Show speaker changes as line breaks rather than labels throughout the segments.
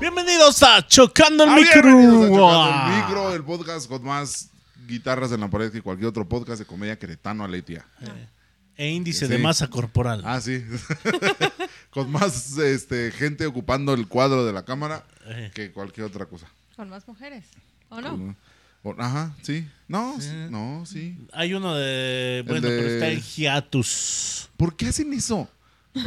Bienvenidos a Chocando el
Ah,
Micro. Ah.
bienvenidos a Chocando el Micro, el podcast con más guitarras en la pared que cualquier otro podcast de comedia queretano Aletia.
E índice
Sí.
de masa corporal.
Ah, sí. con más este, gente ocupando el cuadro de la cámara
Eh.
que cualquier otra cosa.
Con más mujeres, ¿o no?
O- Ajá, sí. No, sí, no, sí.
Hay uno de. Bueno,
de-
pero está el hiatus.
¿Por qué hacen eso?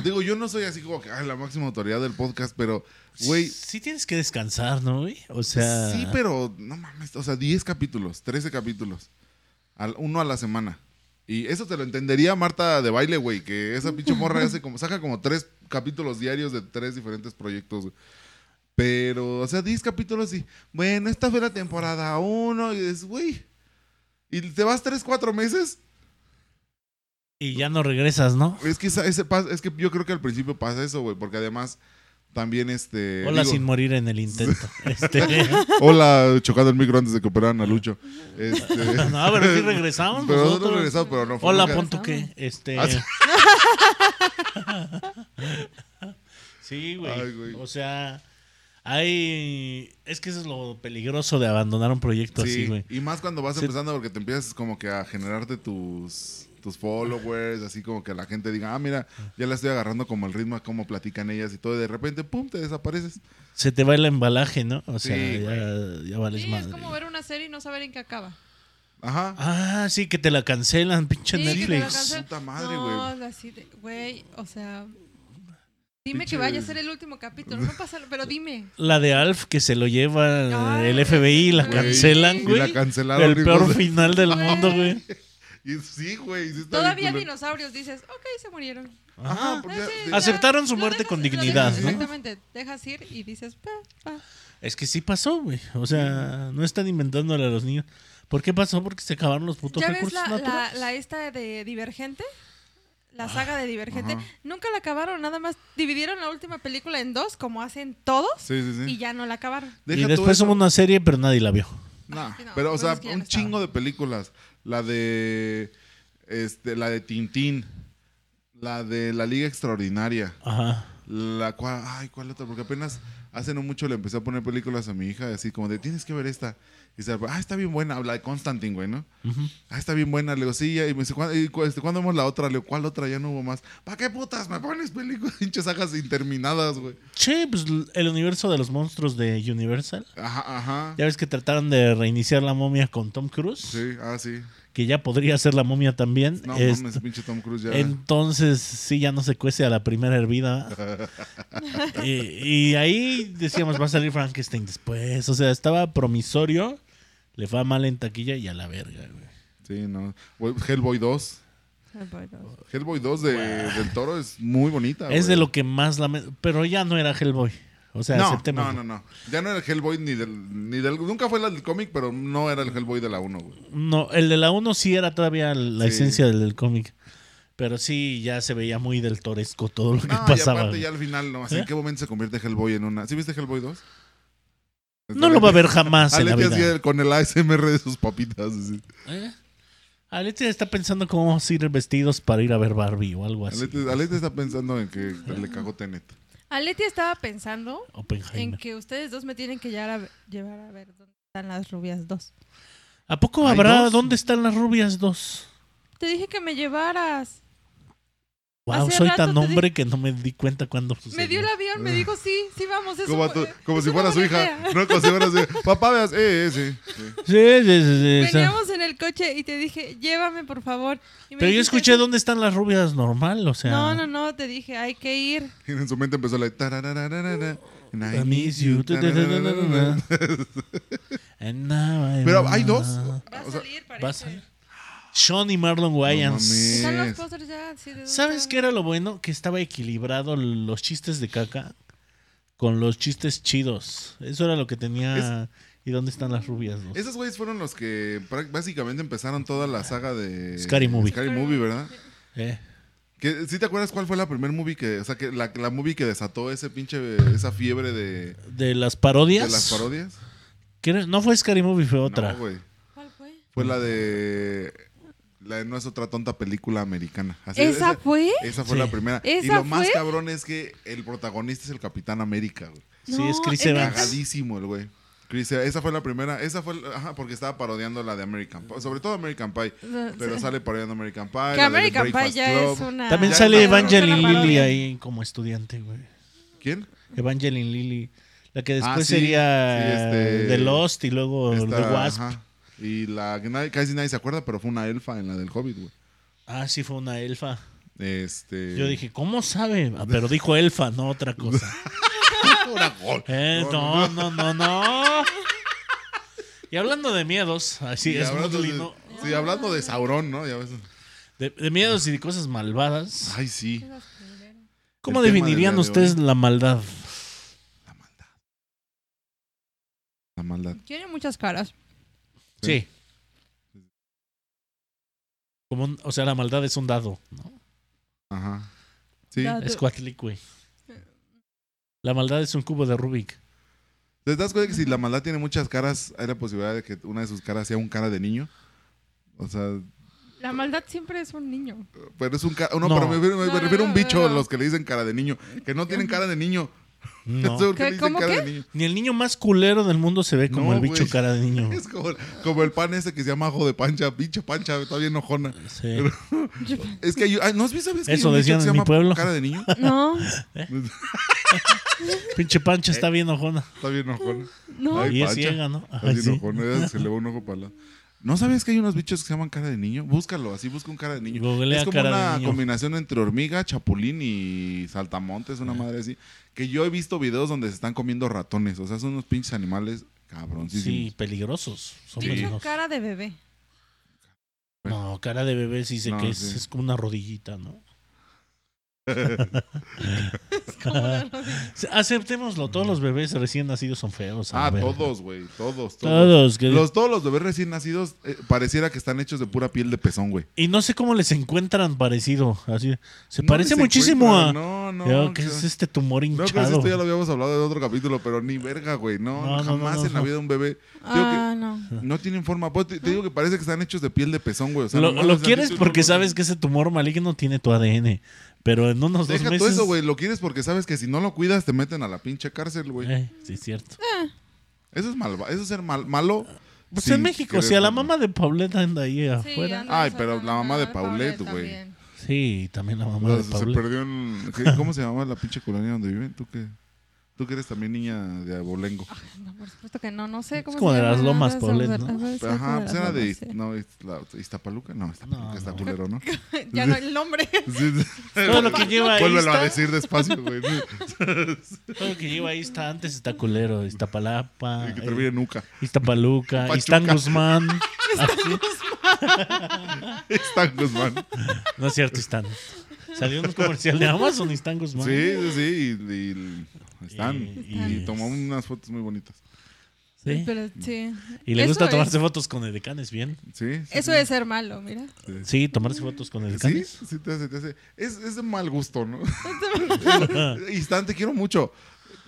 Digo, yo no soy así como que "Ay, la máxima autoridad del podcast, pero, güey,
Sí tienes que descansar, ¿no, güey? O sea.
sí, pero no mames, o sea, 10 capítulos, 13 capítulos, al, uno a la semana. Y eso te lo entendería Marta de baile, güey, que esa pinche morra hace como, saca como tres capítulos diarios de tres diferentes proyectos, güey. Pero, o sea, 10 capítulos y, bueno, esta fue la temporada 1 y es, güey. Y te vas 3, 4 meses.
Y ya no regresas, ¿no?
Es que, esa- ese pas- es que yo creo que al principio pasa eso, güey, porque además también este...
Hola
digo-
sin morir en el intento. Este,
Hola, chocando el micro antes de que operaran a Lucho. Este,
no, pero sí regresamos.
Pero
nosotros.
nosotros regresamos, pero no fue
Hola,
nunca.
pon tu qué. Este.
Ah, sí.
sí,
Ay,
güey.
güey.
O sea, hay. Es que eso es lo peligroso de abandonar un proyecto así,
Sí,
güey.
y más cuando vas
Sí.
empezando porque te empiezas como que a generarte tus, tus followers, así como que la gente diga, ah, mira, ya la estoy agarrando como el ritmo, como platican ellas y todo, y de repente, pum, te desapareces.
Se te va el embalaje, ¿no? O sea,
Sí,
ya, ya vales
Sí, es
madre.
como ver una serie y no saber en qué acaba.
Ajá.
Ah, sí, que te la cancelan, pinche
Sí, que te la
Netflix.
cancelan.
Puta madre,
no, así de, güey, o sea, dime
Pinche-
que vaya a ser el último capítulo, no pasa, pero dime.
La de Alf que se lo lleva
Ay,
el FBI y la
güey.
cancelan,
Y
güey.
la cancelaron.
El
hijos
peor
de-
final del
Güey.
mundo, güey.
Y sí, güey. sí está
Todavía
bien culero.
dinosaurios dices, ok, se murieron.
Ajá,
Ajá.
porque-
Ah, sí,
sí.
ya.
Aceptaron su
Lo
muerte
dejas-
con
lo dejas-
dignidad, ¿no?
Exactamente, dejas ir y dices, pa, pa.
Es que sí pasó, güey. O sea, no están inventándole a los niños. ¿Por qué pasó? Porque se acabaron los putos
¿Ya ves
recursos
la, la,
naturales. Ah,
la esta de Divergente? La saga de Divergente.
ajá.
Nunca la acabaron, nada más dividieron la última película en dos, como hacen todos,
Sí, sí,
y ya no la acabaron.
Y
Deja tú
después
eso.
hubo una serie, pero nadie la vio.
Nah,
Sí, no,
pero o
pues
sea,
es que ya
un
no estaba.
chingo de películas. La de este, la de Tintín, la de La Liga Extraordinaria,
Ajá.
la cual, ay, ¿cuál otra? Porque apenas hace no mucho le empecé a poner películas a mi hija, así como de, tienes que ver esta. Y se, ah, está bien buena, la de Constantine, güey, ¿no? Ah, está bien buena, le digo, sí, ya", y me dice, "¿Cuándo- y cu- este, ¿cuándo vemos la otra? Le digo, ¿cuál otra? Ya no hubo más. ¿Para qué putas me pones películas, pinches sagas interminadas, güey?
Che, pues l- el universo de los monstruos de Universal.
Ajá, ajá.
Ya ves que trataron de reiniciar la momia con Tom Cruise,
Sí, ah, sí.
que ya podría ser la momia también.
No
Este,
mames, pinche Tom Cruise ya.
Entonces, sí, ya no se cuece a la primera hervida. y, y ahí decíamos, va a salir Frankenstein después. O sea, estaba promisorio, le fue mal en taquilla y a la verga, güey.
Sí, no. Güey, Hellboy 2. Hellboy 2 de, del Toro es muy bonita.
es
Ah, güey.
de lo que más lamento. Pero ya no era Hellboy. O sea,
no,
aceptemos.
no, no, no. Ya no era el Hellboy ni del, ni del. Nunca fue la del cómic, pero no era el Hellboy de la 1, güey.
No, el de la 1 sí era todavía la
Sí.
esencia del, del cómic. Pero sí, ya se veía muy del toresco todo lo que
No, y
pasaba.
aparte
güey. ¿Eh?
ya al final, no. Así, ¿En qué momento se convierte Hellboy en una. ¿Sí viste Hellboy 2?
No lo va a ver jamás en la
Alete
vida.
así con el ASMR de sus papitas. así.
¿Eh? Alete está pensando cómo vamos a ir vestidos para ir a ver Barbie o algo así.
Alete, Alete está pensando en que le cagó Tenet.
Aleti estaba pensando en
Oppenheimer.
que ustedes dos me tienen que llevar a, llevar a ver dónde están las rubias dos.
¿A poco
¿Hay
habrá
dos?
dónde están las rubias dos?
Te dije que me llevaras.
Wow,
Hace
soy
rato
tan
te
hombre que no me di cuenta cuando
Pues
sucedió.
Me dio el avión, me dijo sí, sí vamos. es
Como,
un eh,
a
bu-
tu- como
es
si fuera
una
su
buena
hija.
idea.
No, como si fuera su hija. Papá, veas. Eh, eh, sí. sí.
Sí, sí, sí, sí, esa.
Veníamos en el coche y te dije, llévame por favor. Y me
Pero yo
dijiste,
escuché Ah. dónde están las rubias normal, o sea.
No, no, no, te dije, hay que ir.
Y en su mente empezó la. de tararararara, and I
I miss you.
tararararara.
And now I-
Pero hay dos.
Va a
O sea,
salir,
Va a
parece.
salir. Sean y Marlon Wayans.
mames.
Están los
Es.
pósters ya. sí, de-
¿Sabes qué era lo bueno? Que estaba equilibrado los chistes de caca con los chistes chidos. Eso era lo que tenía ¿Y dónde están las rubias? dos?
Esos güeyes fueron los que prá- básicamente empezaron toda la saga de...
Scary Movie.
Scary Movie, ¿verdad?
Eh,
Que, ¿Sí te acuerdas cuál fue la primer movie que... O sea, que la, la movie que desató ese pinche... Esa fiebre de,
¿De las
de
parodias?
las parodias?
¿Qué era? No fue Scary Movie, fue otra.
No, güey.
¿Cuál fue?
Fue la de... La de No es otra tonta película americana. Así-
¿Esa fue?
Esa fue
Sí.
la primera. y
¿Esa
lo más
fue?
cabrón es que el protagonista es el Capitán América, güey.
sí, es
No,
Chris
¿en
Evans.
Cagadísimo el güey. Chris, esa fue la primera. Esa fue, ajá, porque estaba parodiando la de American Pie. Sobre todo American Pie.
No,
Pero
sí.
sale parodiando American Pie. la
Que
del
American Pie
Breakfast
ya
Club.
es una.
También
Ya
sale
es una
Evangeline
parodia.
Lilly ahí como estudiante, güey.
¿Quién?
Evangeline Lilly. La que
Ah,
después
sí, sí,
sería eh,
este-
The Lost y luego The
Esta,
Wasp.
ajá. Y la que nadie- casi nadie se acuerda, pero fue una elfa en la del Hobbit, güey.
Ah, sí, fue una elfa.
Este.
Yo dije, ¿cómo sabe? Ah, pero dijo elfa, no otra cosa.
¡Ah, Una gol.
Eh, no, no, no, no. Y hablando de miedos, así
Y
es
hablando
Mowgli,
de-
¿no?
sí, hablando de Sauron, ¿no? Ya ves.
De, de miedos y de cosas malvadas.
Ay, sí.
¿Cómo
el tema del
definirían
día de
ustedes la maldad?
La maldad. La maldad.
Tiene muchas caras.
Sí.
Sí.
Como un- o sea, la maldad es un dado, ¿no?
Ajá. Sí.
La-
Es cuatlicue. La maldad es un cubo de Rubik.
¿Te das cuenta que si la maldad tiene muchas caras, hay la posibilidad de que una de sus caras sea un cara de niño? O sea,
La maldad siempre es un niño.
pero es un cara... No,
No.
pero me refiero, me
No, no,
refiero a un
no,
bicho,
no, no.
los que le dicen cara de niño, que no tienen cara de niño.
No.
Eso es lo que
¿Qué?
le dicen
¿Cómo
cara
qué?
de niño.
Ni el niño más culero del mundo se ve como
No,
el bicho
güey.
cara de niño.
Es como, como el pan ese que se llama ajo de pancha, pinche pancha, está bien enojona.
Sí.
Es que hay- ay, ¿no has visto sabes que hay
Eso
un bicho
decían
que se
en mi
llama
pueblo.
cara de niño?
No,
Pinche pancha está bien ojona.
Está bien enojona.
no.
Eh, Ay,
Y es
Pancha.
ciega, ¿no?
Está
Ajá,
bien
sí.
enojona, se le va un ojo para lado. ¿No sabes que hay unos bichos que se llaman cara de niño? Búscalo, así busca un cara de niño.
Googlea
es como
cara de
una
niño.
combinación entre hormiga, chapulín y saltamontes, una madre así. Que yo he visto videos donde se están comiendo ratones. O sea, son unos pinches animales
Sí,
cabroncísimos.
peligrosos. Son
Dicho
peligrosos.
cara de bebé.
No, cara de bebé sí sé
No,
que es,
sí.
es como una rodillita, ¿no?
Como una rodilla.
Aceptémoslo, todos los bebés recién nacidos son feos. pues, a la
Mm. Ah,
verga.
todos, güey. Todos, todos.
Todos. que-
Los, todos los bebés recién nacidos eh, pareciera que están hechos de pura piel de pezón, güey.
Y no sé cómo les encuentran parecido. Así, se
No
parece
les
muchísimo a...
encuentran, No, no.
Yo, ¿Qué
que-
es este tumor
No, creo que
hinchado?
esto ya lo habíamos hablado en otro capítulo, pero ni verga, güey. No,
No, no,
jamás
no, no,
en la
no.
vida de un bebé. Digo que-
Ah, no.
No tienen forma. Pues, te, te digo que parece que están hechos de piel de pezón, güey. O sea,
lo
nomás
lo
les han
quieres
dicho,
porque
no, no,
sabes que ese tumor maligno tiene tu ADN. Pero en unos dos
Deja
meses...
todo eso, güey. Lo quieres porque sabes que si no lo cuidas te meten a la pinche cárcel, güey.
Eh, sí, es cierto.
Eso es malva, eso es ser mal, malo.
Pues
sin
en México,
querer,
si a la
güey.
mamá de Paulette anda ahí afuera.
Ay, pero la mamá de Paulette, güey.
Sí, también la mamá de
Las- se
Paulette.
perdió en ¿qué- ¿Cómo se llamaba la pinche colonia donde viven? ¿Tú qué? Tú que eres también niña de abolengo.
No, por supuesto que no, no sé cómo
como
se
de las
llama,
lomas,
las-
Paulette,
las-
¿no?
las- las-
Ajá, pues era
las
de
lomas,
Iz- no, Iztla- Iztapaluca, no, Iztapaluca
No,
está
no.
culero, ¿no?
sí. Ya no, el nombre.
Sí, sí.
Todo lo que lleva ahí
Vuélvelo a
está-
decir despacio, güey.
Todo lo que lleva ahí está antes está culero, Iztapalapa,
Y que termine en Uca.
Ah, eh, Iztapaluca,
Pachuca.
Iztán Guzmán. Así.
Está Guzmán.
No es cierto, Iztán. Salió un comercial de Amazon, Iztán Guzmán.
Sí, sí, sí. Y, y- y están.
Y-
Y,
y-
tomó unas fotos muy bonitas.
Sí.
Pero sí.
Y le gusta
Eso
tomarse
es-
fotos con edecanes, bien.
Sí. sí,
Eso
sí.
es ser malo, mira.
Sí, tomarse fotos con
Sí,
edecanes.
sí, te hace, te hace. Es, es de mal gusto, ¿no? Instante, te quiero mucho.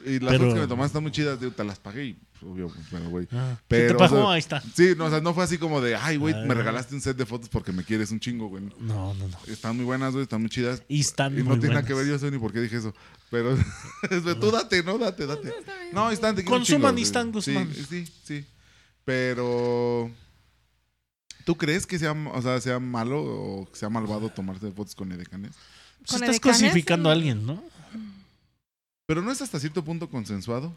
Y las
Pero-
fotos que me tomaste están muy chidas, digo, te las pagué y, pues, obvio, bueno, güey.
Ah, ¿quién
Pero,
te pagó?
o sea,
Ahí está.
Sí, no, o sea, no fue así como de, ay, güey,
Ah.
me regalaste un set de fotos porque me quieres un chingo, güey.
No, no, no.
Están muy buenas, güey, están muy chidas.
Y están
Y no
muy
tiene
buenas.
nada que ver, yo sé ni por qué dije eso. Pero tú date, ¿no? Date, date. No, Istán, te quiero un
Consuman
chingo.
Istán Guzmán.
Sí, sí, sí. Pero... ¿Tú crees que sea, o sea, sea malo o que sea malvado tomarse fotos con edecanes?
Pues
¿Con
estás
edecanes?
cosificando a alguien, ¿no?
Pero no es hasta cierto punto consensuado.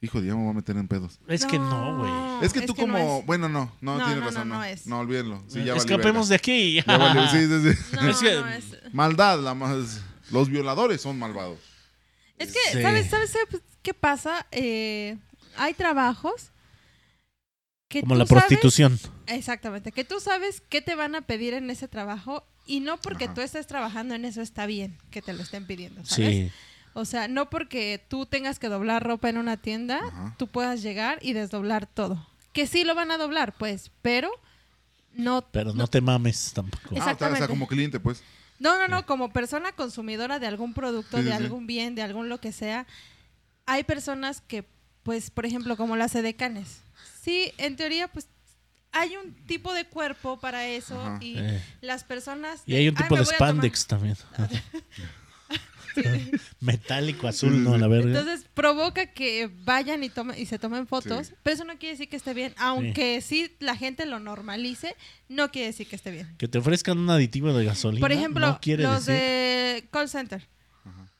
Hijo, de, ya me voy a meter en pedos.
Es que no, güey.
es que tú como...
no es.
Bueno, no, no,
No,
tienes
no, no,
razón. No,
no es.
No, olvídenlo. Sí, ya valí
Escapemos de aquí.
verga. Ya valí- sí, sí, sí.
No,
Es que-
no es.
Maldad, la más... Los violadores son malvados.
Es que,
Sí.
¿sabes, ¿sabes sabes qué pasa? Eh, hay trabajos que
Como
tú
la
sabes-
prostitución.
exactamente, que tú sabes qué te van a pedir en ese trabajo y no porque
Ajá.
tú estés trabajando en eso está bien que te lo estén pidiendo, ¿sabes?
Sí.
O sea, no porque tú tengas que doblar ropa en una tienda,
Ajá.
tú puedas llegar y desdoblar todo. Que sí lo van a doblar, pues, pero no...
Pero no te mames tampoco.
Es-
Ah, o sea, o sea,
Exactamente.
como cliente, pues.
No, no, no, como persona consumidora de algún producto,
Sí, sí,
de
sí.
algún bien, de algún lo que sea, hay personas que, pues, por ejemplo, como las edecanes. Sí, en teoría, pues, hay un tipo de cuerpo para eso
Ajá.
y
Eh.
las personas...
Y hay un
"Ay,
tipo
me
de
voy a tomar".
spandex también. Metálico azul, no, la verga.
Entonces provoca que vayan y, tomen, y se tomen fotos,
Sí.
pero eso no quiere decir que esté bien. Aunque sí. la gente lo normalice, no quiere decir que esté bien.
Que te ofrezcan un aditivo de gasolina.
Por ejemplo,
no quiere
los
decir.
de call center,
Ajá.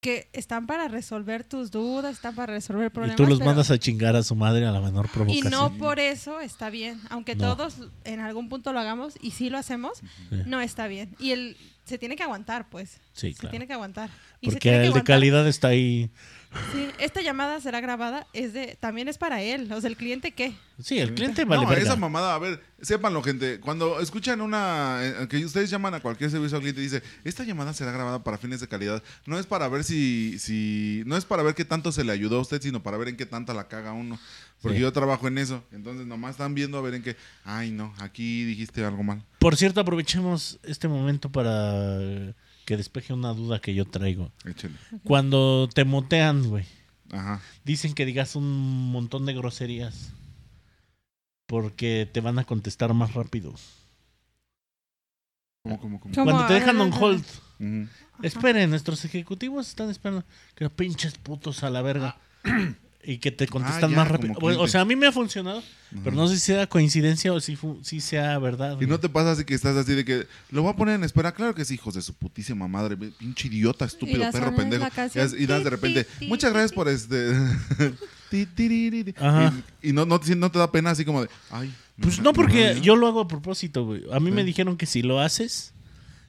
que están para resolver tus dudas, están para resolver
y
problemas.
tú los
pero-
mandas a chingar a su madre a la menor
y
provocación.
no por eso está bien. Aunque
No.
todos en algún punto lo hagamos y sí lo hacemos,
Sí.
no está bien. Y el, se tiene que aguantar, pues.
Sí,
Se
claro.
tiene que aguantar. Y se
Porque
tiene que
el de
aguantar.
calidad está ahí.
Sí, esta llamada será grabada, es de, también es para él. O sea, el cliente qué.
Sí, el cliente vale
no,
verga.
esa mamada, a ver, sépanlo, gente. Cuando escuchan una. eh, que ustedes llaman a cualquier servicio al cliente y dice, esta llamada será grabada para fines de calidad. No es para ver si. si no es para ver qué tanto se le ayudó a usted, sino para ver en qué tanta la caga uno. Porque
Sí.
yo trabajo en eso. Entonces, nomás están viendo a ver en qué. Ay, no, aquí dijiste algo mal.
Por cierto, aprovechemos este momento para que despeje una duda que yo traigo.
Échale.
Cuando te motean, güey,
Ajá.
dicen que digas un montón de groserías. Porque te van a contestar más rápido.
¿Cómo, cómo, cómo?
¿Cómo?
Cuando te
Ah,
dejan
ah,
on
ah.
hold,
Ujú.
esperen, nuestros ejecutivos están esperando que pinches putos a la verga. Y que te contestan
Ah, ya,
más rápido.
como
Bueno, o
cliente.
sea, a mí me ha funcionado, pero
Ajá.
no sé si sea coincidencia o si, fu- si sea verdad.
Y
güey.
no te pasa así que estás así de que lo voy a poner en espera. Claro que sí, hijos de su putísima madre, ve, pinche idiota,
Y
estúpido
la
perro
suena
pendejo.
la
Y,
canción.
das- y das de
Ti,
repente,
ti, ti,
muchas
ti,
gracias
ti".
por este. Ti, ti, ri, ri, ri.
Ajá.
Y, y no, no, te- no te da pena así como de, ay.
Pues
me-
no,
me-
porque yo lo hago a propósito, güey. A mí me
Sí.
dijeron que si lo haces,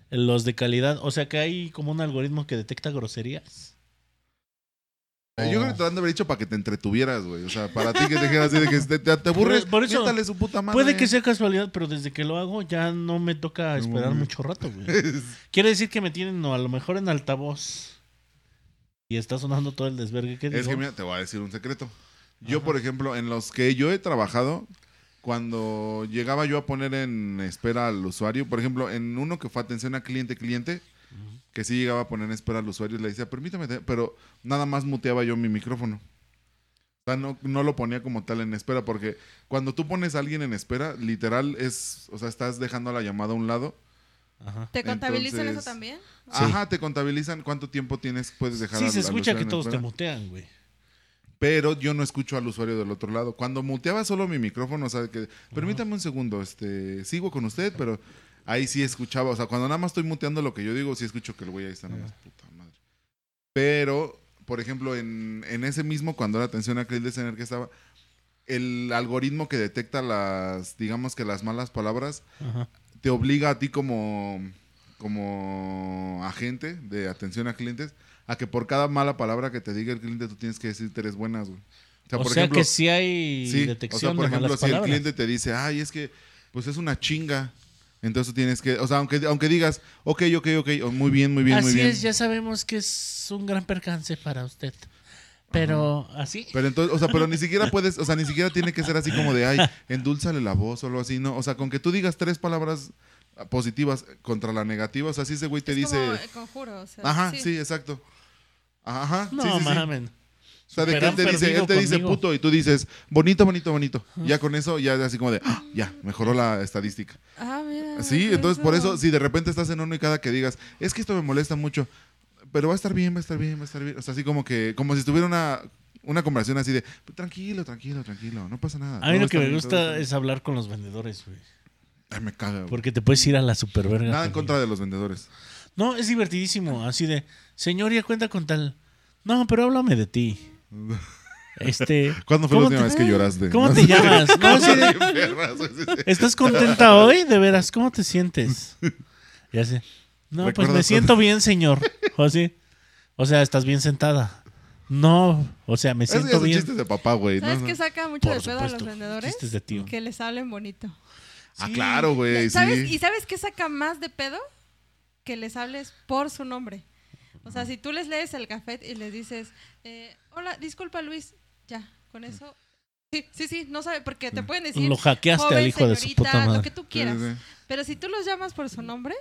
los de calidad, o sea que hay como un algoritmo que detecta groserías.
Eh, Yo creo que te lo han de haber dicho para que te entretuvieras, güey. O sea, para ti que te dijeran así de que te, te- te aburres.
Por eso-
métale su puta madre.
Puede que sea casualidad, pero desde que lo hago ya no me toca esperar
mames.
mucho rato, güey. Quiere decir que me tienen o a lo mejor en altavoz y está sonando todo el desvergue que
Es
digo.
que mira, te voy a decir un secreto. Yo, por ejemplo, en los que yo he trabajado, cuando llegaba yo a poner en espera al usuario, por ejemplo, en uno que fue atención a cliente-cliente, que sí llegaba a poner en espera al usuario y le decía, permítame, te-", pero nada más muteaba yo mi micrófono. O sea, no, no lo ponía como tal en espera, porque cuando tú pones a alguien en espera, literal es, o sea, estás dejando la llamada a un lado.
Ajá.
¿Te contabilizan
Entonces-
eso también?
Sí.
Ajá, te contabilizan cuánto tiempo tienes, puedes dejar
Sí,
al-
se
al
escucha
usuario
que
en
todos te
espera.
mutean, güey.
pero yo no escucho al usuario del otro lado. Cuando muteaba solo mi micrófono, o sea, que permítame un segundo, este, sigo con usted, pero ahí sí escuchaba, o sea, cuando nada más estoy muteando lo que yo digo, sí escucho que el güey ahí está nada más, puta madre. Pero, por ejemplo, en, en ese mismo, cuando era atención a clientes en el que estaba, el algoritmo que detecta las, digamos que las malas palabras,
Ajá.
te obliga a ti como, como agente de atención a clientes a que por cada mala palabra que te diga el cliente tú tienes que decir tres buenas, güey. O sea,
O sea,
por ejemplo,
que sí hay
sí,
detección
o sea, por
de
ejemplo,
malas
si el
palabras.
cliente te dice, ay, es que pues es una chinga, entonces tú tienes que, o sea, aunque, aunque digas, ok, ok, ok, o muy bien, muy bien,
así
muy bien.
es, ya sabemos que es un gran percance para usted. Pero así.
Pero entonces, o sea, pero ni siquiera puedes, o sea, ni siquiera tiene que ser así como de, ay, endulzale la voz o algo así, no, o sea, con que tú digas tres palabras positivas contra la negativa, o sea, si ese güey te
Es
dice...
como el conjuro. o sea,
Ajá, sí, exacto. Ajá, sí,
No
sí, sí.
mamen.
O sea, de que él
Superán
te dice, él
perdido
te dice
conmigo.
puto y tú dices bonito, bonito, bonito. Ya con eso, ya así como de, "Ah, ya, mejoró la estadística.
Ah, mira.
Sí, entonces por eso, si de repente estás en uno y cada que digas, es que esto me molesta mucho, pero va a estar bien, va a estar bien, va a estar bien. O sea, así como que, como si estuviera una, una conversación así de, tranquilo, tranquilo, tranquilo, no pasa nada.
A mí
todo
lo que
está
me
bien, todo
gusta
está bien".
es hablar con los vendedores, güey.
Ay, me caga, güey.
Porque te puedes ir a la superverga.
Nada en
con
contra de los vendedores.
ellos. No, es divertidísimo. Así de, señor, ya cuenta con tal. No, pero háblame de ti. Este.
¿Cuándo fue la
¿cómo
última
te-
vez que lloraste?
¿Cómo
¿No?
te llamas? No, así de,
Bien perras, güey, sí, sí.
¿Estás contenta hoy? De veras, ¿cómo te sientes? Ya sé. No, pues
¿Recuerdas
me
cuando-
siento bien, señor. O así. O sea, estás bien sentada. No, o sea, me
Eso ya
siento
son
bien.
chistes de papá, güey. ¿no?
¿Sabes
No.
qué saca mucho
Por
de pedo a los
supuesto,
vendedores?
chistes de tío.
Que les hablen bonito. Eh,
Ah,
Sí.
claro, güey.
¿Sabes?
Sí.
¿Y sabes qué saca más de pedo? Que les hables por su nombre. O sea, si tú les lees el café y les dices, eh, hola, disculpa Luis, ya, con eso. Sí, sí, sí, no sabe, porque te pueden decir.
Mm. Lo hackeaste
"Joven,
al hijo de su
señorita",
puta
Lo
madre.
que tú quieras.
Sí, sí, sí.
Pero si tú los llamas por su nombre,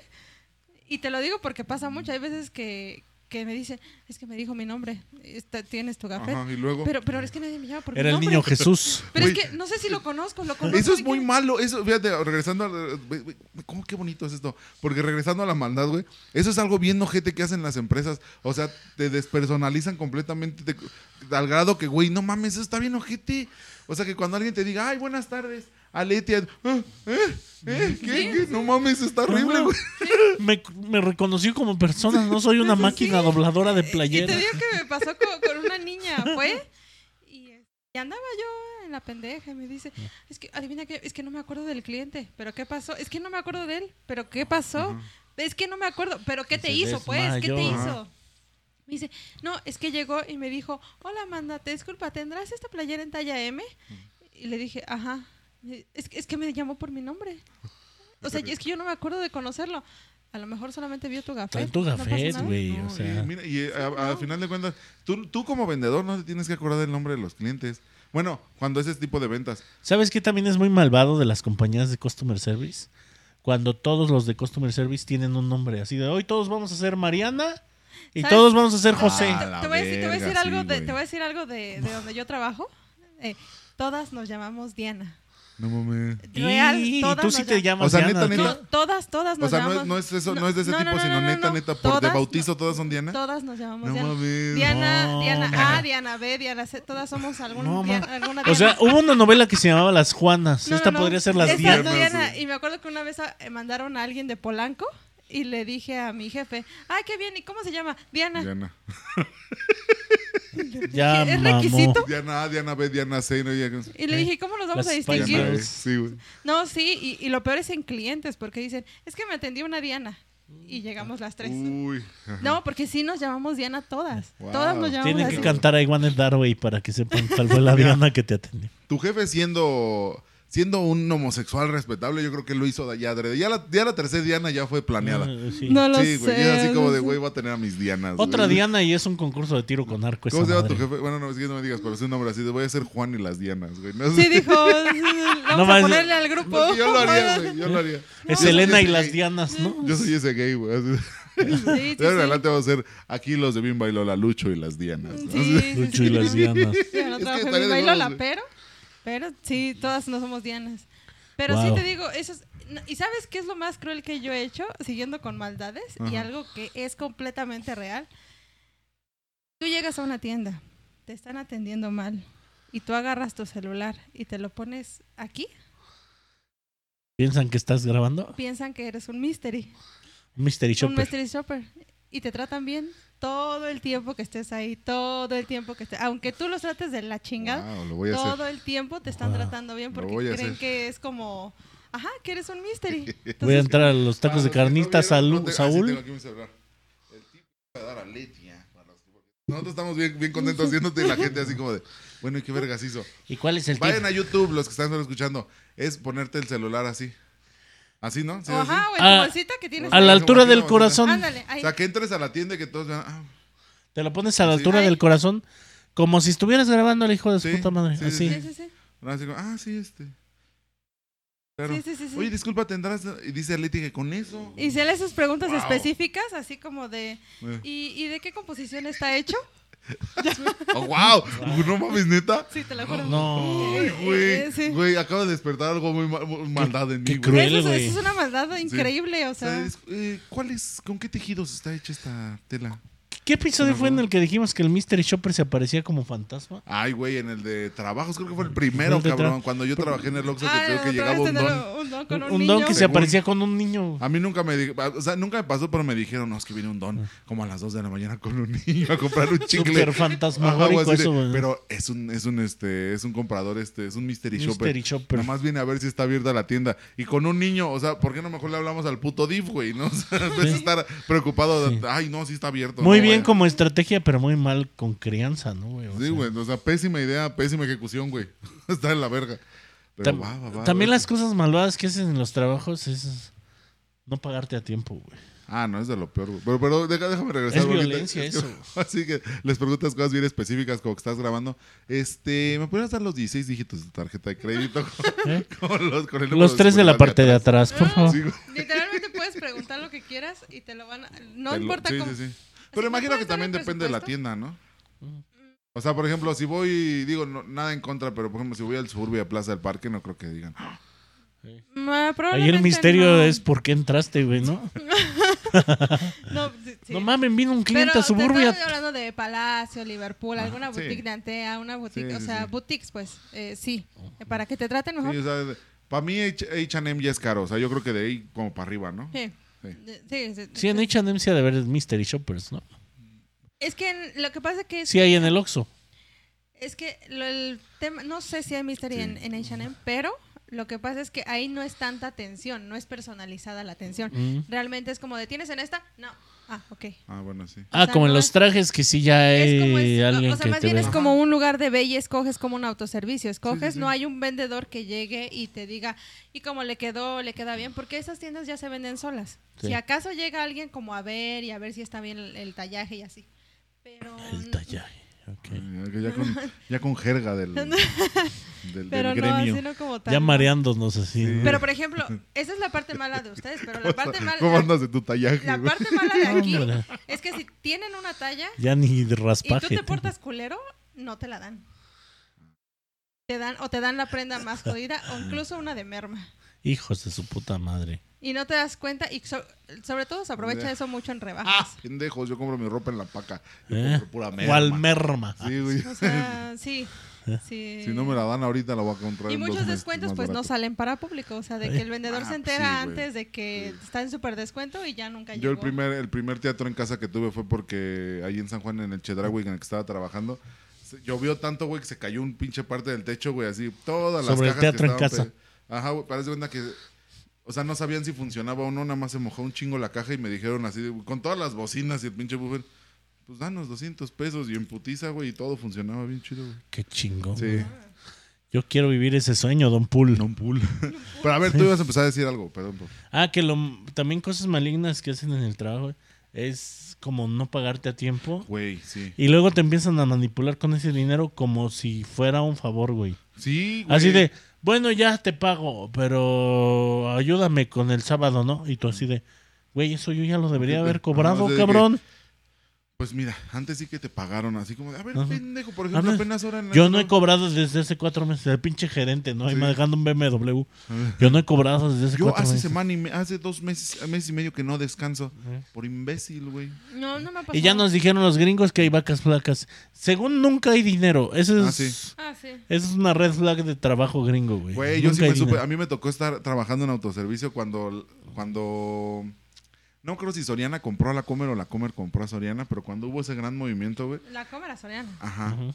y te lo digo porque pasa mucho, hay veces que, que me dicen, es que me dijo mi nombre, está- tienes tu café.
Ajá, y luego.
Pero, pero es que nadie me llama por
Era
mi
el
nombre.
niño Jesús.
Pero es
Güey.
que no sé si lo conozco, lo conozco.
Eso es
y
muy
que-
malo, eso, fíjate, regresando, a- güey, güey, ¿cómo qué bonito es esto? Porque regresando a la maldad, güey, eso es algo bien ojete que hacen las empresas, o sea, te despersonalizan completamente, te- al grado que, güey, no mames, eso está bien ojete, o sea, que cuando alguien te diga, ay, buenas tardes, Aletia, ah, eh, eh, ¿qué, qué? No mames, está horrible, güey.
Me, me reconoció como persona, no soy una máquina dobladora de
Pues Y
playera.
te digo que me pasó con, con una niña, fue. Y, eh, y andaba yo en la pendeja y me dice, es que, adivina qué, es que no me acuerdo del cliente, pero ¿qué pasó? Es que no me acuerdo de él, pero ¿qué pasó? Es que no me acuerdo, pero ¿qué
Y
te
se
hizo, pues? ¿Qué te
desmayó.
Ajá.
hizo? Me dice, no, es que llegó y me dijo, hola, Amanda, te disculpa, ¿tendrás esta playera en talla M? Y le dije, ajá, Me- es, que- es que me llamó por mi nombre. O sea, es que yo no me acuerdo de conocerlo. A lo mejor solamente vio tu
Está
gafet.
en tu
Pues, no pasa
gafet,
nada.
güey.
No,
o
y
sea,
mira, y eh, a- a- al final de cuentas, tú, tú como vendedor no te tienes que acordar del nombre de los clientes. Bueno, cuando ese tipo de ventas.
¿Sabes qué también es muy malvado de las compañías de customer service? Cuando todos los de customer service tienen un nombre así de hoy todos vamos a ser Mariana y
¿Sabes?
todos vamos a ser José.
Ah,
te,
la
te voy a decir, te voy a
verga,
decir algo,
sí,
de,
güey.
te voy a decir algo de, de donde yo trabajo. Eh, todas nos llamamos Diana.
No mames.
Real,
y, y
todas
tú
nos
sí te
llam-
llamas
O sea,
Diana,
neta,
tío.
neta.
No, todas, todas
O
nos
sea, no es,
llamamos.
no es eso, no, es de ese tipo, sino neta,
no.
neta, por de
Todas-
bautizo todas son Diana.
Todas nos llamamos
No
Diana.
mames.
Diana,
No,
Diana
ma.
A, Diana B, Diana C, todas somos algún
No, ma.
Dia- alguna Diana.
O sea, hubo una novela que se llamaba Las Juanas.
No, no,
Esta
no.
podría ser Las
Esta
Dianas.
no,
Dianas,
Diana.
güey.
Y me acuerdo que una vez a- eh, mandaron a alguien de Polanco y le dije a mi jefe, ay, qué bien, ¿y cómo se llama? Diana.
Diana.
Ya
¿Es
mamó.
requisito?
Diana A, Diana B, Diana C, no Diana-
Y le dije, ¿cómo nos vamos
Las
a
Spice
distinguir?
Diana E,
Girls.
Sí, güey.
No, sí, y, y lo peor es en clientes, porque dicen, es que me atendió una Diana. Y llegamos las tres.
Uy.
No, porque sí nos llamamos Diana todas.
Mm. Wow.
Todas nos llamamos
Tienen que
así.
cantar a Iwan el Darway para que sepan cuál fue la Diana que te atendió.
Tu jefe siendo siendo un homosexual respetable, yo creo que lo hizo de allá adrede. Ya la, ya la tercera Diana ya fue planeada.
Ah, sí.
No lo
sí, güey.
sé.
Ya así
no
como de,
sé.
güey, voy a tener a mis Dianas. güey.
Otra Diana y es un concurso de tiro con arco.
¿Cómo
esa
se llama
madre.
tu jefe? Bueno, no, es que no me digas, pero es un nombre así. de, Voy a ser Juan y las Dianas, güey. No sé.
Sí, dijo, vamos
más-
a ponerle al grupo.
Porque yo lo haría, güey. Yo lo haría. Yo
Es
soy
Elena y
ese
las
gay.
Dianas, ¿no?
Yo soy ese gay, güey. así.
Sí, sí,
De ahora en
sí.
adelante vamos a ser aquí los de Bimba y Lola, Lucho y las Dianas. ¿no?
Sí, sí,
Lucho
sí.
y las Dianas.
Yo no
Es que
trabajo en
estaría
mi
de
bailola,
huevos, güey.
pero, pero sí, todas no somos Dianas. Pero sí
Wow.
te digo, eso es- no, ¿Y sabes qué es lo más cruel que yo he hecho? Siguiendo con maldades y
Ajá.
algo que es completamente real. Tú llegas a una tienda, te están atendiendo mal y tú agarras tu celular y te lo pones aquí,
¿Piensan que estás grabando?
piensan que eres un mystery,
Un Mystery
un
Shopper.
mystery shopper y te tratan bien todo el tiempo que estés ahí, todo el tiempo que estés, aunque tú los trates de la chingada,
Wow, Ah, lo voy a hacer. Ah,
todo el tiempo te están
Wow.
tratando bien
Lo
porque
voy a
creen
hacer.
que es como, ajá, que eres un mystery.
Voy a
Entonces,
entrar a los tacos de
Para los que
carnitas,
no vieron,
Saúl.
no te- ah, sí, tengo aquí mi celular. El tipo va a dar a Letia, para los que- Nosotros estamos bien, bien contentos haciéndote y la gente así como de, bueno, ¿y qué vergas hizo?
¿Y cuál es el tip?
Vayan a YouTube, los que están solo escuchando, es ponerte el celular así. Así, ¿no? Sí,
o ajá,
así.
o en
Ah,
tu bolsita que tienes.
A la
ahí.
altura del
Imagino,
corazón.
Ándale,
O
ahí.
sea, que entres a la tienda y que todos vean, ah,
Te lo pones a la
Sí.
altura
Ay.
del corazón. Como si estuvieras grabando al hijo de su
Sí,
puta madre.
sí,
Así.
Sí, sí, sí.
así como, ah, sí, este. Claro.
Sí, sí, sí, sí.
Oye, disculpa, tendrás. Y dice Leti que con eso.
Y se le haces preguntas
Wow.
específicas, así como de,
Eh.
¿y, y de qué composición está hecho?
Oh, wow. No mames, neta.
Sí, te lo juro.
No.
Ay,
Eh, sí.
güey. Güey, acabo de despertar algo muy, ma- muy maldad en
qué
mí. güey.
cruel,
Eso es,
güey.
eso es una maldad increíble, o sea.
¿Sabes? Eh, ¿Cuál es, ¿Con qué tejidos está hecha esta tela?
¿Qué episodio
Una
fue en
boda.
el que dijimos que el Mystery Shopper se aparecía como fantasma?
Ay, güey, en el de trabajos creo que fue el primero,
El de tra-
cabrón. Cuando yo trabajé en el Oxxo que,
Ah,
creo que
otra
llegaba
vez
un
tener
don.
un don
Un,
con un,
don
niño.
que se
Según-
aparecía con un niño.
A mí nunca me, di- o sea, nunca me pasó, pero me dijeron, no, es que viene un don como a las 2 de la mañana con un niño a comprar un chicle.
Ah. Súper
Ajá, algo
fantasmagórico
así de-
eso, güey.
pero es un, es un este, es un comprador, este, es un mystery,
Mystery
shopper.
shopper.
Nada más viene a ver si está abierta la tienda. Y con un niño, o sea, ¿por qué no mejor le hablamos al puto div, güey? ¿No? O sea, en vez de estar preocupado, de,
Sí.
ay no, sí está abierto.
Muy
no,
bien
vaya".
como estrategia, pero muy mal con crianza, ¿no, güey? O
Sí,
sea,
güey. O sea, pésima idea, pésima ejecución, güey. está en la verga. Pero
tam-
va, va, va,
también
va.
las cosas malvadas que hacen en los trabajos es no pagarte a tiempo, güey.
Ah, no, es de lo peor, güey. Pero, pero deja- déjame regresar.
Es
porque te-
violencia
es que-
eso.
Así que les preguntas cosas bien específicas como que estás grabando. Este, ¿me podrías dar los 16 dígitos de tarjeta de crédito?
¿eh?
Con los, con el número
Los tres de la
seguridad
parte de atrás, por favor.
Sí, güey.
Literalmente puedes preguntar lo que quieras y te lo van a... No
Te lo-
importa
sí,
cómo...
sí, sí.
¿me
Pero imagino que
puedes dar
también
el
depende de la
presupuesto?
tienda, ¿no? O sea, por ejemplo, si voy, digo, no- nada en contra, pero por ejemplo, si voy al suburbio a Plaza del Parque, no creo que digan. "Ah,
No,
Ahí el
Ah, probablemente
misterio
no.
es por qué entraste, güey, ¿no?
No, sí, sí.
No mames, vino un
Pero
cliente
te
a Suburbia.
estoy hablando de Palacio, Liverpool, alguna
sí.
boutique de Antea, una boutique,
Sí,
o
sí,
sea,
sí.
boutiques, pues, eh, sí, eh, para que te traten mejor.
Sí, o sea, para mí H- H&M ya es caro, o sea, yo creo que de ahí como para arriba, ¿no?
Sí.
Sí.
Sí, sí,
Sí, en
sí.
H&M sí ha de haber Mystery Shoppers, ¿no?
Es que en- lo que pasa que es,
Sí hay en el Oxxo.
es que lo- el tema, no sé si hay mystery en, en H&M, pero lo que pasa es que ahí no es tanta atención, no es personalizada la atención.
Mm.
Realmente es como de, ¿tienes en esta? No. Ah, ok.
Ah, bueno, sí.
Ah,
O sea,
como en
no
los
es-
trajes que sí ya hay
Es como es-
alguien
o sea,
que
más
te
bien
ve.
es como un lugar de ve y escoges como un autoservicio. Escoges,
sí.
no hay un vendedor que llegue y te diga, y como le quedó, le queda bien, porque esas tiendas ya se venden solas.
Sí.
Si acaso llega alguien como a ver y a ver si está bien el, el tallaje y así. Pero,
El tallaje. ok.
Ya, que ya con, ya con jerga del, del, del
pero no,
gremio.
así no como tal.
Ya mareándonos así. ¿no?
Pero, por ejemplo, esa es la parte mala de ustedes, pero la parte mala...
¿Cómo andas de tu tallaje,
La
güey?
parte mala de aquí
Hombre.
es que si tienen una talla
Ya ni de
y tú
raspaje.
te
tengo.
portas culero, no te la dan. Te dan o te dan la prenda más jodida o incluso una de merma.
Hijos de su puta madre.
Y no te das cuenta y so- sobre todo se aprovecha eso mucho en rebajas.
Pendejos, yo compro mi ropa en la paca. Yo
¿Eh?
compro pura merma.
¿Cuál merma?
Sí, güey.
O sea, sí. sí.
Si no me la dan ahorita, la voy a comprar
y
en dos
muchos
meses
descuentos
más
pues no
barato.
salen para público, o sea, de que el vendedor
Ah,
se
pues sí,
entera
güey.
antes de que está en súper descuento y ya nunca
Yo el
llegó.
primer, el primer teatro en casa que tuve fue porque ahí en San Juan, en el Chedraui, en el que estaba trabajando, se- llovió tanto, güey, que se cayó un pinche parte del techo, güey, así, todas las
Sobre el
cajas que
teatro en
estaban
casa.
pe- Ajá, güey, parece cuenta que, o sea, no sabían si funcionaba o no, nada más se mojó un chingo la caja y me dijeron así, de- con todas las bocinas y el pinche buffer, pues danos 200 pesos y en putiza, güey, y todo funcionaba bien chido, güey.
Qué chingón.
Sí.
Yo quiero vivir ese sueño, Don Pool.
Pero a ver, tú ibas a empezar a decir algo, perdón. por-
Ah, que lo, también cosas malignas que hacen en el trabajo es como no pagarte a tiempo.
Güey, sí.
Y luego te empiezan a manipular con ese dinero como si fuera un favor, güey.
Sí, güey.
Así de, bueno, ya te pago, pero ayúdame con el sábado, ¿no? Y tú así de, güey, eso yo ya lo debería haber
Ajá,
cobrado,
o sea, Ah, de
cabrón.
Pues mira, antes sí que te pagaron así como, de, a ver,
Ajá.
pendejo, por ejemplo,
Habla-
apenas ahora en la-
Yo no he cobrado desde hace cuatro meses. El pinche gerente, ¿no? Ahí
Sí. Ah.
manejando un BMW. Yo no he cobrado desde hace
Yo
cuatro
hace
meses.
semana y me- hace dos meses, mes y medio que no descanso. Por imbécil, güey.
No, no me ha pasado.
Y ya nos dijeron los gringos que hay vacas flacas. Según nunca hay dinero. Eso es,
Ah, sí.
Ah, sí.
esa es una red flag de trabajo gringo, güey.
Güey, yo sí
Nunca hay
me supe.
dinero.
A mí me tocó estar trabajando en autoservicio cuando. cuando no creo si Soriana compró a la Comer o la Comer compró a Soriana, pero cuando hubo ese gran movimiento, güey.
La cámara soriana.
Ajá.
Ujú.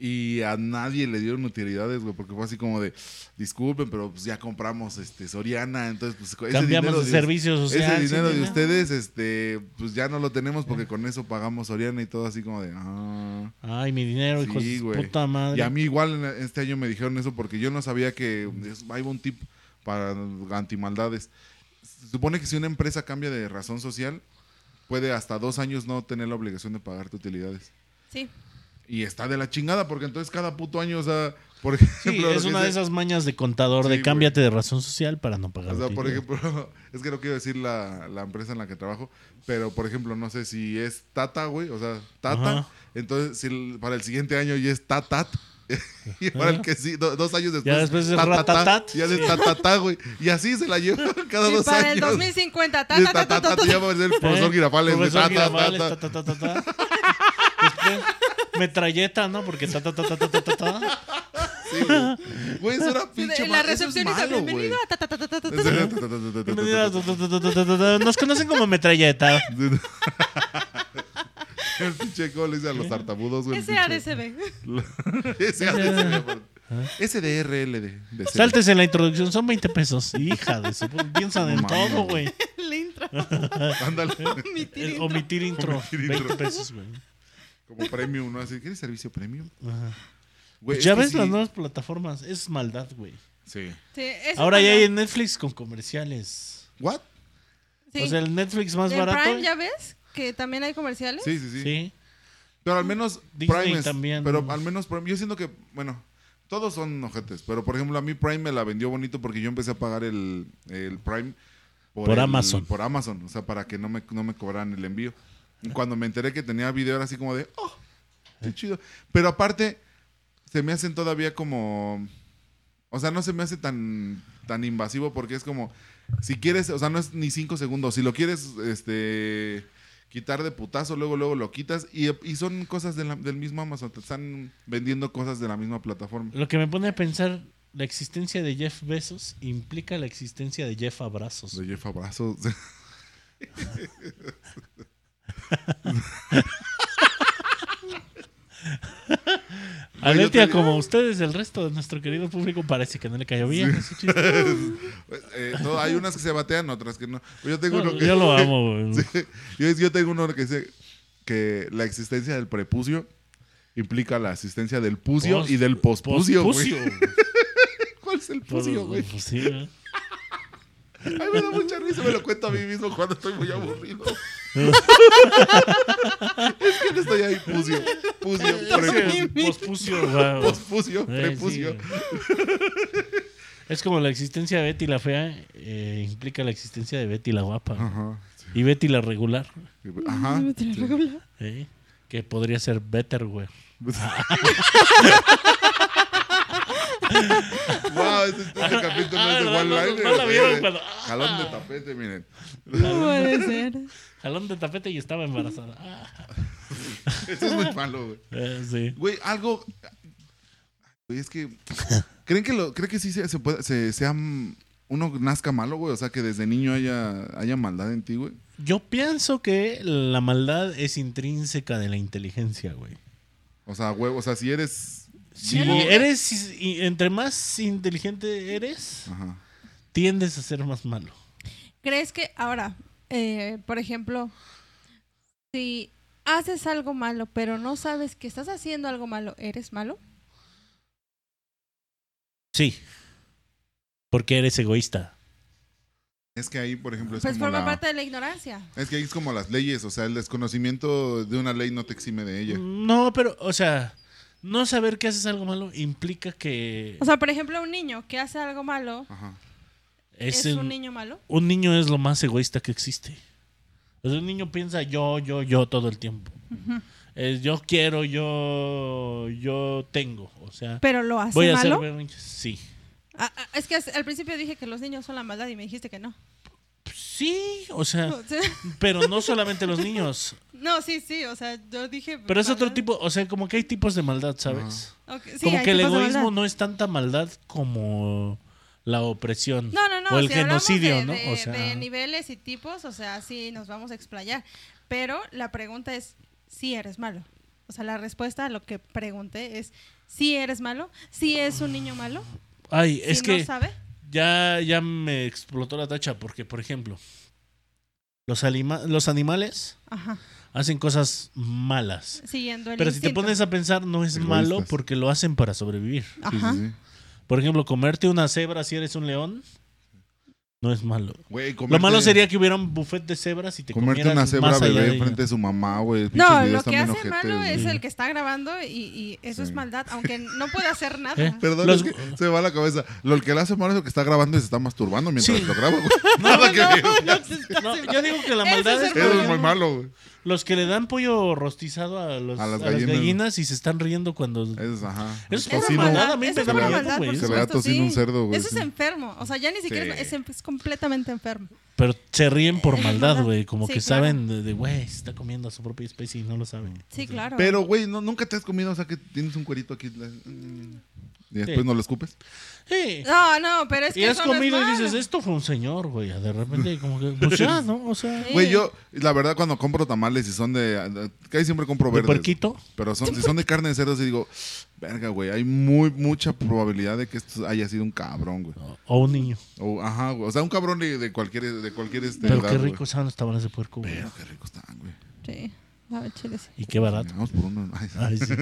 Y a nadie le dieron utilidades, güey, porque fue así como de, disculpen, pero pues ya compramos este Soriana, entonces pues ese
Cambiamos
dinero
de servicio social.
ese dinero
sí,
de
¿no?
ustedes, este, pues ya no lo tenemos porque con eso pagamos Soriana y todo así como de, ah.
Ay, mi dinero, hijo
Sí,
de su
güey.
puta madre.
Y a mí igual en- este año me dijeron eso porque yo no sabía que es, hay un tip para antimaldades. Se supone que si una empresa cambia de razón social, puede hasta dos años no tener la obligación de pagarte utilidades.
Sí.
Y está de la chingada porque entonces cada puto año, o sea, por ejemplo...
Sí,
lo
es
que
una de
dice-
esas mañas de contador
Sí,
de
güey.
cámbiate de razón social para no pagar.
O sea, por
utilidad.
ejemplo, es que no quiero decir la, la empresa en la que trabajo, pero por ejemplo, no sé si es Tata, güey, o sea, Tata,
Ajá.
entonces si el- para el siguiente año ya es Tatat. Y para el que sí, do- dos años después.
después es
Tatatá,
Ratatat.
Ya es tatatá, güey. Y así se la lleva cada
Y
dos
para
años.
el 2050, ta,
Y
ta,
es
ta, ta, ta,
tatatá,
ta.
ya va a ser el profesor
¿Eh?
Girafales. güey,
Profesor
ta, ta, ta,
Girafales, ta,
ta.
ta, ta, ta. Después, metralleta, ¿no? Porque ta, ta, ta, ta, ta, ta, ta.
Sí, güey. Güey, es una
Sí, de-
pinche
la
ma- eso es
recepcionista,
malo, güey.
bienvenido a ta, ta, ta, ta, ta, ta, ta.
Es- ta, ta, ta, ta, ta, ta,
Bienvenida, ta, ta, ta, ta, ta, ta, ta. Nos conocen como metralleta.
El pinche cómo le dice a los tartamudos, güey. el
Ese
pinche-
ADCB.
Ese ADCB, aparte.
¿Ah?
SDRL de
Saltes en la introducción, son 20 pesos. Hija de su pu- Piensan en
No mames.
todo, güey.
El intro.
Ándale.
Eh,
Omitir intro.
Omitir intro.
Omitir intro.
20 pesos, güey.
Como premium, ¿no? Así, ¿Quieres servicio premium?
Ajá.
Güey,
Pues ya
es que
ves
sí.
las nuevas plataformas. Es maldad, güey.
Sí.
Sí, eso
Ahora ya
cuando-
hay en Netflix con comerciales.
¿What?
Sí.
O sea, el Netflix más
En
barato.
Prime, ¿ya ves? Que también hay comerciales.
Sí, sí, sí.
Sí.
Pero al menos
Disney
Prime es-
también.
Pero al menos Prime. Yo siento que, bueno, todos son ojetes. Pero por ejemplo, a mí Prime me la vendió bonito porque yo empecé a pagar el, el Prime
Por
el-
Amazon.
Por Amazon. O sea, para que no me, no me cobraran el envío. Y Cuando me enteré que tenía video, era así como de, oh,
Eh.
qué chido. Pero aparte, se me hacen todavía como. O sea, no se me hace tan, tan invasivo porque es como, si quieres, o sea, no es ni cinco segundos. Si lo quieres, este, quitar de putazo, luego, luego lo quitas. Y, y son cosas de la- del mismo Amazon. Te están vendiendo cosas de la misma plataforma.
Lo que me pone a pensar, la existencia de Jeff Bezos implica la existencia de Jeff Abrazos.
De Jeff Abrazo.
Aletia,
te-
como ustedes, el resto de nuestro querido público parece que no le cayó bien. ese chiste.
Eh, no, hay unas que se batean, otras que no. Yo tengo uno que...
Yo lo amo, güey.
Yo, yo tengo uno que dice que la existencia del prepucio implica la existencia del pucio
Pos-
y del pospucio, güey.
pospucio,
¿Cuál es el
Por-
pucio, güey?
pues sí, güey.
Ay, me da mucha risa, me lo cuento a mí mismo cuando estoy muy aburrido. es que no estoy ahí, pucio, pucio, prepucio,
Pospucio, pospucio, guau.
pospucio,
Eh,
prepucio.
sí, güey. Es como la existencia de Betty la fea eh, implica la existencia de Betty la guapa güey.
Ajá. Ah, sí.
y Betty la regular,
Ajá. sí.
¿eh? que podría ser Better, güey.
wow, este, este capítulo es de
Ah, no,
One
no,
Line.
no la vieron cuando-
Jalón de tapete, miren.
No puede ser.
Jalón de tapete y estaba embarazada. Ah,
Esto es muy malo, güey.
eh, sí.
Güey, algo. Güey, es que. ¿Creen que, lo, ¿creen que sí se, se puede, se, sea. mm, Uno nazca malo, güey? O sea, que desde niño haya, haya maldad en ti, güey.
Yo pienso que la maldad es intrínseca de la inteligencia, güey.
O sea, güey, o sea, si eres.
Si
vivo-
eres, y entre más inteligente eres,
Ajá.
tiendes a ser más malo.
¿Crees que ahora, eh, por ejemplo, si haces algo malo, pero no sabes que estás haciendo algo malo, ¿eres malo?
Sí. Porque eres egoísta.
Es que ahí, por ejemplo, es
pues
como.
forma
la-
parte de la ignorancia.
Es que ahí es como las leyes, o sea, el desconocimiento de una ley no te exime de
Mm.
ella.
Mm, No, pero, o sea, no saber que haces algo malo implica que
O sea, por ejemplo, un niño que hace algo malo,
Ajá.
es,
¿es
un,
un niño malo?
un niño es lo más egoísta que existe. O sea, un niño piensa yo, yo, yo todo el tiempo. Es, yo quiero, yo, yo tengo. O sea,
¿Pero lo hace
voy a hacer
malo?
berrinches. Sí.
Ah, ah, es que as- al principio dije que los niños son la maldad y me dijiste que no.
Sí, o sea,
O sea,
pero no solamente los niños.
No, sí, sí, o sea, yo dije...
Pero es otro
maldad.
tipo, o sea, como que hay tipos de maldad, ¿sabes?
Ok, sí,
como
hay
que el
tipos de
egoísmo
maldad.
no es tanta maldad como la opresión
No, no, no.
o el
si hablamos
genocidio,
de,
¿no?
De,
o sea,
de niveles y tipos, o sea, sí nos vamos a explayar. Pero la pregunta es, si eres malo. O sea, la respuesta a lo que pregunté es, si eres malo, si es un niño malo,
ay,
si
es que
no sabe.
ya, ya me explotó la tacha porque, por ejemplo, los, alima- los animales
Ajá,
hacen cosas malas.
siguiendo el
Pero si te
instinto.
pones a pensar, no es
Egoístas.
malo porque lo hacen para sobrevivir.
Sí,
Ajá.
sí, sí.
Por ejemplo, comerte una cebra si eres un león, no es malo.
Güey,
Lo
comerte-
malo sería que hubiera un buffet de cebras y te
Comerte
comieras
una cebra
más allá de
bebé
ella.
frente de su mamá, güey.
No,
Pinches
lo
videos
que
también
hace
ojetes,
malo
güey.
es
güey.
el que está grabando y, y eso
Sí.
es maldad, aunque no puede hacer nada.
¿Eh?
Perdón,
Los-
es que se me va la cabeza. Lo que le hace malo es lo que está grabando y se está masturbando mientras
Sí.
lo graba, güey. Nada que ver.
no, se está
No,
haciendo-
yo digo que la
Eso
maldad
es
es
ser
Eso
cuando
es muy malo, güey.
los que le dan pollo rostizado a, los-
A las
a las
gallinas.
gallinas y se están riendo cuando...
Eso es, ajá.
Es
Eso es
Tocino.
maldad,
Nada, a mí
eso
me
es
da
una
miedo,
maldad,
güey.
por
Se
le da
supuesto,
tocino
sí.
un cerdo, güey,
Eso
sí.
es enfermo. O sea, ya ni siquiera
Sí.
es, em- es completamente enfermo.
Pero se ríen por
Es
maldad,
maldad.
güey. Como
Sí,
que
claro.
saben de, de, güey, se está comiendo a su propia especie y no lo saben.
Sí, claro.
Pero, güey, no, nunca te has comido, o sea, que tienes un cuerito aquí. la- mm, Y después
Sí.
no lo escupes.
Sí.
No, no, pero es que.
y has
eso no es
comido y
malo.
dices, esto fue un señor, güey. De repente, como que, pues ya, ¿no? O sea,
Sí.
Güey, yo, la verdad, cuando compro tamales y son de. de- Casi siempre compro
de
verdes.
puerquito.
Pero son, si son de carne de cerdo, sí digo, verga, güey, hay muy, mucha probabilidad de que esto haya sido un cabrón, güey.
O- O un niño.
O, ajá, güey. O sea, un cabrón de, de cualquier, de cualquier este
Pero
edad,
qué
güey.
ricos saben los tamales de puerco, güey.
Pero qué rico están, güey.
Sí, la de chile sí.
Y qué barato.
Vamos por uno. Ay,
Ay, sí.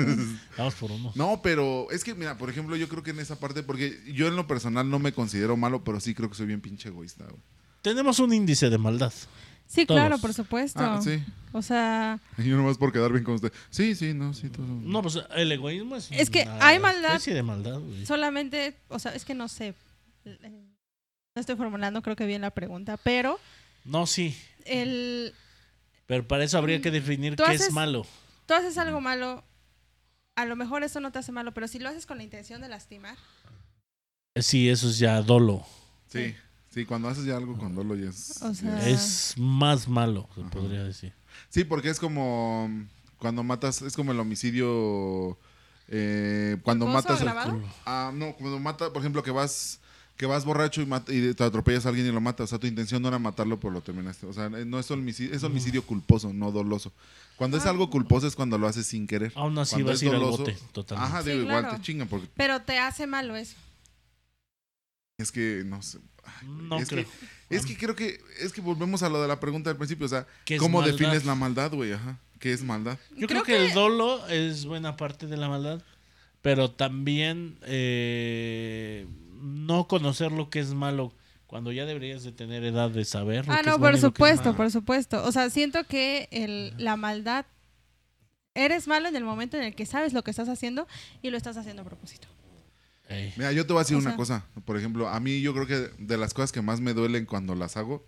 Vamos por uno.
No, pero es que, mira, por ejemplo, yo creo que en esa parte, porque yo en lo personal no me considero malo, pero sí creo que soy bien pinche egoísta, güey.
Tenemos un índice de maldad.
Sí,
Todos.
claro, por supuesto.
Ah, sí.
O sea,
Yo nomás por quedar bien con usted. Sí, sí, no, sí. todo.
No, pues el egoísmo es.
Es que
una
hay maldad.
especie de maldad, güey.
solamente, o sea, es que no sé. eh, No estoy formulando creo que bien la pregunta, pero
No, sí.
el
Pero para eso habría que definir qué
Tú
es
haces-
malo.
tú haces algo malo, a lo mejor eso no te hace malo, pero si lo haces con la intención de lastimar,
Sí, eso es ya dolo.
Sí, sí, cuando haces ya algo con dolo ya es.
O sea- Ah.
Es más malo, se podría decir.
Sí, porque es como mm, cuando matas, es como el homicidio. eh, cuando
¿Culposo
matas.
agravado?
Al, ah, no, cuando mata, por ejemplo, que vas que vas borracho y, mat- y te atropellas a alguien y lo matas. O sea, tu intención no era matarlo, pero lo terminaste. O sea, eh, no es homicidio,
Mm.
es homicidio culposo, no doloso. Cuando
Ah.
es algo culposo es cuando lo haces sin querer.
Aún así
Cuando
vas
es
a ir al
doloso-
bote, totalmente.
Ajá,
Sí,
digo, igual
claro.
te chingan porque
pero te hace malo eso.
es que no sé. ay, güey,
No
es
creo.
Que, es que creo que es que volvemos a lo de la pregunta del principio, o sea,
Ah. ¿Qué es
¿cómo
maldad?
defines la maldad, güey? Ajá. ¿Qué es maldad?
Yo creo,
creo
que, el dolo es buena parte de la maldad, pero también eh, no conocer lo que es malo cuando ya deberías de tener edad de saber. lo
Ah,
que es
no,
bueno
por
y lo que es
supuesto,
malo.
por supuesto. O sea, siento que el, la maldad eres malo en el momento en el que sabes lo que estás haciendo y lo estás haciendo a propósito.
Ey.
Mira, yo te voy a decir
O
una
sea-
cosa. Por ejemplo, a mí yo creo que de las cosas que más me duelen cuando las hago,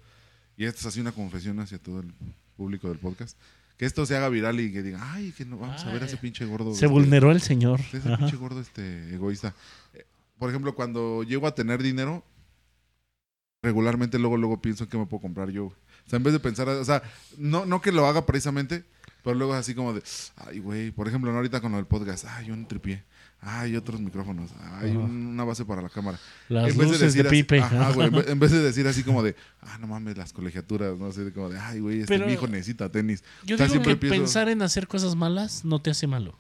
y esto es así una confesión hacia todo el público del podcast, que esto se haga viral y que digan, ay, que no, vamos a ver a
Ay.
ese pinche gordo.
Se
este,
vulneró el señor.
Ese
Ajá.
pinche gordo este, egoísta. Eh, Por ejemplo, cuando llego a tener dinero, regularmente luego, luego pienso en qué me puedo comprar yo. güey. O sea, en vez de pensar, o sea, no, no que lo haga precisamente, pero luego es así como de, ay, güey, por ejemplo, ¿no? ahorita con lo del podcast, ay, un tripié, ay, otros micrófonos, ay,
Ajá.
un- una base para la cámara.
Las
en vez
luces de,
decir así-
Pipe.
ajá, güey, en vez- en vez de decir así como de, ah, no mames, las colegiaturas, no sé, como de, ay, güey, este
Pero-
mi hijo necesita tenis.
Yo
O sea,
digo
siempre
que
pienso-
pensar en hacer cosas malas no te hace malo.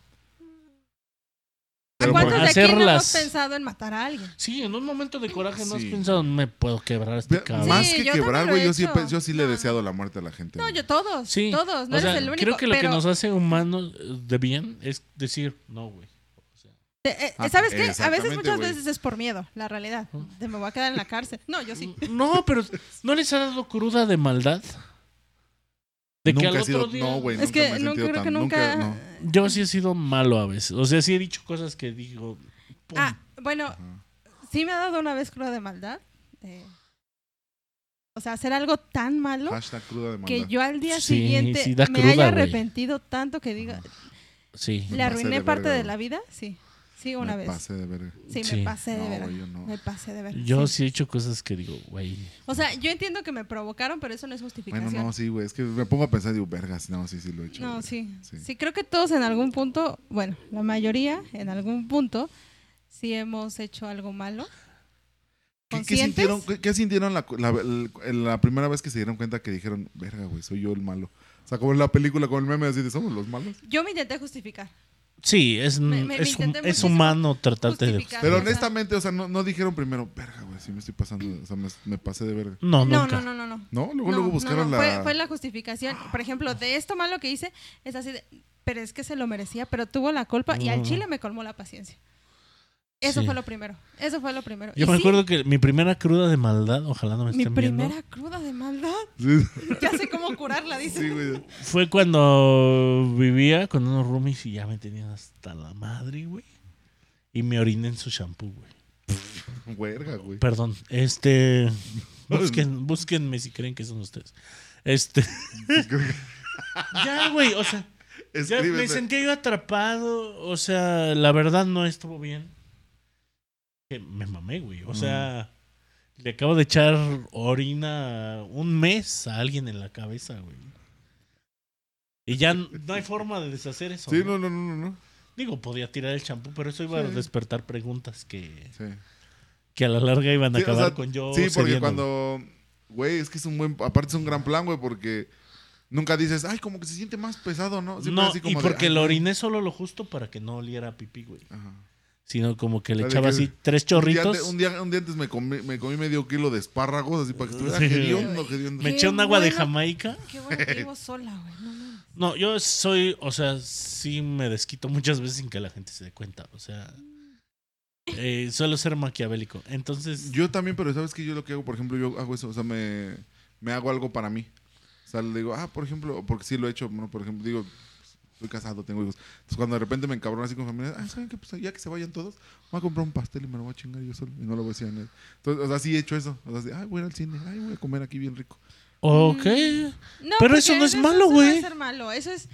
¿A
Pero por-
cuántos de aquí no hemos
Hacerlas.
pensado en matar a alguien?
Sí, en un momento de coraje no has
Sí.
pensado, me puedo quebrar a este
Ve-
cabrón.
Más
Sí,
que
yo también
quebrar,
lo
güey,
he
yo sí, he
hecho.
pe- yo sí le
No.
deseado la muerte a la gente.
No,
güey.
yo todos,
Sí.
todos, no
O
eres
sea,
el único.
Creo que lo
pero,
que nos hace humanos eh, de bien es decir, no, güey.
eh, eh,
Ah,
¿Sabes qué? A veces
exactamente,
muchas
güey.
veces es por miedo, la realidad. De me voy a quedar en la cárcel. No, yo sí.
No, pero ¿no les ha dado cruda de maldad? De que
nunca
al
he sido,
otro día-
no, güey,
es
nunca me
que
he
no,
sentido
creo
tan,
que nunca...
no.
Yo sí he sido malo a veces. O sea, sí he dicho cosas que digo. pum.
Ah, bueno,
Ajá.
sí me ha dado una vez cruda de maldad. eh, o sea, hacer algo tan malo
Hashtag cruda de maldad.
que yo al día
Sí,
siguiente
sí da
me
cruda,
haya
güey.
arrepentido tanto que diga,
sí.
Me pasé
le arruiné
de
parte
verga,
de
güey.
la vida. Sí, sí, una
me
vez.
pasé de verga.
Sí,
Sí.
me pasé de
No,
verga.
güey, yo no.
Me pasé de verga.
Yo
sí.
sí he hecho cosas que digo, güey.
O sea, yo entiendo que me provocaron, pero eso no es
Bueno,
justificación.
no, sí, güey, es que me pongo a pensar y digo, vergas, no, sí, sí lo he hecho.
No,
güey.
sí.
Sí.
sí. creo que todos en algún punto, bueno, la mayoría en algún punto, sí hemos hecho algo malo.
¿Qué, qué
¿Conscientes?
sintieron, qué, qué sintieron la, la, el- la primera vez que se dieron cuenta que dijeron, verga, güey, soy yo el malo? O sea, como en la película, con el meme, así de, somos los malos.
Yo me intenté justificar.
Sí, es,
Me- me- me
es,
intenté
es
muchísimo
humano tratarte de...
justificar.
Pero
o sea-
honestamente, o sea, no, no dijeron primero, verga, güey, sí me estoy pasando, o sea, me, me pasé de verga.
No,
No,
nunca.
no, no, no, no.
No, luego,
No,
luego
no,
buscaron la...
no, Fue, fue la justificación. Por ejemplo, de esto malo que hice, es así de, pero es que se lo merecía, pero tuvo la culpa y al
No.
chile me colmó la paciencia. Eso
Sí.
fue lo primero. Eso fue lo primero.
Yo
Y
me
sí,
acuerdo que mi primera cruda de maldad, ojalá no me
mi
estén viendo,
primera cruda de maldad.
Sí,
Ya sé cómo curarla, dice.
sí, güey.
fue cuando vivía con unos roomies y ya me tenían hasta la madre, güey. Y me oriné en su shampoo, güey.
Verga, güey.
Perdón, este. Busquen, búsquenme si creen que son ustedes. Este. ya, güey, o sea. Ya me
Escríbete.
sentía yo atrapado. O sea, la verdad no estuvo bien. Que me mamé, güey. O sea, le acabo de echar orina un mes a alguien en la cabeza, güey. Y ya n- no hay forma de deshacer eso.
Sí,
¿no?
no, no, no, no, no.
Digo, podía tirar el champú, pero eso iba a
Sí.
despertar preguntas que,
Sí.
que a la larga iban a
Sí, o
acabar
sea,
con yo.
Sí, porque
cediendo,
cuando. Güey, es que es un buen. Aparte, es un gran plan, güey, porque nunca dices, ay, como que se siente más pesado, ¿no? Siempre
no,
así como
y
de,
porque
"Ay,
lo oriné solo lo justo para que no oliera a pipí, güey.
ajá".
Sino como que le
O sea,
echaba
de que
así tres
Un día,
chorritos.
ante- un, día, un día antes me comí, me comí medio kilo de espárragos, así para que estuviera
Sí.
hediondo, hediondo.
Me
Qué
eché un agua de
bueno.
Jamaica.
Qué bueno que vivo sola, güey. No, mames.
No, yo soy, o sea, sí me desquito muchas veces sin que la gente se dé cuenta. O sea, Eh, suelo ser maquiavélico. Entonces,
Pues, Yo también, pero ¿sabes que Yo lo que hago, por ejemplo, yo hago eso, o sea, me, me hago algo para mí. O sea, le digo, ah, por ejemplo, porque sí lo he hecho, bueno, por ejemplo, digo, estoy casado, tengo hijos. Entonces, cuando de repente me encabrono así con mi familia, ah, ¿saben qué? Pues ya que se vayan todos, voy a comprar un pastel y me lo voy a chingar yo solo y no lo voy a decir a nadie. Entonces, o sea, sí he hecho eso. O sea, sí, ay, voy a ir al cine, ay, voy a comer aquí bien rico.
ok.
No,
Pero
porque
eso no es
eso
malo,
no
güey.
es ser malo, eso es...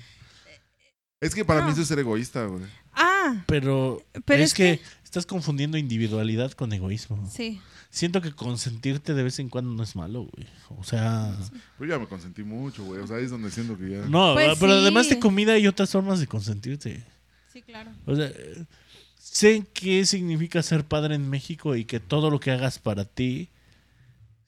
Es que para
No.
mí eso es ser egoísta, güey.
Ah,
Pero,
Pero
es,
es
que, estás confundiendo individualidad con egoísmo.
sí.
Siento que consentirte de vez en cuando no es malo, güey. O sea,
Pero ya me consentí mucho, güey. O sea, ahí es donde siento que ya.
no, ah,
Pues
pero
sí.
además de comida hay otras formas de consentirte.
Sí, claro.
O sea, eh, sé qué significa ser padre en México y que todo lo que hagas para ti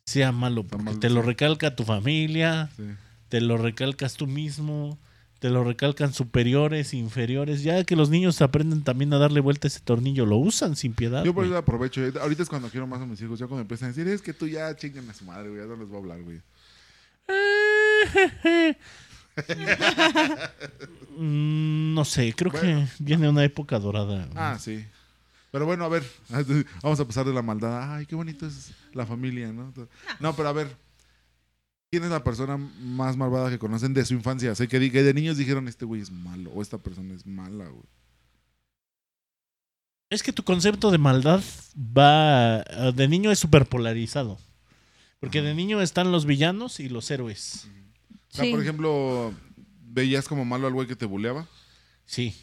sea malo, porque
malo,
te lo
sí.
recalca tu familia,
Sí.
te lo recalcas tú mismo, te lo recalcan superiores, inferiores, ya que los niños aprenden también a darle vuelta a ese tornillo, lo usan sin piedad.
Yo por
güey.
eso aprovecho. eh. Ahorita es cuando quiero más a mis hijos. Ya cuando empiezan a decir, es que tú ya chingan a su madre, güey. Ya no les voy a hablar, güey.
Mm, no sé, creo
Bueno.
que viene una época dorada.
Ah, sí. Pero bueno, a ver, vamos a pasar de la maldad. Ay, qué bonito es la familia, ¿no? No, pero a ver, ¿quién es la persona más malvada que conocen de su infancia? Sé que, di- que de niños dijeron, este güey es malo o esta persona es mala, güey.
Es que tu concepto de maldad va. eh, De niño es súper polarizado. Porque de niño están los villanos y los héroes.
O sea,
Sí.
Ah, por ejemplo, ¿veías como malo al güey que te buleaba?
Sí.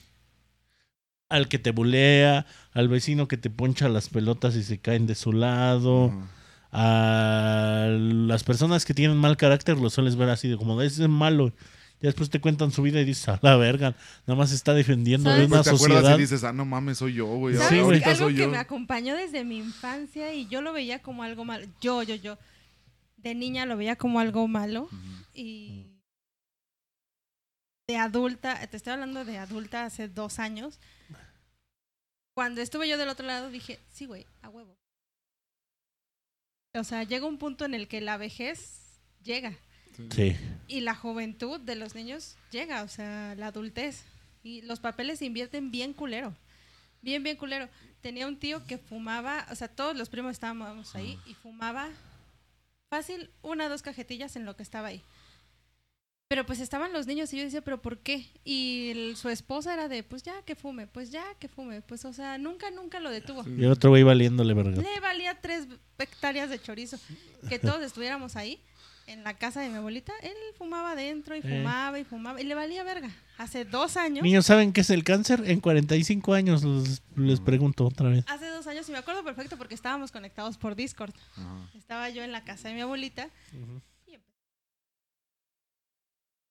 Al que te bulea, al vecino que te poncha las pelotas y se caen de su lado.
Ajá.
A las personas que tienen mal carácter lo sueles ver así de como "Ese es malo. Ya después te cuentan su vida y dices, a la verga, nada más se está defendiendo de
¿Sabes?
una
Pues te acuerdas
sociedad.
y dices, ah, no mames, soy yo, güey.
Sí,
¿Sabes?
güey.
ahorita
Algo
soy
que
yo.
me acompañó desde mi infancia y yo lo veía como algo malo. Yo, yo, yo. De niña lo veía como algo malo
Ujú.
y de adulta, te estoy hablando de adulta hace dos años. Cuando estuve yo del otro lado dije, sí, güey, a huevo. O sea, llega un punto en el que la vejez llega
Sí.
y la juventud de los niños llega, o sea, la adultez. Y los papeles se invierten bien culero. Bien, bien culero. Tenía un tío que fumaba, o sea, todos los primos estábamos ahí y fumaba fácil una o dos cajetillas en lo que estaba ahí. Pero pues estaban los niños y yo decía, ¿pero por qué? Y el- su esposa era de, pues ya que fume, pues ya que fume. Pues, o sea, nunca, nunca lo detuvo.
"Mm".
Y el otro güey valiéndole verga.
Le valía tres hectáreas de chorizo. Que todos estuviéramos ahí, en la casa de mi abuelita. Él fumaba adentro y
Eh.
fumaba y fumaba. Y le valía verga. Hace dos años.
Niños, ¿saben qué es el cáncer? En 45 años les, les pregunto otra vez.
Hace dos años, y me acuerdo perfecto porque estábamos conectados por Discord.
Ajá.
Estaba yo en la casa de mi abuelita. y empe-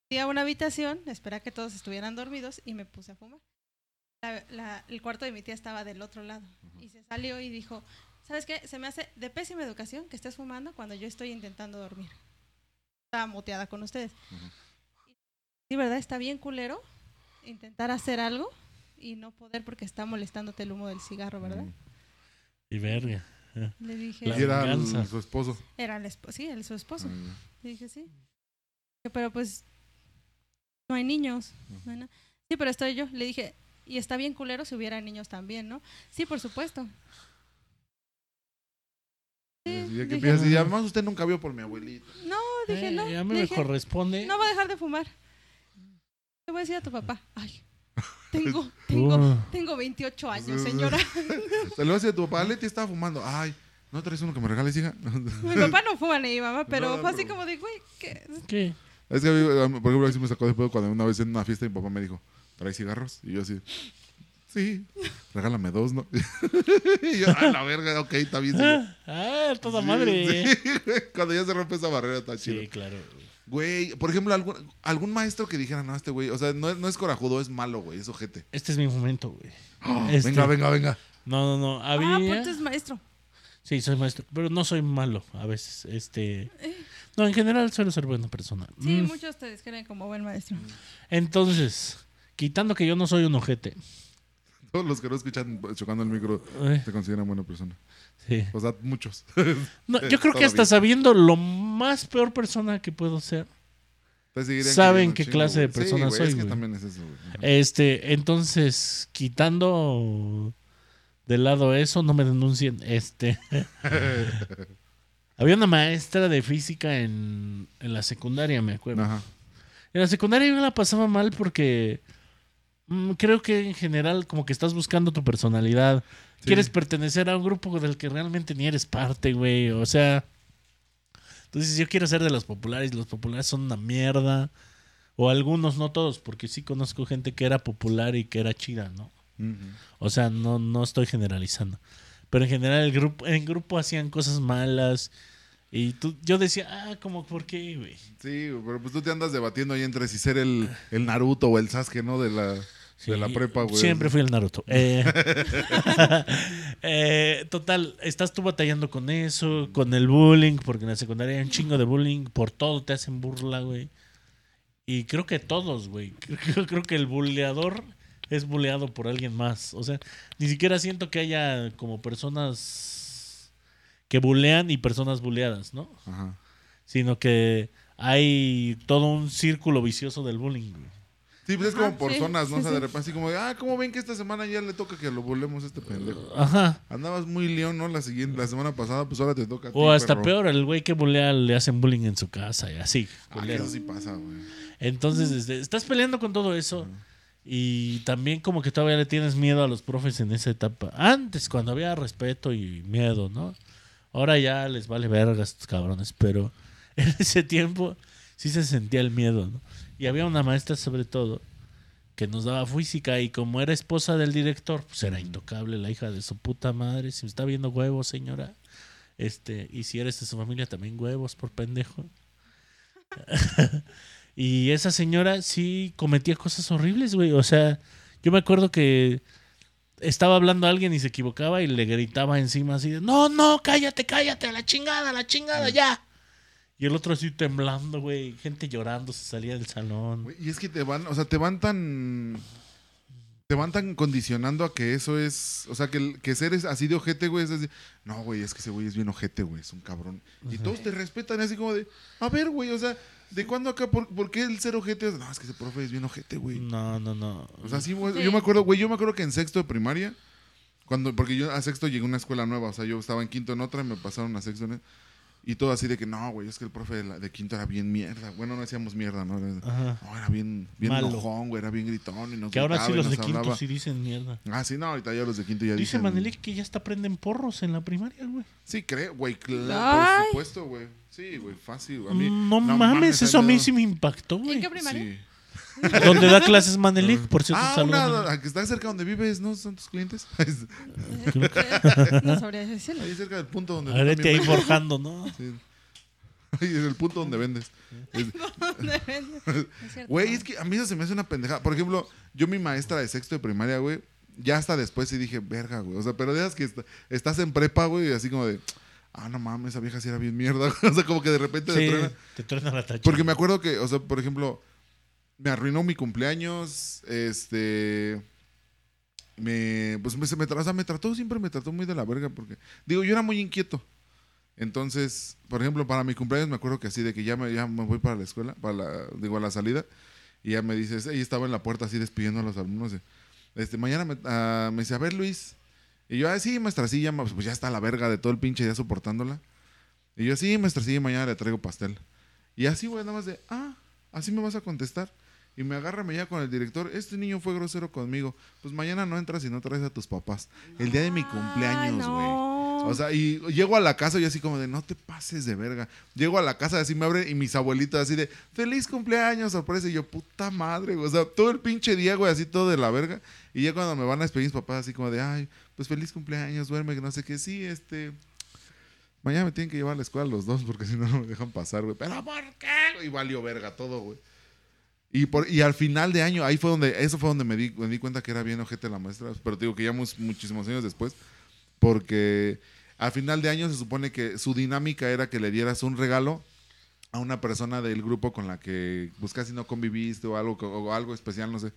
Fui a una habitación, esperé a que todos estuvieran dormidos y me puse a fumar. La- la- el cuarto de mi tía estaba del otro lado y se salió y dijo, ¿sabes qué? Se me hace de pésima educación que estés fumando cuando yo estoy intentando dormir. Estaba muteada con ustedes.
Ujú.
Y- Sí, ¿verdad? Está bien culero intentar hacer algo y no poder porque está molestándote el humo del cigarro, ¿verdad?
Y verga.
Le dije,
La
Y era el-
venganza.
su esposo.
era el esposo, sí, el- su esposo.
Ah, ya.
Le dije, sí. Que, Pero pues no hay niños. no hay na- Sí, pero estoy yo. Le dije, y está bien culero si hubiera niños también, ¿no? Sí, por supuesto. Sí,
Y ya que
dije, "Ah".
empiezas, y además usted nunca vio por mi abuelita.
no, dije, no.
Eh, a mí
Le
me
dije,
corresponde.
no va a dejar de fumar. Le voy a decir a tu papá, ay, tengo,
Uh.
tengo, tengo 28 años, señora.
Se lo hace a tu papá, Leti estaba fumando. Ay, ¿no traes uno que me regales, hija?
mi papá no fuma ni mi mamá, pero
No,
fue así
pero-
como de, güey, ¿qué?
¿Qué?
Es que, a mí, a mí, por ejemplo, a mí sí me sacó de pedo cuando una vez en una fiesta mi papá me dijo, ¿traes cigarros? Y yo así, sí, regálame dos, ¿no? y yo, a la verga, ok, está bien. señor".
Ah, toda
Sí,
madre.
sí. cuando ya se rompe esa barrera está
Sí,
chido.
claro.
Güey, por ejemplo, algún, algún maestro que dijera, no, este güey, o sea, no, es- no es corajudo, es malo, güey, es ojete.
Este es mi momento, güey.
¡Ah!
Este-
Venga, venga, venga.
No, no, no.
Ah,
Había...
pues tú es maestro.
Sí, soy maestro, pero no soy malo a veces. Este... No, en general suelo ser buena persona.
Eh. Sí,
Mm,
muchos te describen como buen maestro.
Entonces, quitando que yo no soy un ojete.
Todos los que no escuchan chocando el micro
eh,
te consideran buena persona.
sí.
O sea, muchos.
No, yo creo que
Todavía.
hasta sabiendo lo más peor persona que puedo ser,
Te seguirían
Saben
queriendo un
qué
chingo,
clase de
güey.
persona
sí, güey,
soy,
Es que
güey.
también es eso, güey. Ajá.
Este, entonces, este, quitando de lado eso, no me denuncien. Este. Había una maestra de física en, en la secundaria, me acuerdo.
Ajá.
En la secundaria yo la pasaba mal porque mm, creo que en general como que estás buscando tu personalidad.
Sí.
Quieres pertenecer a un grupo del que realmente ni eres parte, güey. O sea, tú dices, yo quiero ser de los populares, los populares son una mierda. O algunos, no todos, porque sí conozco gente que era popular y que era chida, ¿no?
Ujú.
O sea, no, no estoy generalizando. Pero en general, el grupo, en grupo hacían cosas malas. Y tú, yo decía, ah, como, ¿por qué, güey?
Sí, güey, pero pues tú te andas debatiendo ahí entre si ser el, el Naruto o el Sasuke, ¿no? De la, de la
Sí,
prepa, güey.
Siempre fui el Naruto. Eh, eh, total, estás tú batallando con eso, con el bullying, porque en la secundaria hay un chingo de bullying, por todo te hacen burla, güey. Y creo que todos, güey. Creo, creo que el buleador es buleado por alguien más. O sea, ni siquiera siento que haya como personas que bulean y personas buleadas, ¿no?
Ajá.
Sino que hay todo un círculo vicioso del bullying, güey.
Sí, pues es
Ajá,
como por
sí,
zonas, ¿no?
sí,
o sea, de
sí.
repente así como, de, ah, ¿cómo ven que esta semana ya le toca que lo volvemos a este pendejo?
Ajá.
Andabas muy león, ¿no? La siguiente, la semana pasada, pues ahora te toca a ti,
O hasta
perro.
peor, el güey que bulea le hacen bullying en su casa y así.
Ah,
culero.
eso sí pasa, güey.
Entonces, este, estás peleando con todo eso y también como que todavía le tienes miedo a los profes en esa etapa. Antes, cuando había respeto y miedo, ¿no? Ahora ya les vale vergas estos cabrones, pero en ese tiempo sí se sentía el miedo, ¿no? Y había una maestra sobre todo que nos daba física y como era esposa del director, pues era intocable la hija de su puta madre. Si está viendo huevos, señora. Este, y si eres de su familia, también huevos por pendejo. y esa señora sí cometía cosas horribles, güey. O sea, yo me acuerdo que estaba hablando a alguien y se equivocaba y le gritaba encima así de, no, no, cállate, cállate, a la chingada, a la chingada, ya. Y el otro así temblando, güey. Gente llorando, se salía del salón.
Güey, Y es que te van, o sea, te van tan. Te van tan condicionando a que eso es. O sea, que, el- que ser es así de ojete, güey, es así. No, güey, es que ese güey es bien ojete, güey, es un cabrón. Y todos te respetan, así como de. A ver, güey, o sea, ¿de cuándo acá? ¿Por, por qué el ser ojete? es- No, es que ese profe es bien ojete, güey.
No, no, no.
O sea, sí, güey,
Sí.
yo me acuerdo, güey, yo me acuerdo que en sexto de primaria, cuando, porque yo a sexto llegué a una escuela nueva, o sea, yo estaba en quinto en otra y me pasaron a sexto en e, y todo así de que no, güey, es que el profe de, la- de quinto era bien mierda. Bueno, no hacíamos mierda, ¿no? Era,
Ajá.
no, era bien, bien
Malo.
enojón, güey, era bien gritón y nos
Que ahora
gritaba
sí
y
los
nos
de quinto
hablaba.
sí dicen mierda.
Ah, sí, no, ahorita ya los de quinto ya
Dice
dicen.
Manelik que ya hasta prenden porros en la primaria, güey.
Sí, creo, güey, claro,
Ay.
por supuesto, güey. Sí, güey, fácil. A mí,
No, mames, eso a
me
mí
da-
sí me impactó,
¿En
güey.
qué primaria?
Sí.
Donde da clases Manelik, por cierto,
Ah,
saludos,
una,
Manelik.
la que está cerca donde vives, ¿no? Son tus clientes.
Creo que-
No sabría decirlo.
Ahí cerca del punto donde.
Ahora te
también
ahí
venden.
forjando, ¿no?
Sí. Ahí es el punto donde vendes. Es-
Es cierto.
Güey, es que a mí eso se me hace una pendejada. Por ejemplo, yo mi maestra de sexto de primaria, güey, ya hasta después sí dije, verga, güey. O sea, pero dejas que est- estás en prepa, güey, y así como de, ah, no mames, esa vieja sí era bien mierda. güey. O sea, como que de repente te
Sí,
truena.
te truena la tacha.
Porque me acuerdo que, o sea, por ejemplo, me arruinó mi cumpleaños, este... Me, pues me, se me, tra- o sea, me trató, siempre me trató muy de la verga, porque, digo, yo era muy inquieto. Entonces, por ejemplo, para mi cumpleaños me acuerdo que así, de que ya me, ya me voy para la escuela, para la, digo, a la salida, y ya me dices, ella estaba en la puerta así despidiendo a los alumnos. de, este, mañana me, ah, me dice, a ver, Luis. Y yo, ah, sí, maestra, sí, ya, ma- pues ya está la verga de todo el pinche día soportándola. Y yo, sí, maestra, sí, mañana le traigo pastel. Y así, güey, nada más de, ah, así me vas a contestar. Y me agarra, me lleva con el director, este niño fue grosero conmigo. Pues mañana no entras y no traes a tus papás. El día de mi cumpleaños, güey.
no.
O sea, y llego a la casa y así como de, no te pases de verga. Llego a la casa, así me abren y mis abuelitos así de, feliz cumpleaños, sorpresa. Y yo, puta madre, güey. O sea, todo el pinche día, güey, así todo de la verga. Y ya cuando me van a despedir mis papás, así como de, ay, pues feliz cumpleaños, duerme, que no sé qué. Sí, este... Mañana me tienen que llevar a la escuela los dos porque si no, no me dejan pasar, güey. Pero ¿por qué? Y valió verga todo, güey. Y, por, y al final de año, ahí fue donde, eso fue donde me di, me di cuenta que era bien ojete la maestra. Pero te digo que ya mus- muchísimos años después, porque al final de año se supone que su dinámica era que le dieras un regalo a una persona del grupo con la que pues casi no conviviste o algo, o algo especial, no sé.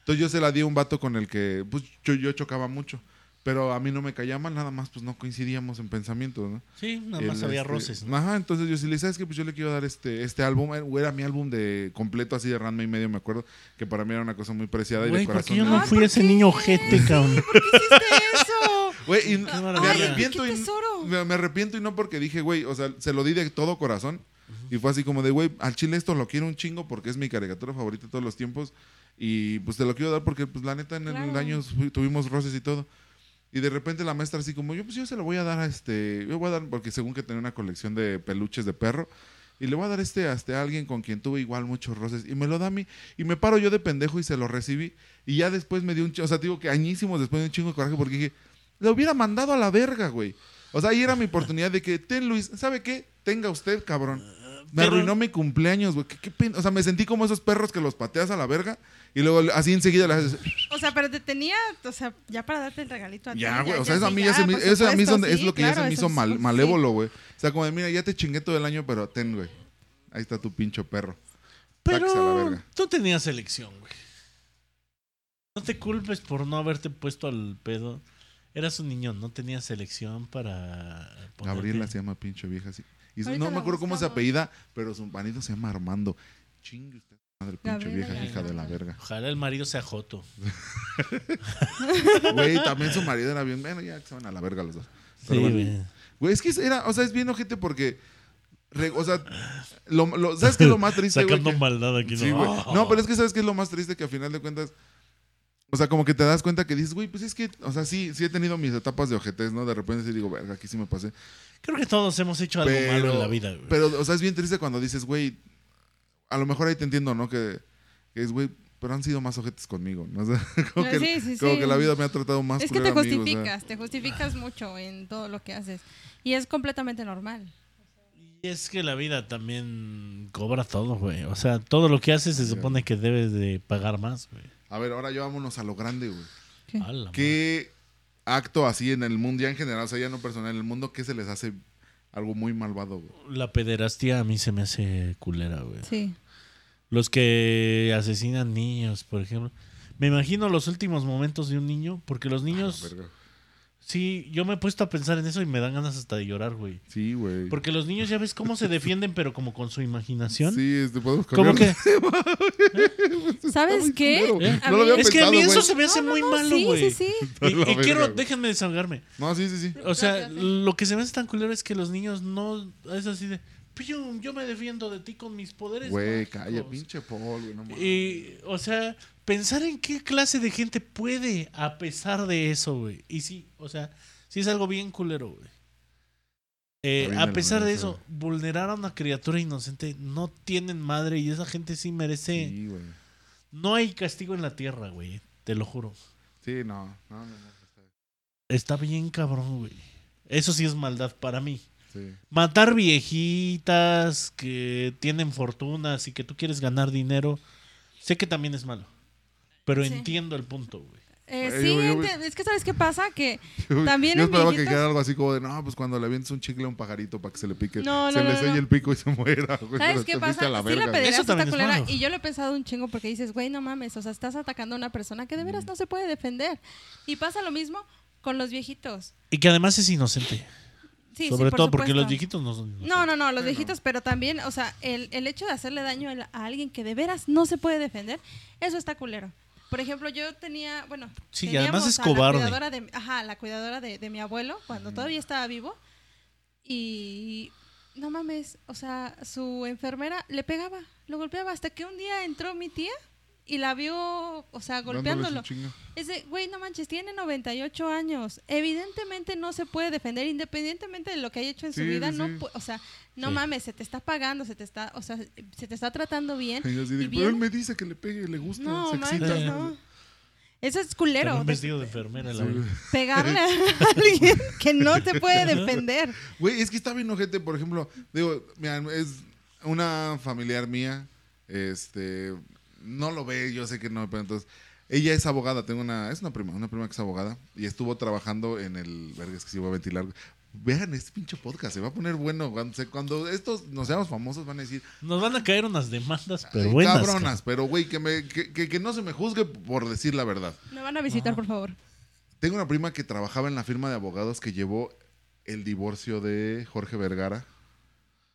Entonces yo se la di a un vato con el que pues yo, yo chocaba mucho, pero a mí no me caía mal, nada más pues no coincidíamos en pensamientos, ¿no?
Sí, nada más
El,
había
este,
roces. ¿no?
Ajá, entonces yo sí le dije, ¿sabes qué? Pues yo le quiero dar este, este álbum, era era mi álbum de completo así de random y medio, me acuerdo, que para mí era una cosa muy preciada y de
Güey, ¿por
corazón.
qué yo
de-
no
Ay,
fui
¿por
ese
qué?
niño ojete, cabrón?
¿Por qué hiciste eso?
Güey, y me
maravilla.
Ay,
arrepiento.
qué
y-
tesoro.
me, me arrepiento y no porque dije, güey, o sea, se lo di de todo corazón. Y fue así como de, güey, al chile esto lo quiero un chingo porque es mi caricatura favorita de todos los tiempos. Y pues te lo quiero dar porque, pues la neta, en el
Claro.
año fui- tuvimos roces y todo. Y de repente la maestra así como, yo pues yo se lo voy a dar a este, yo voy a dar, porque según que tenía una colección de peluches de perro, y le voy a dar este a este alguien con quien tuve igual muchos roces, y me lo da a mí, y me paro yo de pendejo y se lo recibí, y ya después me dio un chingo, o sea, te digo que añísimos después de un chingo de coraje, porque dije, le hubiera mandado a la verga, güey. O sea, ahí era mi oportunidad de que, ten Luis, ¿sabe qué? Tenga usted, cabrón. Me
Pero-
arruinó mi cumpleaños, güey. ¿Qué, qué pena? O sea, me sentí como esos perros que los pateas a la verga y luego así enseguida le haces...
O sea, pero te tenía, o sea, ya para darte el regalito a ti.
Ya, güey, o sea, eso a
sí,
mí ya se me-
"Ah, por
eso a mí es,
supuesto,
donde- es
sí,
lo que ya
claro,
se me
eso
hizo
es-
mal-
sí.
malévolo, güey. O sea, como de, mira, ya te chingué todo el año, pero ten, güey. Ahí está tu pincho perro. Sáquese a la
Pero
verga.
tú tenías elección, güey. No te culpes por no haberte puesto al pedo. Eras un niño, no tenías elección para. ponerte-
Gabriela se llama pinche vieja así. Y su-
Ahorita
no me
la
acuerdo cómo se
buscamos.
apellida, pero su marido se llama Armando. Chingue usted, madre pinche
Gabriela
vieja,
y
hija de la
Armando.
verga.
Ojalá el marido sea Joto.
Güey, también su marido era bien. Bueno, ya que se van a la verga los dos.
Sí,
Pero bueno.
güey.
Güey, es que era, o sea, es bien ojete porque. re- o sea, lo, lo- ¿sabes qué es lo más triste, güey?
Sacando
Que-
maldad aquí, Oh.
Sí, güey. No, pero es que sabes que es lo más triste que a final de cuentas. O sea, como que te das cuenta que dices, güey, pues es que, o sea, sí, sí he tenido mis etapas de ojetes, ¿no? De repente sí digo, verga, aquí sí me pasé.
Creo que todos hemos hecho algo
Pero,
malo en la vida, güey.
pero, o sea, es bien triste cuando dices, güey, a lo mejor ahí te entiendo, ¿no? Que, que es, güey, pero han sido más ojetes conmigo, ¿no? O sea, como, que,
Ah, Sí, sí,
como
sí.
que la vida me ha tratado más
Es que te
culero a mí, o sea.
justificas, te justificas mucho en todo lo que haces. Y es completamente normal.
Y es que la vida también cobra todo, güey. O sea, todo lo que haces se supone que debes de pagar más, güey.
A ver, ahora ya vámonos a lo grande, güey.
¿Qué?
A la madre.
¿Qué acto así en el mundo, ya en general, o sea, ya no personal, en el mundo, qué se les hace algo muy malvado, güey?
La pederastía a mí se me hace culera, güey.
Sí.
Los que asesinan niños, por ejemplo. Me imagino los últimos momentos de un niño, porque los niños...
Ah, Verga.
sí, yo me he puesto a pensar en eso y me dan ganas hasta de llorar, güey.
Sí, güey.
Porque los niños ya ves cómo se defienden, pero como con su imaginación.
Sí, este, podemos
como
cambiar.
que...
¿Sabes qué?
Culero.
¿Eh?
A
No lo había
mí-
Es que a mí eso
pensado, güey.
se me hace
No, no,
muy
no,
malo,
sí,
güey.
sí, sí.
A la
Y- y
verga,
quiero,
güey.
déjenme desahogarme.
No, sí, sí, sí.
O sea,
Gracias, ¿eh?
lo que se me hace tan culero es que los niños no. Es así de. "Pium, yo me defiendo de ti con mis poderes.
Güey,
mágicos".
calla, pinche Paul, güey. No mames.
Y, o sea, pensar en qué clase de gente puede a pesar de eso, güey. Y sí, o sea, sí es algo bien culero, güey. Eh,
Está bien de
a
la
pesar de
verga,
eso, vulnerar a una criatura inocente no tienen madre y esa gente sí merece.
Sí, güey.
No hay castigo en la tierra, güey. Te lo juro.
Sí, no. No, no, no. está-
Está bien cabrón, güey. Eso sí es maldad para mí.
Sí.
Matar viejitas que tienen fortunas y que tú quieres ganar dinero, sé que también es malo. Pero
Sí.
entiendo el punto, güey.
Eh,
Yo-
sí,
yo- yo-
ente- es que ¿sabes qué pasa? Que
Yo-
También
Yo
en
esperaba que
viejitos-
quedara algo así como de, no, pues cuando le avientes un chicle a un pajarito para que se le pique.
No,
se
no,
le
no,
selle
no.
el pico y se muera, güey. Pues, pero
¿Sabes
te
qué
fuiste
pasa?
a la
sí, la
verga.
Eso
pederastia está
también es
culera.
malo.
Y yo lo he pensado un chingo porque dices, güey, no mames, o sea, estás atacando a una persona que de
Mm.
veras no se puede defender. Y pasa lo mismo con los viejitos.
Y que además es inocente.
Sí, sí,
sobre
por
todo porque los
supuesto.
viejitos no son inocentes.
No, no, no, los viejitos, pero también, o sea, el, el hecho de hacerle daño al- a alguien que de veras no se puede defender, eso está culero. Por ejemplo, yo tenía, bueno,
Sí, y además
teníamos
es
a
cobarde.
La cuidadora de, ajá, la cuidadora de, de mi abuelo, cuando todavía estaba vivo, y no mames, o sea, su enfermera le pegaba, lo golpeaba, hasta que un día entró mi tía y la vio, o sea,
Dándoles un
golpeándolo.
chingo.
Es de, güey, no manches, tiene 98 años. Evidentemente no se puede defender, independientemente de lo que haya hecho en
Sí,
su vida.
sí,
no,
sí.
pu- O sea, no
Sí.
mames, se te está pagando, se te está, o sea, se te está tratando bien.
Y yo así de,
¿Y
pero él
bien?
me dice que le pegue, le gusta,
No,
se excita.
manches, no. Eso es culero.
Con un
de-
vestido de enfermera. la
Sí,
verdad.
güey.
Pegarle a alguien que no te puede defender.
Güey, es que está bien ojete, por ejemplo, digo, mira, es una familiar mía, este, no lo ve, yo sé que no, pero entonces, ella es abogada, tengo una, es una prima, una prima que es abogada, y estuvo trabajando en el, verga, es que sí voy a ventilar, vean este pinche podcast, se va a poner bueno, cuando, se- cuando estos nos seamos famosos van a decir,
Nos van a caer unas demandas,
"Ay,
pero buenas.
cabronas, pero güey, que, me- que- que- que no se me juzgue por decir la verdad.
Me van a visitar, por favor.
Tengo una prima que trabajaba en la firma de abogados que llevó el divorcio de Jorge Vergara.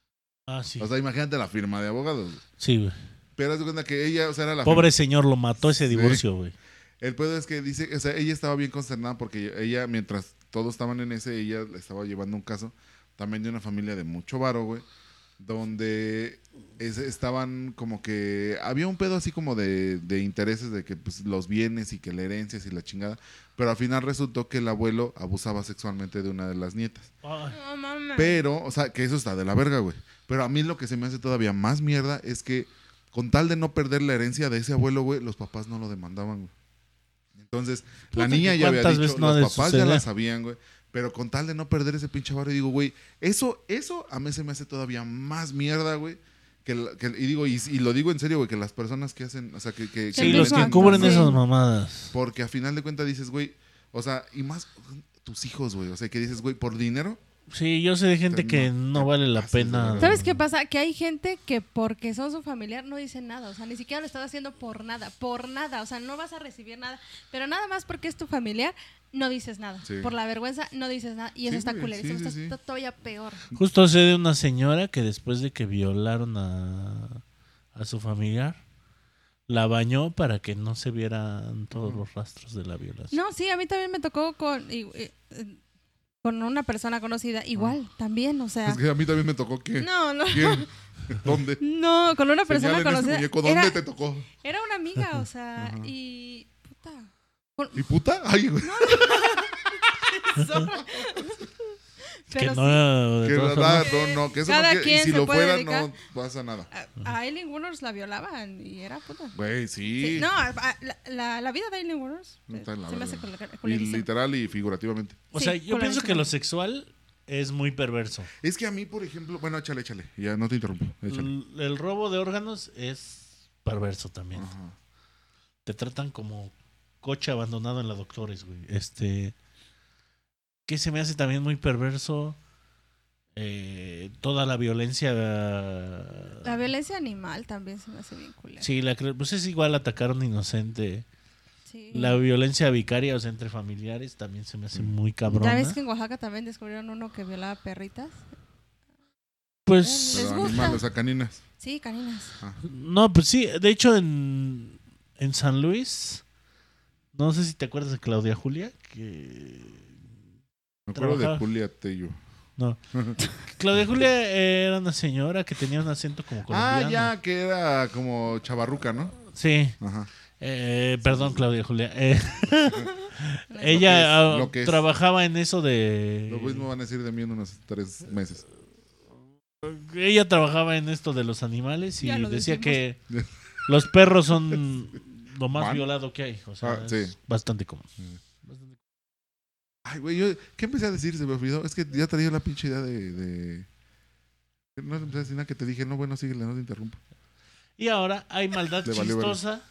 cabrón. Ah, sí.
O sea, imagínate la firma de abogados.
Sí, güey.
Pero haz de cuenta que ella, o sea, era la
Pobre señor, lo mató ese
Sí.
divorcio, güey.
El pedo es que dice, o sea, ella estaba bien consternada porque ella, mientras todos estaban en ese, ella le estaba llevando un caso también de una familia de mucho varo, güey, donde es- estaban como que había un pedo así como de, de intereses de que pues, los bienes y que la herencia y la chingada, pero al final resultó que el abuelo abusaba sexualmente de una de las nietas.
Ay,
No mames.
Pero, o sea, que eso está de la verga, güey. Pero a mí lo que se me hace todavía más mierda es que con tal de no perder la herencia de ese abuelo, güey, los papás no lo demandaban, güey. Entonces, la
Puta,
niña
que
ya había
cuántas
dicho,
veces no ha de
los papás ya la
suceder.
sabían, güey. Pero con tal de no perder ese pinche barrio, digo, güey, eso, eso a mí se me hace todavía más mierda, güey. Que, la- que- y digo, y, y lo digo en serio, güey, que las personas que hacen, o sea, que... que
sí,
el
los
mismo
que
acto,
cubren
sí.
esas mamadas.
porque a final de cuentas dices, güey, o sea, y más tus hijos, güey. O sea, que dices, güey, por dinero,
Sí, yo sé de gente
Pero
que
no,
no
te
vale la
pases de
pena.
verga.
¿Sabes?
¿Sabes qué pasa? Que hay gente que porque son su familiar no dice nada, o sea, ni siquiera lo están haciendo por nada, por nada, o sea, no vas a recibir nada, pero nada más porque es tu familiar, no dices nada.
Sí.
Por la vergüenza, no dices nada, y eso
Sí,
está
güey,
culerísimo,
sí, sí,
está,
sí.
está todavía peor.
Justo sé de una señora que después de que violaron a, a su familiar, la bañó para que no se vieran todos los rastros de la violación.
No, sí, a mí también me tocó con, y- eh, eh, con una persona conocida, igual, también, o sea.
Ah. Es que a mí también me tocó que.
No, no.
¿Quién? ¿Dónde?
No, con una persona
Señalen ese
conocida.
muñeco, ¿dónde
Era,
te tocó?
era una amiga, o sea,
Ajá.
y. Puta.
¿Y puta? Ay, güey.
que
Pero
no,
sí,
de
que
todas
verdad,
formas,
no, no, que eso
Cada
no quiere-
quien
Y si
se
lo
puede
fuera,
dedicar.
no pasa nada.
a, a Aileen Warners la violaban y era puta.
Güey,
Sí,
sí.
no, a- a- la, la- la vida de Aileen Warners
No
eh,
está en la
se me hace
verga.
culera-
Y
culerísima.
literal y figurativamente.
O sea,
Sí,
yo pienso que
colorísima.
lo sexual es muy perverso.
Es que a mí, por ejemplo. Bueno, échale, échale. Ya no te interrumpo. Échale.
L- el robo de órganos es perverso también.
Ajá.
Te tratan como coche abandonado en la doctores, güey. Este. Que se me hace también muy perverso. Eh, toda la violencia.
La violencia animal también se me hace bien culera.
Sí, la, cre- pues es igual atacar a un inocente.
Sí.
La violencia vicaria, o sea, entre familiares, también se me hace
Mm.
muy
¿Ya
cabrona.
ves que en Oaxaca también descubrieron uno que violaba perritas?
Pues
Les
Pero
gusta.
animales, a caninas.
Sí, caninas.
No, pues sí, de hecho en, en San Luis, no sé si te acuerdas de Claudia Julia, que
Me acuerdo de
Trabajar.
Julia Tello.
Claudia Julia era una señora que tenía un acento como colombiano.
Ah, ya, que era como chavarruca, ¿no?
Sí,
Ajá.
eh, perdón Claudia Julia. Eh,
Lo que
ella
es,
ah,
lo que es.
trabajaba en eso de...
Lo mismo van a decir de mí en unos tres meses.
Ella trabajaba en esto de los animales y
Ya lo
decía
dijimos.
que los perros son lo más
Man.
violado que hay. O sea,
Ah,
es
sí.
bastante común.
Ay, güey, yo, ¿qué empecé a decir? Se me olvidó. Es que ya traía la pinche idea de. de... No empecé a decir nada que te dije, no, bueno, síguele, no te interrumpo.
Y ahora hay maldad
Le valió verga.
chistosa.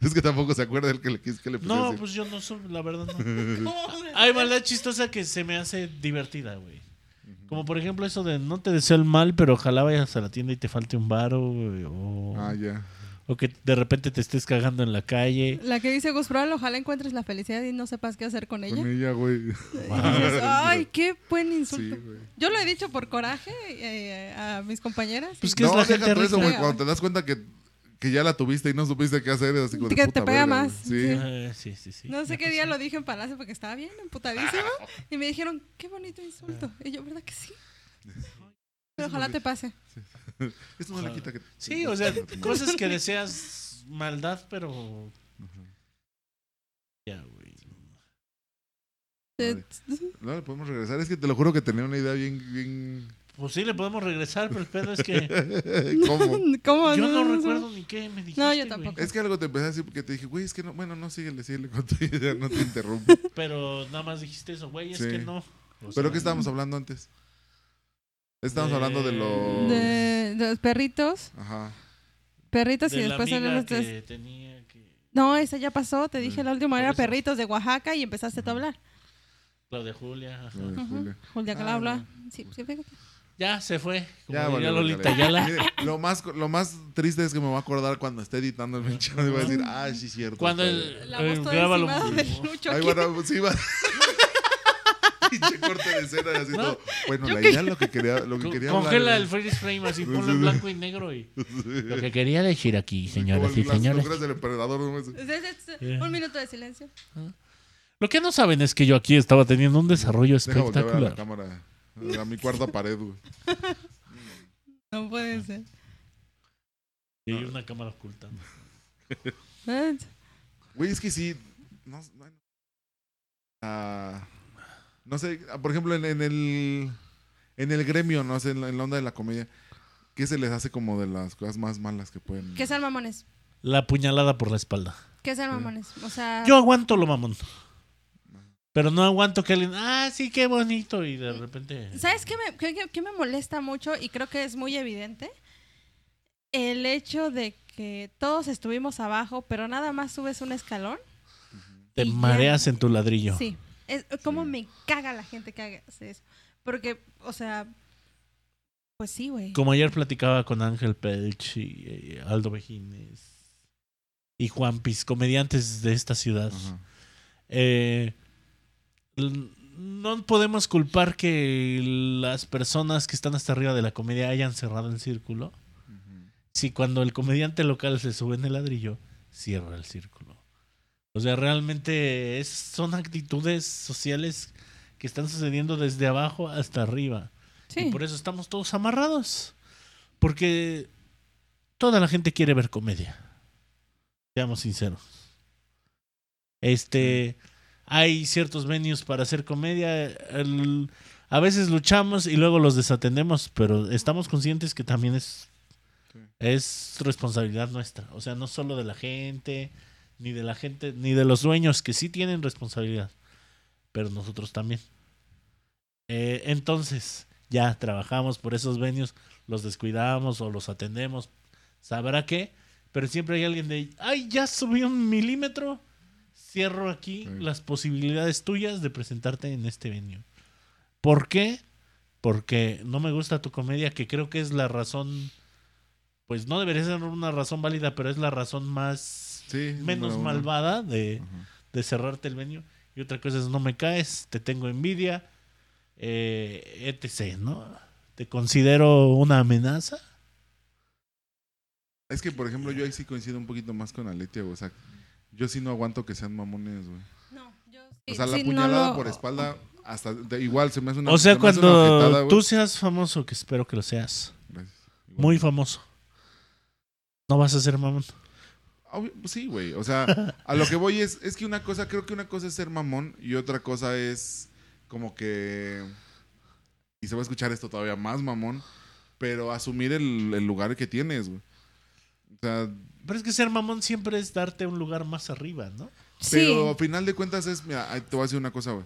Es que tampoco se acuerda el que le quis que le puse.
No, pues yo no soy, la verdad no. Hay maldad chistosa que se me hace divertida, güey. Como por ejemplo eso de no te deseo el mal, pero ojalá vayas a la tienda y te falte un varo, güey, o,
Ah, ya.
o que de repente te estés cagando en la calle.
La que dice Gus Proal, ojalá encuentres la felicidad y no sepas qué hacer con ella.
Con ella, güey. Ah,
Y dices, ay, qué buen
Sí,
insulto.
güey.
Yo lo he dicho por coraje eh, a mis compañeras.
Pues
y-
¿Qué es
no,
la
deja
gente
todo eso,
rica?
güey. Cuando te das cuenta que, que ya la tuviste y no supiste qué hacer, es así como de
Que te
puta
pega
verga,
más,
güey. Sí.
Ah, sí, sí, sí.
No sé qué día lo dije en Palacio porque estaba bien emputadísima y me dijeron, qué bonito insulto. Y yo, ¿verdad que sí? Pero ojalá te pase.
Eso no le quita que.
Sí, o sea, cosas que deseas maldad, pero... Ya, güey.
Te-
No le podemos regresar. Es que te lo juro que tenía una idea bien. bien...
Pues sí, le podemos regresar, pero el pedo es que
¿Cómo?
¿Cómo?
yo no recuerdo ni qué me dijiste,
No, yo
güey.
tampoco.
Es que algo te empecé a decir porque te dije, güey, es que no. Bueno, no, síguele, síguele con tu idea, no te interrumpo.
Pero nada más dijiste eso, güey, es
Sí.
que no. O sea,
¿Pero qué estábamos hablando antes? Estábamos
De-
hablando de los...
De, de los perritos,
Ajá.
perritos
de
y
la
después
amiga
hablamos de-
que tenía que...
No, esa ya pasó, te dije la última
Por
era
eso.
perritos de Oaxaca y empezaste tú a hablar.
Claudia Julia. ajá.
lo de
Ujú.
Julia.
Julia que
Ah,
habla. Sí, sí, fíjate.
Eh, Ya se fue. Como
Ya,
diría
valió,
Lolita
valió.
Ayala.
Mire, lo, más, lo más triste es que me voy a acordar cuando esté editando el pinche. audio, Voy a decir, ah, sí, cierto.
Cuando
está
el.
bien".
La voz
eh,
toda
grábalo.
encimada del Lucho
Ay,
aquí.
bueno, sí, va. Pinche corte de escena y así
¿No?
todo. Bueno,
Yo
la
que-
idea, lo que quería, lo que
Co-
quería
Congela
hablar,
el freeze frame así, ponlo en blanco y negro. y Lo que quería decir aquí,
como
señoras y
las
señores.
locuras del emperador. ¿no? Pues,
Es- es- es-
Yeah.
Un minuto de silencio.
Lo que no saben es que yo aquí estaba teniendo un desarrollo
Deja voltear a la
espectacular.
cámara. A mi cuarta pared, güey.
No puede ser.
Y hay una cámara oculta.
Ah,
Güey, es que sí. No, bueno. Ah, no sé, ah, por ejemplo, en, en el. En el gremio, no sé, en la, en la onda de la comedia. ¿Qué se les hace como de las cosas más malas que pueden.?
Que sean mamones.
La puñalada por la espalda.
Que sean mamones. O sea.
Yo aguanto lo mamón. Pero no aguanto que alguien, ah, sí, qué bonito. Y de repente.
¿Sabes qué me, qué- qué- qué me molesta mucho y creo que es muy evidente? El hecho de que todos estuvimos abajo, pero nada más subes un escalón.
Te
Y ya.
mareas en tu ladrillo.
Sí. Es, ¿Cómo
Sí.
me caga la gente que hace eso? Porque, o sea, pues sí, güey.
Como ayer platicaba con Ángel Pelch y eh, Aldo Bejines y Juan Piz, comediantes de esta ciudad.
Ajá.
Eh, l- no podemos culpar que las personas que están hasta arriba de la comedia hayan cerrado el círculo.
Ujú.
Si cuando el comediante local se sube en el ladrillo, cierra el círculo. O sea, realmente es- son actitudes sociales que están sucediendo desde abajo hasta arriba. Y
Sí.
por e- eso estamos todos amarrados. Porque toda la gente quiere ver comedia. Seamos sinceros. Este. Hay ciertos venues para hacer comedia. El- a veces luchamos y luego los desatendemos, pero estamos conscientes que también es,
Sí.
es responsabilidad nuestra. O sea, no solo de la gente, ni de la gente, ni de los dueños que sí tienen responsabilidad, pero nosotros también. Eh, entonces, ya trabajamos por esos venios, los descuidamos o los atendemos, sabrá qué, pero siempre hay alguien de, ay, ya subí un milímetro, cierro aquí
Sí.
las posibilidades tuyas de presentarte en este venio. ¿Por qué? Porque no me gusta tu comedia, que creo que es la razón, pues no debería ser una razón válida, pero es la razón más
Sí. número
menos
uno.
malvada de,
Ajá.
de cerrarte el venio. Y otra cosa es no me caes, te tengo envidia, eh, etc. ¿no? Te considero una amenaza.
Es que, por ejemplo, yo ahí sí coincido un poquito más con Aletia, güey. O sea, yo sí no aguanto que sean mamones, güey.
No, yo sí-
O sea, la
sí, no
puñalada
lo-
por espalda, hasta de- igual se me hace una.
o sea,
se me hace una
cuando
ojetada, güey.
tú seas famoso, que espero que lo seas,
Gracias. Igual.
muy famoso, no vas a ser mamón.
Obvio, pues sí, güey. O sea, a lo que voy es, es que una cosa, creo que una cosa es ser mamón y otra cosa es como que. Y se va a escuchar esto todavía más mamón, pero asumir el, el lugar que tienes, güey. O sea,
Pero es que ser mamón siempre es darte un lugar más arriba, ¿no?
pero
Sí.
a final de cuentas es, mira, ahí te voy a decir una cosa, güey.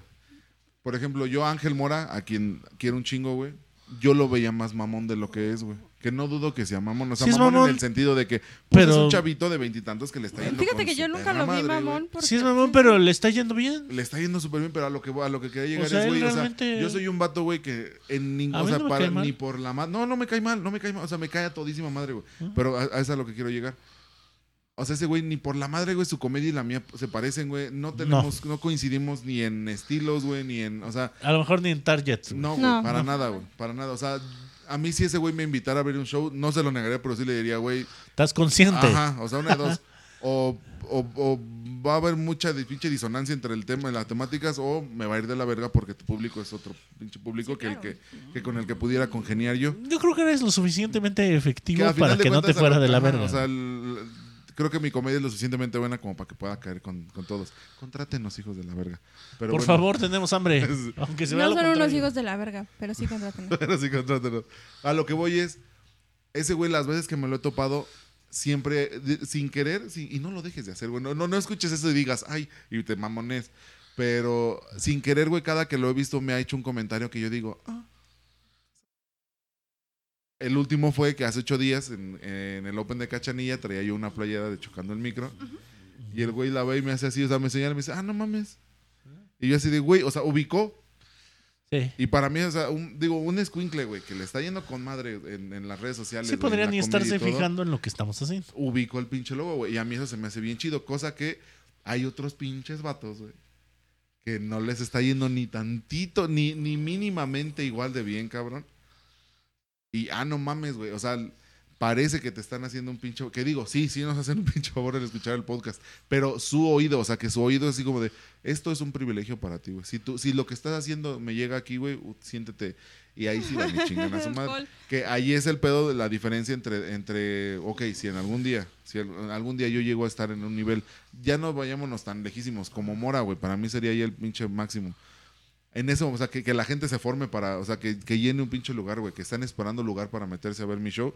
Por ejemplo, yo Ángel Mora, a quien quiero un chingo, güey, yo lo veía más mamón de lo que es, güey. Que no dudo que sea mamón, o sea,
Sí es
mamón,
mamón,
en el sentido de que pues, es
pero-
un chavito de veintitantos que le está yendo
Fíjate
con
que yo
su
nunca
perra
lo vi
madre, güey.
mamón. porque-
Sí es mamón, pero le está yendo bien.
Le está yendo súper bien, pero a lo que voy- a lo que quería llegar
O sea,
es,
él
güey, o sea,
realmente-
yo soy un vato, güey, que en
A
ningún, o
mí
sea,
no me
para,
cae mal.
ni por la ma- no, no me cae mal, no me cae mal, o sea, me cae a todísima madre, güey, pero a, a eso es a lo que quiero llegar. O sea, ese güey ni por la madre, güey, su comedia y la mía se parecen, güey, no tenemos, no, coincidimos ni en estilos, güey, ni en, o sea,
A lo mejor ni en Target. güey.
no, güey,
No.
para nada, güey, para nada, o sea, a mí si ese güey me invitara a ver un show, no se lo negaría, pero sí le diría, güey,
Estás consciente.
Ajá, o sea, una de dos. O, o- o va a haber mucha di- pinche disonancia entre el tema y las temáticas, o me va a ir de la verga porque tu público es otro pinche público
Sí,
que, el
claro.
que, que con el que pudiera congeniar yo.
Yo creo que eres lo suficientemente efectivo
al final
para
de
que no te
cuentas, a
fuera
lo-
de la
ajá,
verga.
O sea, el- creo que mi comedia es lo suficientemente buena como para que pueda caer con, con todos. Contrátenos, hijos de la verga. Pero
Por
bueno,
favor, tenemos hambre. Aunque se vea
No
lo
son unos
contrario.
hijos de la verga, pero sí contratan.
Pero sí, contrátenos. A lo que voy es, ese güey, las veces que me lo he topado, siempre, de- sin querer, sin- y no lo dejes de hacer, güey. No, no, no escuches eso y digas, ay, y te mamones. Pero sin querer, güey, cada que lo he visto me ha hecho un comentario que yo digo, ah. El último fue que hace ocho días en, en el Open de Cachanilla traía yo una playera de Chocando el Micro. Y el güey la ve y me hace así, o sea, me señala y me dice, ah, no mames. Y yo así de, güey, o sea, ubicó,
Sí.
y para mí, o sea, un- digo, un escuincle, güey, que le está yendo con madre en, en las redes sociales.
Sí
güey, en
podrían
la
ni
comedia y
estarse
todo,
fijando en lo que estamos haciendo.
Ubicó el pinche logo, güey. Y a mí eso se me hace bien chido. Cosa que hay otros pinches vatos, güey, que no les está yendo ni tantito, ni, ni mínimamente igual de bien, cabrón. Y, ah, no mames, güey. O sea, parece que te están haciendo un pinche que digo, sí, sí nos hacen un pinche favor al escuchar el podcast, pero su oído, o sea, que su oído es así como de, esto es un privilegio para ti, güey. Si tú si lo que estás haciendo me llega aquí, güey, uh, siéntete y ahí sí la me chingan a su madre.
Gol.
Que ahí es el pedo de la diferencia entre entre, ok, si en algún día, si al- algún día yo llego a estar en un nivel, ya no vayámonos tan lejísimos como Mora, güey, para mí sería ahí el pinche máximo. En eso, o sea, que, que la gente se forme para, o sea, que, que llene un pinche lugar, güey, que están esperando lugar para meterse a ver mi show.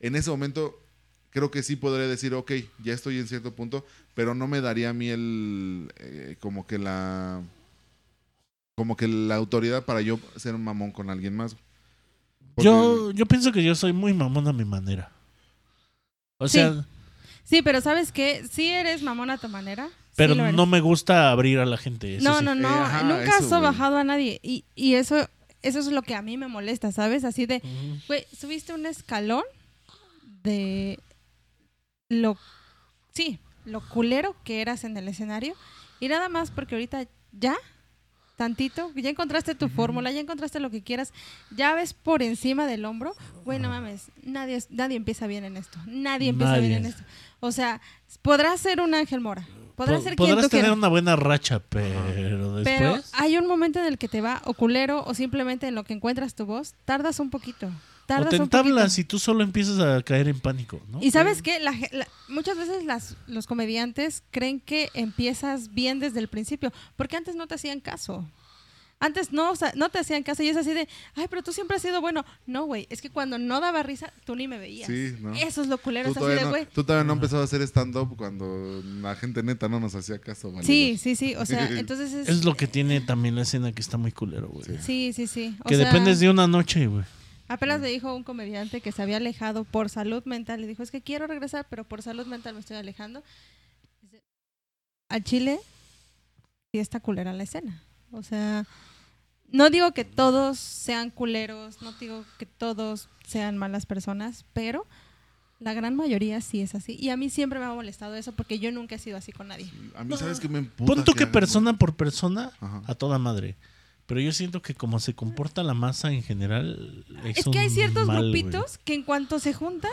En ese momento, creo que sí podré decir, ok, ya estoy en cierto punto, pero no me daría a mí el, eh, como que la, como que la autoridad para yo ser un mamón con alguien más. güey. Porque-
Yo, yo pienso que yo soy muy mamón a mi manera. O
Sí,
sea,
Sí, pero ¿sabes qué? Sí eres mamón a tu manera. sí
pero
lo eres.
no me gusta abrir a la gente. eso
No,
sí.
no, no.
Eh, ajá,
Nunca
eso,
has
güey.
bajado a nadie. Y, y eso, eso es lo que a mí me molesta, ¿sabes? Así de,
Ujú.
güey, subiste un escalón de lo, sí, lo culero que eras en el escenario. Y nada más porque ahorita ya, tantito, ya encontraste tu fórmula, ya encontraste lo que quieras, ya ves por encima del hombro. Güey, no mames, nadie, es- nadie empieza bien en esto. Nadie empieza
Nadie.
bien en esto. O sea, podrás ser un Ángel Mora. Podrás
Po-
ser quien
podrás
tú
tener
quieras. ah,
una buena racha, pero después.
Pero hay un momento en el que te va o culero o simplemente en lo que encuentras tu voz, tardas un poquito.
o
Tardas
te
un poquito.
entablas y tú solo empiezas a caer en pánico, ¿no?
Y sabes que muchas veces las, los comediantes creen que empiezas bien desde el principio, porque antes no te hacían caso. Antes no, o sea, no te hacían caso y es así de, ay, pero tú siempre has sido bueno. No, güey, es que cuando no daba risa, tú ni me veías.
Sí, ¿no?
Eso es lo culero,
Tú
es así de,
todavía, no,
güey.
tú todavía no empezabas a hacer stand-up cuando la gente neta no nos hacía caso. vale,
Sí,
güey.
sí, sí, o sea, entonces es...
Es lo que tiene también la escena que está muy culero, güey.
Sí.
Sí, sí, sí. o
Que
sea-
dependes de una noche, güey.
Apenas le dijo un comediante que se había alejado por salud mental. Le dijo, es que quiero regresar, pero por salud mental me estoy alejando. Dice, Al Chile sí está culera la escena. O sea, no digo que todos sean culeros, no digo que todos sean malas personas, pero la gran mayoría sí es así. Y a mí siempre me ha molestado eso porque yo nunca he sido así con nadie.
A mí, ¿sabes qué me emputa?
Pon tú que
hagan, güey?
persona por persona,
Ajá.
a toda madre. Pero yo siento que como se comporta la masa en general. Es,
Es que hay
un
ciertos
mal, güey.
grupitos que en cuanto se juntan,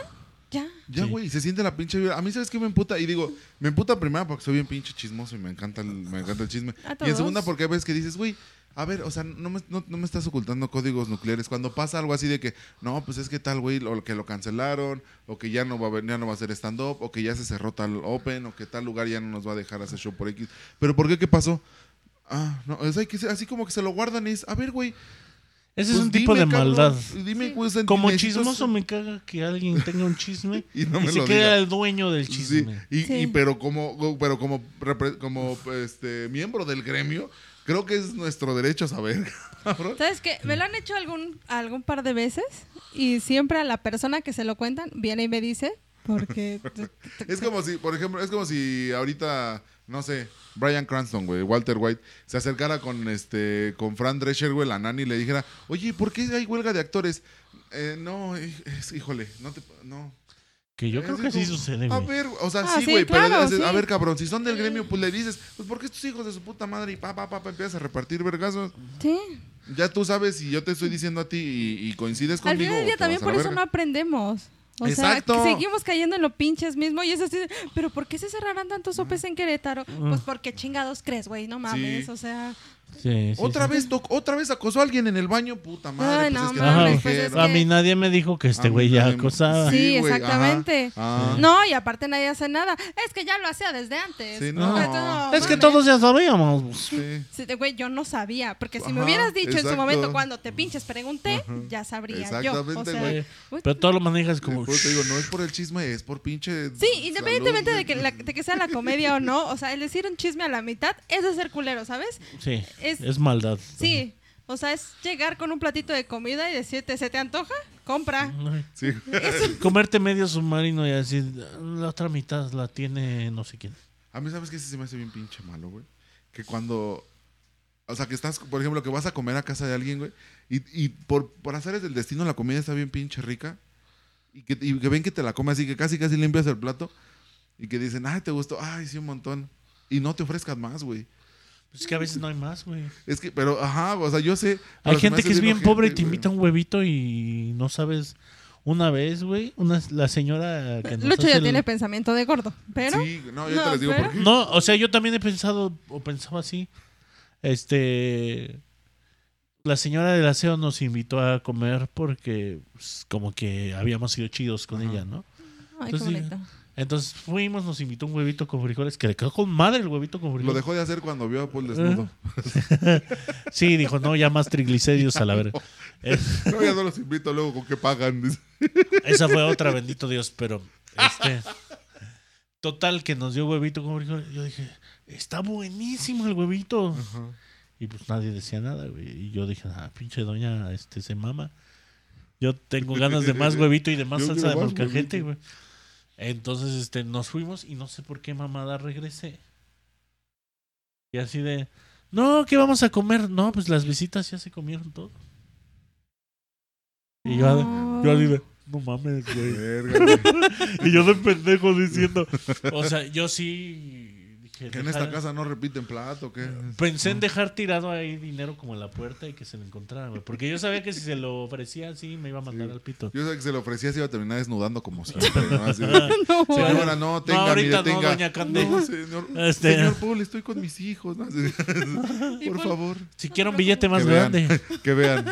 ya.
Ya,
Sí.
güey, se siente la pinche vibra. A mí, ¿sabes qué me emputa? Y digo, me emputa primero porque soy bien pinche chismoso y me encanta el, me encanta el chisme.
A
Y en
todos.
segunda porque hay veces que dices, güey, a ver, o sea, no me, no, no me estás ocultando códigos nucleares. Cuando pasa algo así de que, no, pues es que tal, güey, o que lo cancelaron, o que ya no va a, haber- ya no va a ser stand-up, o que ya se cerró tal open, o que tal lugar ya no nos va a dejar hacer show por X. Pero ¿por qué? ¿Qué pasó? Ah, no, es que, así como que se lo guardan y es, a ver, güey.
Ese es
pues
un tipo
dime,
de
cabrón,
maldad.
Dime,
Sí.
güey, o sea,
Como
necesito-
chismoso me caga que alguien tenga un chisme
Y
y,
no me
se
lo
crea
diga.
el dueño del
Sí,
chisme.
y,
Sí.
y pero como pero como repre- como este miembro del gremio, creo que es nuestro derecho saber, cabrón.
¿Sabes qué? Me lo han hecho algún, algún par de veces y siempre a la persona que se lo cuentan viene y me dice, porque...
Es como si, por ejemplo, es como si ahorita, no sé, Brian Cranston, güey, Walter White, se acercara con este, con Fran Drescher, güey, la nani, y le dijera, oye, ¿por qué hay huelga de actores? "Eh, no, es- es- híjole, no te, no.
Que yo creo
Es
que sí
como,
sucede,
A
güey.
ver, o sea,
Ah,
sí,
sí,
güey, pero
claro,
le dices, a
sí.
ver, cabrón, si son del gremio, pues le dices, pues porque estos hijos de su puta madre y pa, pa, pa, pa, empiezas a repartir vergazos.
Sí.
Ya tú sabes si yo te estoy diciendo a ti y, y coincides
Al
conmigo.
final del día
te vas
también
a
por
la
eso no
verga.
aprendemos. O
Exacto.
sea, que seguimos cayendo en lo pinches mismo y es así, de, pero ¿por qué se cerrarán tantos sopes en Querétaro? Pues porque chingados crees, güey, no mames,
Ah. Sí.
o sea...
Sí, sí,
Otra
sí.
vez toc- otra vez acosó a alguien en el baño, puta madre,
Ay,
pues
no
es que
mames,
no me
pues
dijeron.
es que-
A mí nadie me dijo que este
A mí
güey ya
nadie me-
acosaba.
Sí,
güey, Ah,
exactamente.
ajá, ajá.
No, y aparte nadie hace nada. Es que ya lo hacía desde antes.
Sí, no.
Entonces,
Es que
mames.
todos ya sabíamos.
Sí.
Sí, de, Güey, yo no sabía, porque si me
Ajá,
hubieras dicho en
exacto.
su momento cuando te pinches pregunté, ya sabría yo. O
Exactamente,
sea,
güey.
güey,
Pero todo lo manejas como.
Después te digo, no es por el chisme, es por pinche.
sí, independientemente
salud,
de que, la- de que sea la comedia o no, o sea, el decir un chisme a la mitad es de ser culero, ¿sabes?
Sí, es,
Es-
maldad.
Sí, o sea, es llegar con un platito de comida y decirte, ¿se te antoja? Compra.
Ay,
Sí, güey.
Comerte medio submarino y así, la otra mitad la tiene no sé quién.
A mí, ¿sabes qué? Sí se me hace bien pinche malo, güey. Que cuando. O sea, que estás, por ejemplo, que vas a comer a casa de alguien, güey. Y, y por, por azares del destino, la comida está bien pinche rica. Y que, y que ven que te la comes así, que casi, casi limpias el plato. Y que dicen, ay, te gustó, ay, sí, un montón. Y no te ofrezcas más, güey.
Es que a veces no hay más, güey.
Es que, pero, ajá, o sea, yo sé. pero
Hay
se me
gente
hace
que es bien
ojete,
pobre y te
güey.
invita un huevito y no sabes. Una vez, güey, una, la señora que nos
Lucho
hace
ya
el-
tiene pensamiento de gordo, pero
Sí, no, yo te
No,
les digo
pero-
por qué.
No, o sea, yo también he pensado o pensaba así. Este. La señora del aseo nos invitó a comer porque, pues, como que habíamos sido chidos con
Ajá.
ella, ¿no?
ay, qué
Entonces,
bonito.
Entonces fuimos, nos invitó un huevito con frijoles que le quedó con madre el huevito con
Lo
frijoles.
dejó de hacer cuando vio
Eh.
a Paul desnudo.
Sí, dijo, no, ya más triglicéridos a la verga. Eh,
No, ya no los invito luego con qué pagan. Dice.
Esa fue otra, bendito Dios, pero este total que nos dio huevito con frijoles. Yo dije, está buenísimo el huevito. Y pues nadie decía nada, güey. Y yo dije, ah, pinche doña, este se mama. Yo tengo ganas de más huevito y de más
Yo
salsa de
quiero más
molcajete,
huevito.
güey. Entonces, este, nos fuimos y no sé por qué mamada regresé. Y así de, no, ¿qué vamos a comer? No, pues las visitas ya se comieron todo. Y yo,
No.
yo así de, no mames, güey.
Verga, güey.
Y yo de pendejo diciendo. O sea, yo sí. Dije,
Que en
dejar-
esta casa no repiten plato, ¿qué?
Pensé en dejar tirado ahí dinero como en la puerta y que se lo encontraran, güey. Porque yo sabía que si se lo ofrecía así me iba a mandar
Sí.
al pito.
Yo sabía que se le ofrecía se iba a terminar desnudando como siempre. ¿no? Así de,
No,
Sí,
bueno.
señora, no, tenga,
ahorita
mire,
no,
tenga.
doña Cande.
No, señor,
Este-
señor Paul, estoy con mis hijos. ¿no? Así- por favor,
Si quiero un billete más
que vean,
grande.
que vean.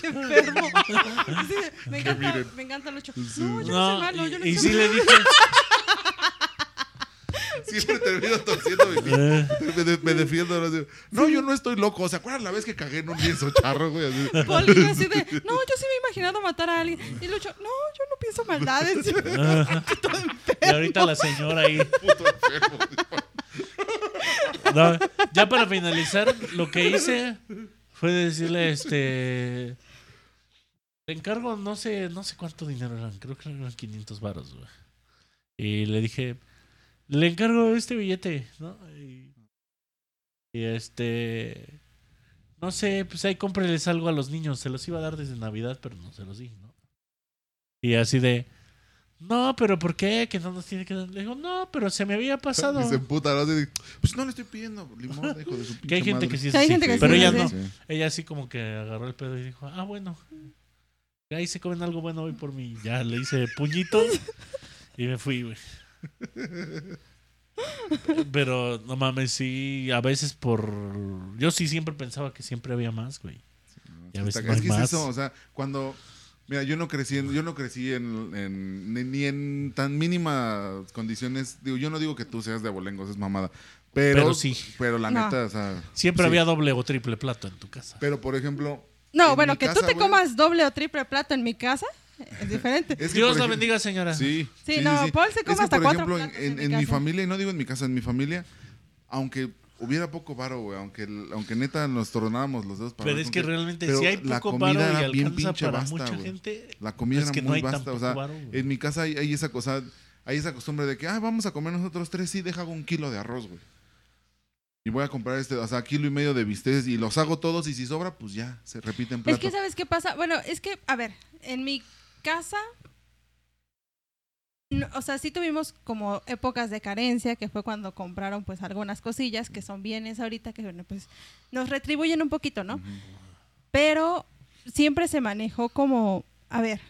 Qué enfermo. Sí, me, encanta,
miren.
me encanta Lucho.
Sí.
No, yo
No,
no, soy malo, yo no
y, y
soy
sí
malo.
le dije.
Siempre termino torciendo mi
eh,
me, de- me defiendo. ¿no? Así, No, yo no estoy loco. ¿Se acuerdan la vez que cagué en un lienzo charro, güey? Así,
Paul iba así de, no, yo sí me he imaginado matar a alguien. Y Lucho, no, yo no pienso maldades.
"Ah, y ahorita la señora ahí.
puto enfermo.
No, ya para finalizar, lo que hice fue decirle, este. Te encargo, no sé, no sé cuánto dinero eran, creo que eran 500 varos, güey. Y le dije, le encargo este billete, ¿no? Y, y este. No sé, pues ahí cómpreles algo a los niños. Se los iba a dar desde Navidad, pero no se los di, ¿no? Y así de. No, pero ¿por qué? Que no nos tiene que dar. Le digo, no, pero se me había pasado.
Y se emputa, ¿no? Así, pues no le estoy pidiendo limón, hijo de su pinche
Que hay gente
madre.
que sí es
Que hay
así,
gente que sí
pero
es
ella
así.
no.
Sí.
Ella así como que agarró el pedo y dijo, ah, bueno. Ahí se comen algo bueno hoy por mí. Ya le hice puñito y me fui, güey. Pero no mames, sí, a veces por... Yo sí siempre pensaba que siempre había más, güey. Y a
Está-
veces no
es
hay
que es
más.
eso, o sea, cuando. Mira, yo no crecí en, yo no crecí en, en- ni, ni en tan mínimas condiciones. Digo, yo no digo que tú seas de abolengos, es mamada. Pero,
Pero sí.
Pero la
No.
neta, o sea.
Siempre
sí.
había doble o triple plato en tu casa.
Pero por ejemplo. en
No,
mi
bueno, que tú
casa,
te
güey,
comas doble o triple plato en mi casa es diferente.
es que,
Dios
por
la
ejemplo-
bendiga, señora.
Sí.
Sí, no, Paul se come
Es que,
hasta
por
cuatro
ejemplo, en,
platos en
en-
mi
en mi
casa.
familia, y no digo en mi casa, en mi familia, aunque hubiera poco varo, güey, aunque, el- aunque neta nos tornábamos los dedos para
Pero
ver
es
con
que
qué,
realmente
pero
si hay
la
poco
comida
paro y
era bien
alcanza
pinche
para
basta,
mucha
güey.
gente... pues
La comida
Es que
era
no
muy
hay tan
vasta, o
poco
sea,
varo, güey.
en mi casa hay, hay esa cosa, hay esa costumbre de que, ah, vamos a comer nosotros tres, sí, deja un kilo de arroz, güey. Y voy a comprar este, o sea, kilo y medio de bisteces y los hago todos y si sobra, pues ya, se repiten plato.
Es que, ¿sabes qué pasa? Bueno, es que, a ver, en mi casa, no, o sea, sí tuvimos como épocas de carencia, que fue cuando compraron pues algunas cosillas que son bienes ahorita, que bueno, pues nos retribuyen un poquito, ¿no? Pero siempre se manejó como, a ver,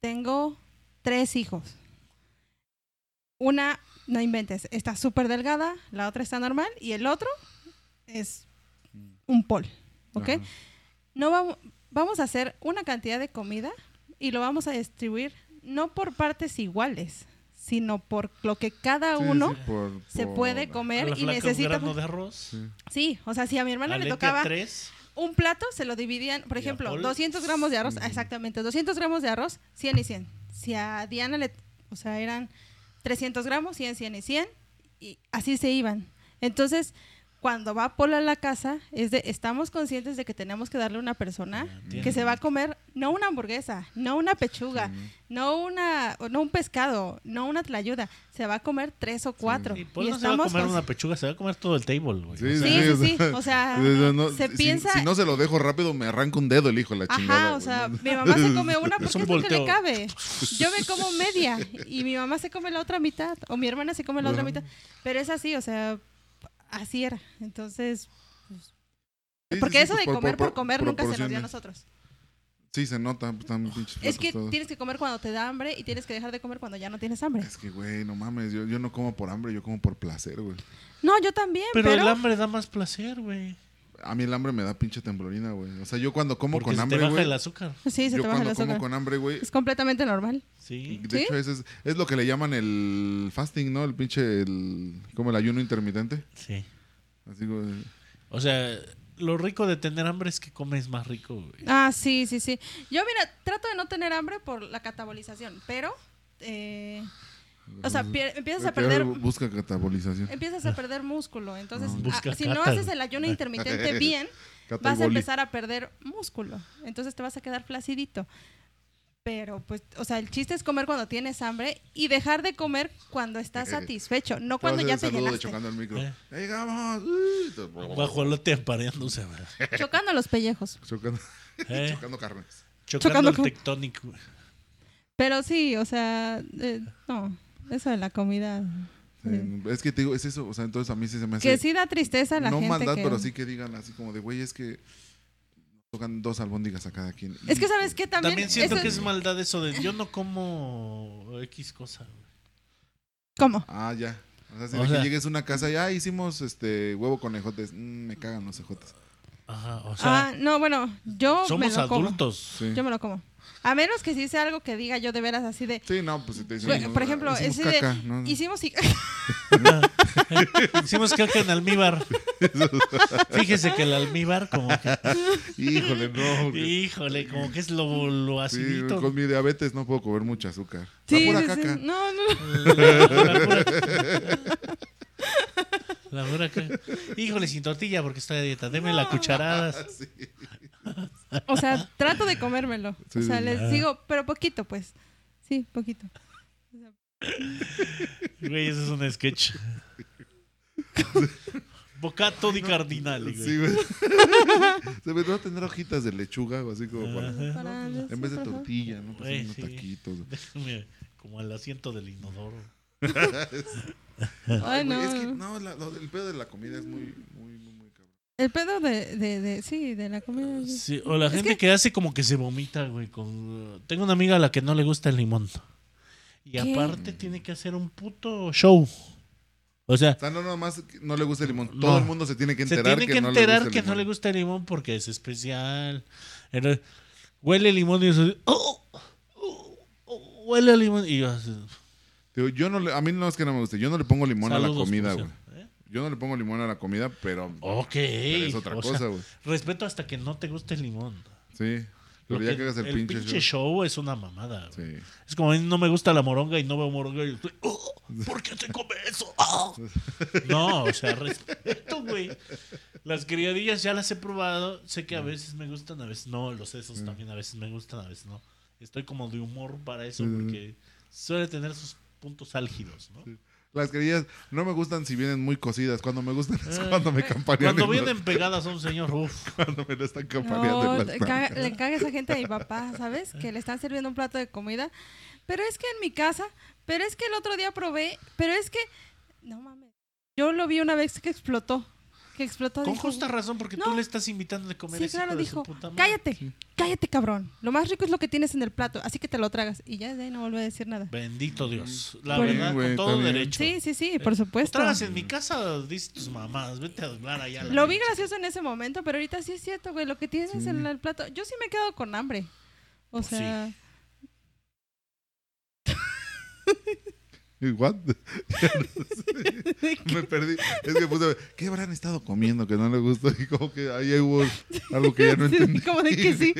tengo tres hijos. Una, no inventes, está súper delgada, la otra está normal y el otro es un pol, ¿ok?
Ajá.
no vamos, vamos a hacer una cantidad de comida y lo vamos a distribuir no por partes iguales, sino por lo que cada
Sí,
uno
sí, por-
se
por-
puede
Oh, A la
comer y
flaca un
necesita.
grano de arroz.
Sí, o sea, si a mi hermano
a
le
Leti a
tocaba
tres.
un plato, se lo dividían,
¿Y Mm.
por
a
ejemplo,
Paul?
200 gramos de arroz, ah, exactamente, 200 gramos de arroz, 100 y 100. Si a Diana le, o sea, eran 300 gramos, 100, 100 y 100, y así se iban. Entonces, cuando va Paul a la casa, es de, estamos conscientes de que tenemos que darle a una persona
Entiendo.
¿ah? que se va a comer no una hamburguesa, no una pechuga, no una, o no un pescado, no una tlayuda, se va a comer tres o cuatro.
Y Paul
Y
pues, no se va a
estamos
comer
consci-
una pechuga, se va a comer todo el table, güey.
Sí,
O sea,
Sí, sí,
o
sí,
sea,
o sea,
Eh, No, no,
ah, se
si-
piensa
Si, no se lo dejo rápido, me arranca un dedo el hijo de la chingada.
Ajá, o
güey.
sea, mi mamá se come una porque
Es
es,
un
lo que le
volteo.
cabe. Yo me como media y mi mamá se come la otra mitad o mi hermana se come la otra
Ajá.
mitad. Pero es así, o sea, así era. Entonces,
Sí, sí,
porque
sí,
eso
pues,
de comer por, comer nunca se nos dio a
proporciones.
nosotros.
Sí, se nota, pues, están pinches
Es que
flacos todos.
tienes que comer cuando te da hambre y tienes que dejar de comer cuando ya no tienes hambre.
Es que, güey, no mames, yo, yo no como por hambre, yo como por placer, güey.
No, yo también,
Pero,
pero,
el hambre da más placer, güey.
A mí el hambre me da pinche temblorina, güey. O sea, yo cuando como
Porque
con
se
hambre,
te baja
güey.
el azúcar.
sí, se
Yo
te baja el
cuando como
azúcar.
con hambre, güey.
Es completamente normal.
Sí.
De
¿Sí?
hecho, ese es, es lo que le llaman el fasting, ¿no? El pinche, el, como el ayuno intermitente.
Sí.
Así, güey.
O sea, lo rico de tener hambre es que comes más rico, güey.
Ah, sí, sí, sí. Yo, mira, trato de no tener hambre por la catabolización, pero... eh, o sea,
Mm.
pier- empiezas a
Pero
perder... em,
Busca catabolización.
Empiezas a perder músculo, entonces
Ah. Busca
ah, si no
catal-
haces el ayuno intermitente bien, vas a
Cataboli.
empezar a perder músculo. Entonces te vas a quedar flacidito. Pero, pues, o sea, el chiste es comer cuando tienes hambre y dejar de comer cuando estás satisfecho, no
Te vas a
cuando
hacer
ya
el
te
saludo de
llenaste.
chocando el micro.
Eh.
¡Ya llegamos! ¡Uy! Te-
Guajolote apareándose, güey.
Chocando los pellejos.
Chocando,
Eh,
chocando carnes.
Chocando el
con-
tectónico. güey.
Pero sí, o sea, eh, no, eso de la comida.
Sí, Mm, Es que te digo, es eso. O sea, entonces a mí sí se me hace.
Que sí da tristeza a la
no
gente.
maldad,
que-
pero sí que digan así como de, güey, es que tocan dos albóndigas a cada quien.
Es que, ¿sabes qué? También,
También siento
eso-
que es maldad eso de yo no como X cosa. güey.
¿Cómo?
Ah, ya. O sea, si
O
de
sea-
que llegues a una casa y, ah, hicimos este huevo con ejotes. Mm, me cagan los ejotes.
Ajá, o sea,
ah, no, bueno, yo me
somos
lo como.
adultos.
Sí.
Yo me lo como. A menos que sí sea algo que diga yo de veras así de.
Sí, no, pues si te dicen.
Bueno,
no,
por ejemplo,
hicimos
ese de-
caca, ¿no?
Hicimos y-
Hicimos caca en almíbar. Fíjese que el almíbar como que...
Híjole, no. que-
Híjole, como que es lo, lo
Sí,
acidito.
con mi diabetes no puedo comer mucho azúcar.
Sí,
la
sí,
pura
sí.
caca.
No, no, no.
La verdad que- Híjole, sin tortilla porque está de dieta. Deme la cucharada.
Ah,
O sea, trato de comérmelo.
Sí,
o sea,
sí,
les
sí.
digo, pero poquito, pues. Sí, poquito.
Güey, eso es un sketch. Bocato di cardinali, güey.
Sí, güey. Se me va a tener hojitas de lechuga o así como para.
Ajá.
Para-
En vez de
Ajá.
tortilla, ¿no? Pues
Güey,
unos
sí.
taquitos.
Déjame, como al asiento del inodoro.
Ay, no.
Güey, es que, no, la- lo- el pedo de la comida es muy, muy, muy, muy cabrón.
El pedo de, de, de- Sí, de la comida. sí.
Sí, o la gente que... hace como que se vomita, güey. Con... Tengo una amiga a la que no le gusta el limón. Y
¿Qué?
aparte tiene que hacer un puto show. O sea,
O sea, no nomás que no le gusta el limón.
No.
Todo el mundo se tiene que
se
enterar
tiene que,
que, no le
enterar
gusta el
que no le
limón.
gusta el limón porque es especial. Era- Huele el limón y eso. "Oh, oh, oh, huele el limón. Y yo así,
Digo, yo no le- a mí no es que no me guste. Yo no le pongo limón a la
"Saludos,
comida,
Poncio".
güey.
¿Eh?
Yo no le pongo limón a la comida, pero,
Ok.
pero es otra
o sea,
cosa, güey.
respeto hasta que no te guste el limón.
Sí. Pero
Lo
ya
que-
que hagas el, pinche, show.
show es una mamada. güey.
Sí.
Es como a mí no me gusta la moronga y no veo moronga y estoy, "Oh, ¿por qué se come eso? Ah". No, o sea, respeto, güey. Las criadillas ya las he probado, sé que a veces me gustan, a veces no, los sesos también a veces me gustan, a veces no. Estoy como de humor para eso porque suele tener sus puntos álgidos, ¿no?
Las queridas no me gustan si vienen muy cocidas. Cuando me gustan es cuando me campanean.
Eh, Cuando
en la-
vienen pegadas a un señor, uff,
cuando me lo están campaneando.
No,
en
te
las
caga-
nalgas.
le caga esa gente a mi papá, ¿sabes? Que le están sirviendo un plato de comida. Pero es que en mi casa, pero es que el otro día probé, pero es que. No mames. Yo lo vi una vez que explotó. Que explotó.
con
dijo,
justa razón porque tú
No.
le estás invitando a comer
Sí,
ese
claro,
hijo de su
dijo,
puta madre.
cállate, cállate, cabrón. Lo más rico es lo que tienes en el plato, así que te lo tragas. Y ya de ahí no vuelve a decir nada.
Bendito Dios. La
Por-
verdad,
Bien, güey,
con
está
todo
bien.
derecho.
Sí, sí,
Eh,
sí, por supuesto.
Tragas en mi casa, dices tus mamás, vete a hablar allá. a la
Lo vi
leche.
gracioso en ese momento, pero ahorita sí es cierto, güey, lo que tienes en el plato. Yo sí me he quedado con hambre. O
Pues sí.
sea,
¿Y what? me perdí. Es que puse, ¿qué habrán estado comiendo que no le gustó? Y como que ahí hubo algo que ya no
Sí,
entendí.
como de que sí.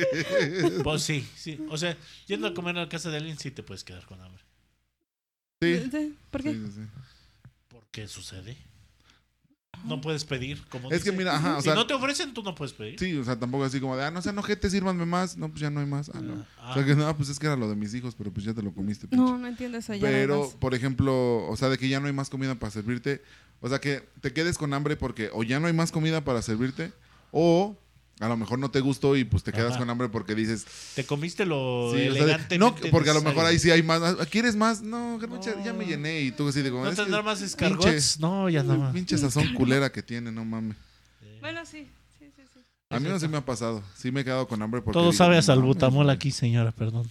Pues sí, sí. O sea, yendo a comer a la casa de alguien, sí te puedes quedar con hambre.
Sí.
sí, ¿por qué?
Sí, sí, sí.
¿Por qué sucede? No puedes pedir. Como
Es que
dice.
mira, ajá, o
si
sea,
no te ofrecen, tú no puedes pedir.
sí, o sea, tampoco así como de, ah, no sean ojetes, sírvanme más. No, pues ya no hay más. Ah, no. O sea, que no, pues es que era lo de mis hijos, pero pues ya te lo comiste. pinche.
No, no entiendo eso ya.
Pero,
además.
por ejemplo, o sea, de que ya no hay más comida para servirte. O sea, que te quedes con hambre porque o ya no hay más comida para servirte o a lo mejor no te gustó y pues te quedas
Ajá.
con hambre porque dices...
Te comiste lo
sí, o sea,
elegante.
no, porque a lo mejor ahí sí hay más. ah, ¿Quieres más? No, garnacha, ya me
No.
llené y tú así digo...
¿No
es que
tendrá más
pinche-
escargots? No, ya nada más.
Pinche sazón culera que tiene, no mames.
Bueno, sí, sí, sí, sí.
A mí no se me ha pasado. Sí me he quedado con hambre porque...
Todo
digo,
sabe a
"No,
salbutamol aquí, señora, perdón.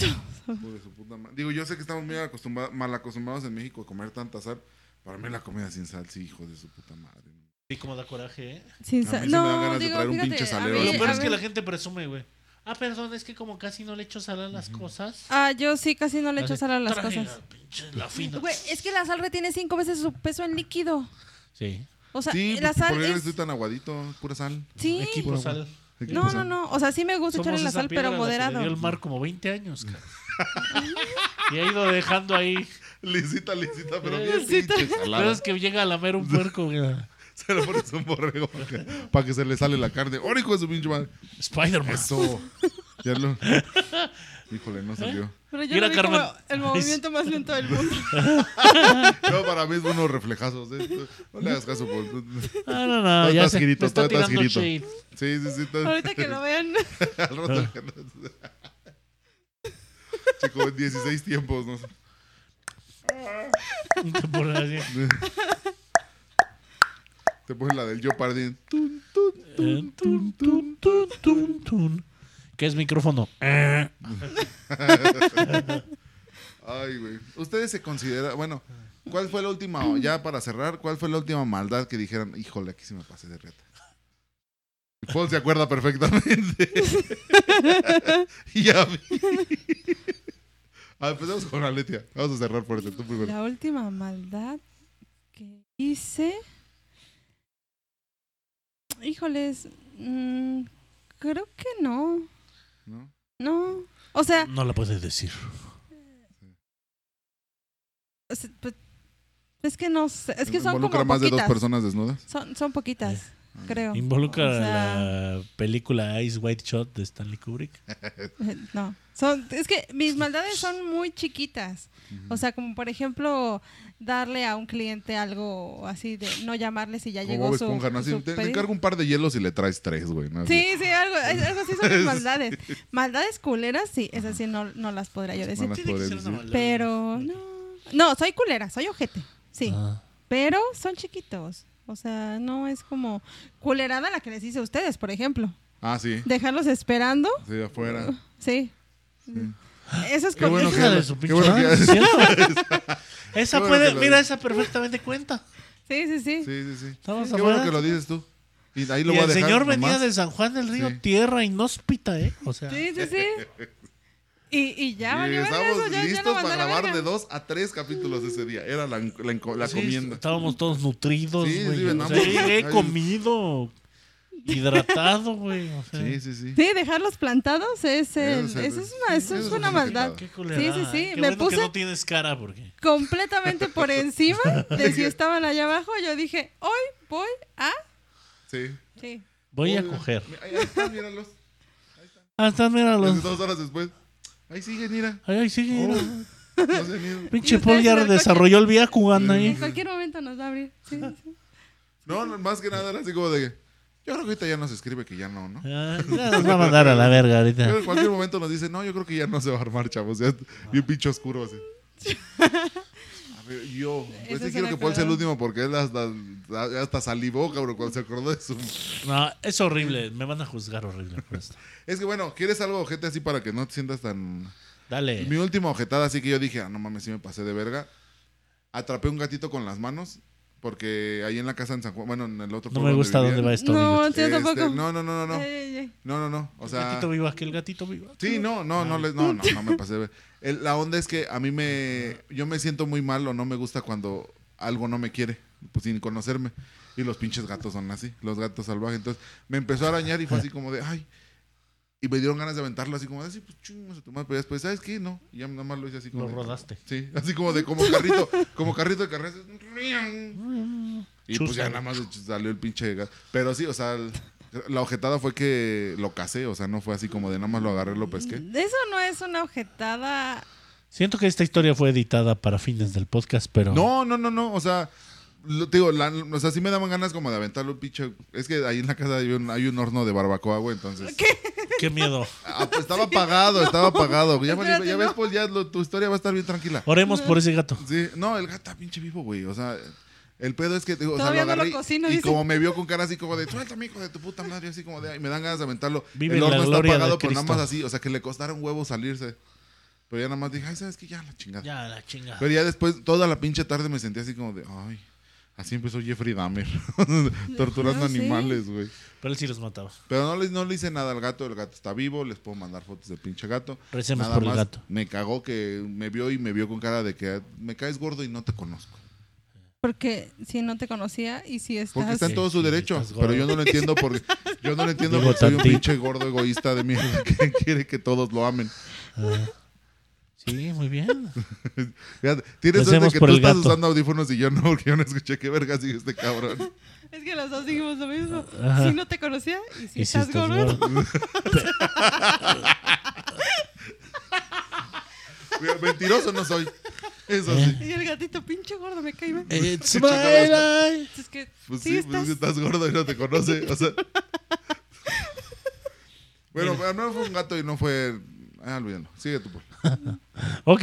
hijo de su puta ma-". Digo, yo sé que estamos muy acostumbrados, mal acostumbrados en México a comer tanta sal. Para mí la comida sin sal, sí, hijo de su puta madre.
Sí, como da coraje, ¿eh?
Sin
A
sa-
mí sí me dan ganas
no,
de
digo,
traer un
fíjate,
pinche
a
salero.
mí-
Lo
Sí,
peor
a
es que
ver-
la gente presume, güey. Ah, perdón, es que como casi no le echo sal a las cosas.
Ah, yo sí casi no le echo sal a las
Traje
cosas.
La, pinche- la fina.
Güey, es que la sal retiene cinco veces su peso en líquido.
Sí.
O sea, eh,
Sí,
la
pues, ¿por
sal
qué
es...
estoy tan aguadito? Pura sal.
Sí.
Equipo sal.
Equipo
No, no,
sal.
no. O sea, sí me gusta
Somos
echarle la
esa
sal,
piedra
pero
a la que le dio
moderado.
el mar como 20 años, cabrón. y ha ido dejando ahí.
Lisita, lisita, pero
Eh,
bien
Lisita.
pinche
Pero
salada.
es que llega a lamer un puerco, güey.
Se lo pones a un borrego para que se le sale la carne. ¡Ahora, hijo de su pinche madre!
Spider-Man.
Eso. Ya lo... Híjole, no salió.
Pero yo
Mira,
lo vi como
Carmen.
el movimiento más lento del mundo.
No, para mí es unos reflejazos. ¿eh? No le hagas caso. Pues.
Ah, no, no,
Todo
ya
estás
se
girito,
me está
todo estás
tirando
girito.
shade.
Sí, sí, sí. todo-
Ahorita que lo vean.
Al rato que nos- Chico, 16 tiempos, ¿no?
Por así.
Te pones la del Joe Pardin.
Eh, tun, tun, tun, tun, tun. ¿Qué es micrófono? Eh.
Ay, güey. Ustedes se consideran, bueno, ¿cuál fue la última, ya para cerrar, cuál fue la última maldad que dijeran, híjole, aquí sí me pasé de reta? Paul se acuerda perfectamente. ya vi. Ah, empezamos con Aletia. Vamos a cerrar por este, tú primero.
La última maldad que hice. Híjoles, mm, creo que no.
¿no?
No. O sea,
No la puedes decir.
es, pues, es que no sé, Es que son
¿Involucra
como
más de dos
poquitas.
personas desnudas?
Son, son poquitas, creo.
Eh, Involucra
O sea-
la película Ice White Shot de Stanley Kubrick.
Eh, No. Son, es que mis maldades son muy chiquitas. O sea, como por ejemplo, darle a un cliente algo así de no llamarle si ya
Como
llegó
Bob
su.
Esponja, ¿no? Así,
su
te, te
pedido.
encargo un par de hielos y le traes tres, güey. ¿no? Así,
Sí, sí, algo, algo así son mis maldades. Maldades culeras, sí, esas sí no, no las podría yo decir.
no las podré decir.
Pero no. No, soy culera, soy ojete. Sí.
Ah.
Pero son chiquitos. O sea, no es como culerada la que les hice a ustedes, por ejemplo.
Ah, sí.
Dejarlos esperando.
Sí, afuera.
Sí. Eso es
Qué bueno
cuando-
Hija
que-
de su
qué
pinche
bueno
madre,
que-
¿es cierto? Esa
Qué bueno
puede,
que lo
mira,
dices.
esa perfectamente cuenta.
Sí, sí, sí.
Sí, sí, sí.
Estamos
Qué
afuera.
bueno que lo dices tú. Y ahí lo
y
voy a
el
dejar
señor
nomás.
venía de San Juan del Río,
Sí.
tierra inhóspita, ¿eh? O sea,
Sí, sí, sí. Y, y ya,
Y
valió verga
estábamos
eso, ya- ya lo
listos
mandé
para
a la
grabar
verga.
de dos a tres capítulos ese día. Era la, la enco- la
sí,
comienda.
estábamos todos nutridos,
Sí, sí,
güey. o
venamos.
sea, he
Ay.
comido, hidratado, güey. O sea,
Sí, sí, sí.
Sí, dejarlos plantados es, el-
Eso es-
esa es una, eso
eso
es
es
una
un
maldad.
pecado.
Qué culerada,
Sí, sí, sí,
¿eh? Qué
me
bueno
puse-
que no tienes cara porque
Completamente por encima de si estaban allá abajo, yo dije, hoy voy a...
sí.
Sí.
voy a
Uy,
coger.
Ahí están, míralos.
Hasta
Hace
míralos.
Dos horas después. Ahí siguen, mira.
Ay, ay, sí,
Oh,
mira.
no se han ido.
Pinche
ustedes
Paul
en
ya
el coche.
desarrolló el vía ¿eh? jugando
En
ahí.
cualquier momento nos va a abrir. Sí, sí.
No, no, más que nada era así como de que. Yo creo que ahorita ya nos escribe que ya no, ¿no?
Ah, ya nos va a mandar a la verga
Yo
ahorita.
en cualquier momento nos dice, no, yo creo que ya no se va a armar, chavos. Ya bien pinche oscuro así. A ver, yo. Pues sí
se
quiero
me
que Paul sea el
acordó.
último porque él hasta, hasta salivó, cabrón, cuando se acordó de su.
No, es horrible. Me van a juzgar horrible por esto.
Es que bueno, ¿quieres algo ojete así para que no te sientas tan. Mi
Dale.
última ojetada, así que yo dije, ah, no mames, sí me pasé de verga. Atrapé un gatito con las manos porque ahí en la casa en San Juan, bueno, en el otro
No me
pueblo donde
gusta
vivía,
dónde va esto.
No,
bigote.
sí, yo
este,
tampoco.
no, no, no, no, no.
Ey, ey, ey.
No, no, no. O
El
sea.
gatito vivo, aquel gatito vivo.
Sí, no, no, no, les- no, no, no me pasé. de ver- El- la onda es que a mí me, yo me siento muy mal o no me gusta cuando algo no me quiere, pues sin conocerme. Y los pinches gatos son así, los gatos salvajes. Entonces me empezó a arañar y fue así como de, ay. Y me dieron ganas de aventarlo así como de, así, pues chingos a tu madre. Pero después, ¿sabes qué? No, y ya nada más lo hice así como.
Lo
de-
rodaste.
Sí, así como de, como carrito, como carrito de carreras. Y pues ya
Chúsalo.
nada más salió el pinche gato. Pero sí, o sea, el- la ojetada fue que lo casé, o sea, no fue así como de nada más lo agarré, lo pesqué.
Eso no es una objetada.
Siento que esta historia fue editada para fines del podcast, pero.
No, no, no, no. O sea, lo- te digo, la- o sea, sí me daban ganas como de aventarle un pinche. Es que ahí en la casa hay un, hay un horno de barbacoa, güey, entonces.
Qué miedo.
Ah, pues estaba apagado, estaba apagado. Ya, vale,
Espérate,
ya ves,
no.
Paul, ya lo- tu historia va a estar bien tranquila.
Oremos por ese gato.
Sí, no, el gato está pinche vivo, güey. O sea, El pedo es que digo, o sea, lo
Todavía no lo
agarré
cocino,
y
dice.
como me vio con cara así como de suéltame hijo de tu puta madre, así como de "Ay", y me dan ganas de aventarlo.
Vive
el
la
horno está
gloria de
apagado, pero nada más
Cristo.
así, o sea que le costaron huevos salirse. Pero ya nada más dije, ay, sabes que ya la chingada.
Ya, la chingada.
Pero ya después, toda la pinche tarde me sentí así como de ay, así empezó Jeffrey Dahmer, torturando
Ah, sí.
animales, güey.
Pero él sí los mataba.
Pero no le, no le hice nada al gato, el gato está vivo, les puedo mandar fotos del pinche gato.
Recemos
Nada
por el
más
gato.
Me cagó que me vio y me vio con cara de que me caes gordo y no te conozco.
Porque si no te conocía y si estás...
Porque está en todo su
Sí,
derecho,
estás gordo.
pero yo no lo entiendo porque yo no lo entiendo
Digo,
porque soy un
tantito.
pinche gordo egoísta de mierda que quiere que todos lo amen.
Ah. Sí, muy bien.
Fíjate, Tienes
Lo
suerte
hacemos
que
por
tú
el
estás
gato.
usando audífonos y yo no, porque yo no escuché qué verga sigue este cabrón.
Es que los dos dijimos lo mismo.
Ajá.
Si no te conocía Ah, y si
Y si
estás
estás
gordo.
gordo.
Mentiroso no soy. Eso
Eh.
sí.
Y el gatito, pinche gordo, me cae mal.
It's
Sí,
my
chingado.
life.
Es que
Eh, Pues
sí,
sí,
estás...
pues es que estás gordo y no te conoce. O sea. Bueno, pero no fue un gato y no fue. Ah, olvídalo. Sigue tú, Paul.
Ok,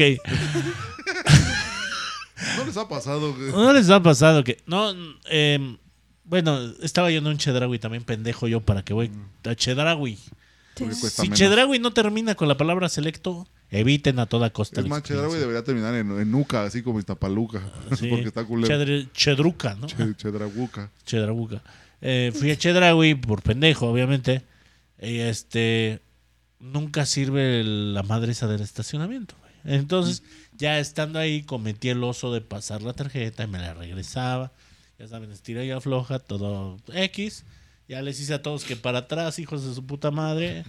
¿No les ha pasado? que-
¿no les ha pasado que.? No, em, bueno, estaba yendo un Chedraui también, pendejo yo, para que voy
Mm.
a Chedraui.
Porque cuesta
Si
menos.
Chedraui no termina con la palabra selecto, eviten a toda costa.
Es
la
más, Chedraui
experiencia.
debería terminar en, en Nuca, así como Iztapaluca.
Sí.
Porque está culero.
Chedre- Chedruca, ¿no?
Che- Chedraguca.
Chedrabuca. Eh, fui a Chedraui por pendejo, obviamente. Y este. Nunca sirve el- la madre esa del estacionamiento. güey. Entonces, ya estando ahí, cometí el oso de pasar la tarjeta y me la regresaba. Ya saben, estira y afloja, todo X. Ya les hice a todos que para atrás, hijos de su puta madre.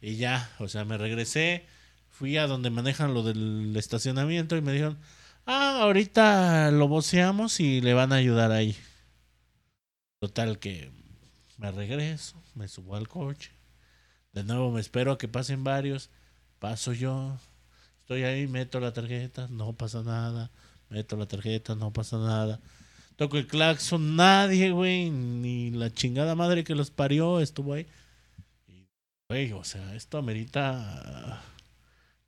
Y ya, o sea, me regresé. Fui a donde manejan lo del estacionamiento y me dijeron, ah, ahorita lo voceamos y le van a ayudar ahí. Total que me regreso, me subo al coche. De nuevo me espero a que pasen varios. Paso yo. Estoy ahí, meto la tarjeta, no pasa nada. Meto la tarjeta, no pasa nada. Toco el claxon, nadie, güey, ni la chingada madre que los parió estuvo ahí. Y, güey, o sea, esto amerita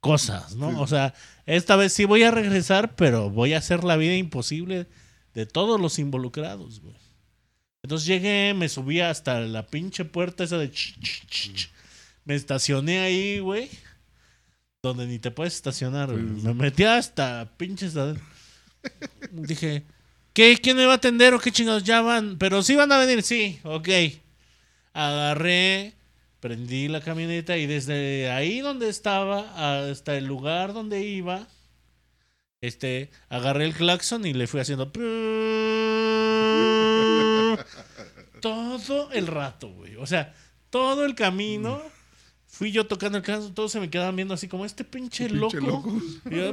cosas, ¿no?
Sí.
O sea, esta vez sí voy a regresar, pero voy a hacer la vida imposible de todos los involucrados, güey. Entonces llegué, me subí hasta la pinche puerta esa de... ch, ch, ch, ch. Me estacioné ahí, güey. Donde ni te puedes estacionar, güey.
Sí, sí.
Me metí hasta pinches... adentro. Dije, ¿qué? ¿Quién me va a atender o qué chingados? Ya van, pero sí van a venir, sí, ok. Agarré, prendí la camioneta y desde ahí donde estaba hasta el lugar donde iba, este, agarré el claxon y le fui haciendo... Todo el rato, güey. O sea, todo el camino fui yo tocando el claxon, todos se me quedaban viendo así como este pinche,
Pinche
loco.
loco.
Y yo,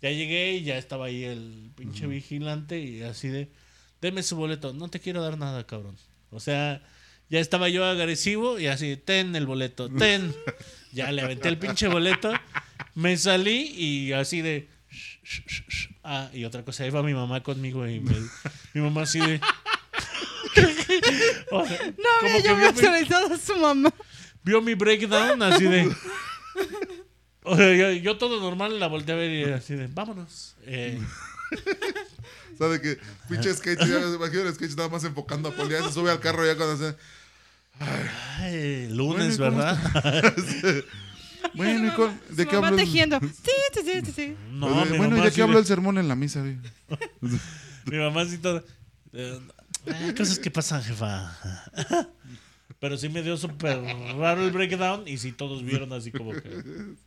Ya llegué y ya estaba ahí el pinche vigilante y así de, deme su boleto, no te quiero dar nada, cabrón. O sea, ya estaba yo agresivo y así, ten el boleto, ten. Ya le aventé el pinche boleto, me salí y así de... "Sh, sh, sh, sh". Ah, y otra cosa, iba mi mamá conmigo y me- mi mamá así de... O sea,
No
como
había
que
yo
vio mi-
visualizado a su mamá.
vio mi breakdown así de. O sea, yo, yo todo normal la volteé a ver y era así de, vámonos. Eh,
¿Sabe que pinche sketch? Ya me imagino el sketch nada más enfocando a Paul. Ya se sube al carro ya cuando hace.
ay, lunes,
Bueno, ¿y cómo
¿verdad?
Bueno, ¿y cuál-
Su
¿de qué
mamá
hablo?
tejiendo. Sí, sí, sí, sí, sí.
No, mi
bueno,
mamá
¿y de
así
qué
de-
hablo el sermón en la misa? güey?
Mi mamá así toda. eh, "Ah, cosas que pasan, jefa. Pero sí me dio súper raro el breakdown y sí todos vieron así como que.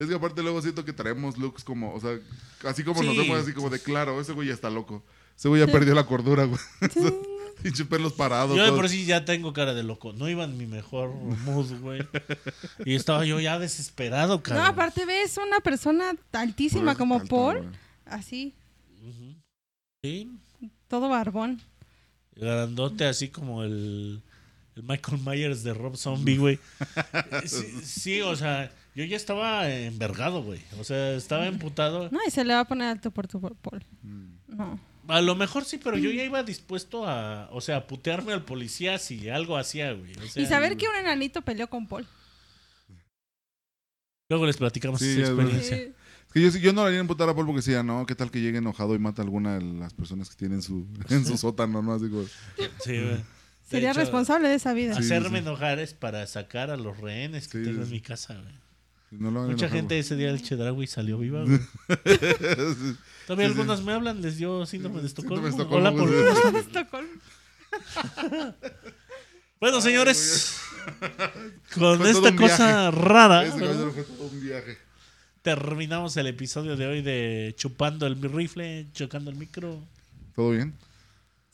Es que aparte luego siento que traemos looks como, o sea, así como nos
Sí.
vemos así como de claro, ese güey ya está loco. Ese güey ya perdió la cordura, güey. Pinche pelos parados.
Yo de
todo.
por sí ya tengo cara de loco. No iba en mi mejor mood, güey. Y estaba yo ya desesperado,
No,
cabrón.
aparte ves una persona
Por
altísima
eso
como
tanto,
Paul,
güey.
así,
Ujú. Sí,
todo barbón.
Grandote, así como el, el Michael Myers de Rob Zombie, güey. Sí, sí, o sea, yo ya estaba envergado, güey. O sea, estaba emputado.
No, y se le va a poner alto por tu por Paul.
Mm.
No.
A lo mejor sí, pero yo ya iba dispuesto a, o sea, a putearme al policía si algo hacía, güey. O sea,
Y saber que un enanito peleó con Paul.
Luego les platicamos
Sí,
esa
ya, güey.
experiencia.
Sí.
Es que yo, sí- yo no le haría emputar a Paul porque decía, no, ¿qué tal que llegue enojado y mata a alguna de las personas que tienen su, en su sótano? ¿no? Así como,
Sí, güey. De
Sería
hecho,
responsable de esa vida.
Sí.
Hacerme enojar es para sacar a los rehenes que
Sí,
tengo
sí,
en
sí.
mi casa, güey.
no lo hagan
Mucha
enojar,
gente ese día el Chedraui salió viva, güey.
güey. Sí,
Todavía
Sí, sí.
algunas me hablan, les dio síndrome de Estocolmo.
Síndrome de Estocolmo,
Hola, por-
güey.
Estocolmo.
Bueno, señores, con
Fue todo
esta
un
cosa rara
Ese
Ah, ¿verdad?
caballero fue todo un viaje.
terminamos el episodio de hoy de chupando el rifle, chocando el micro,
¿Todo bien?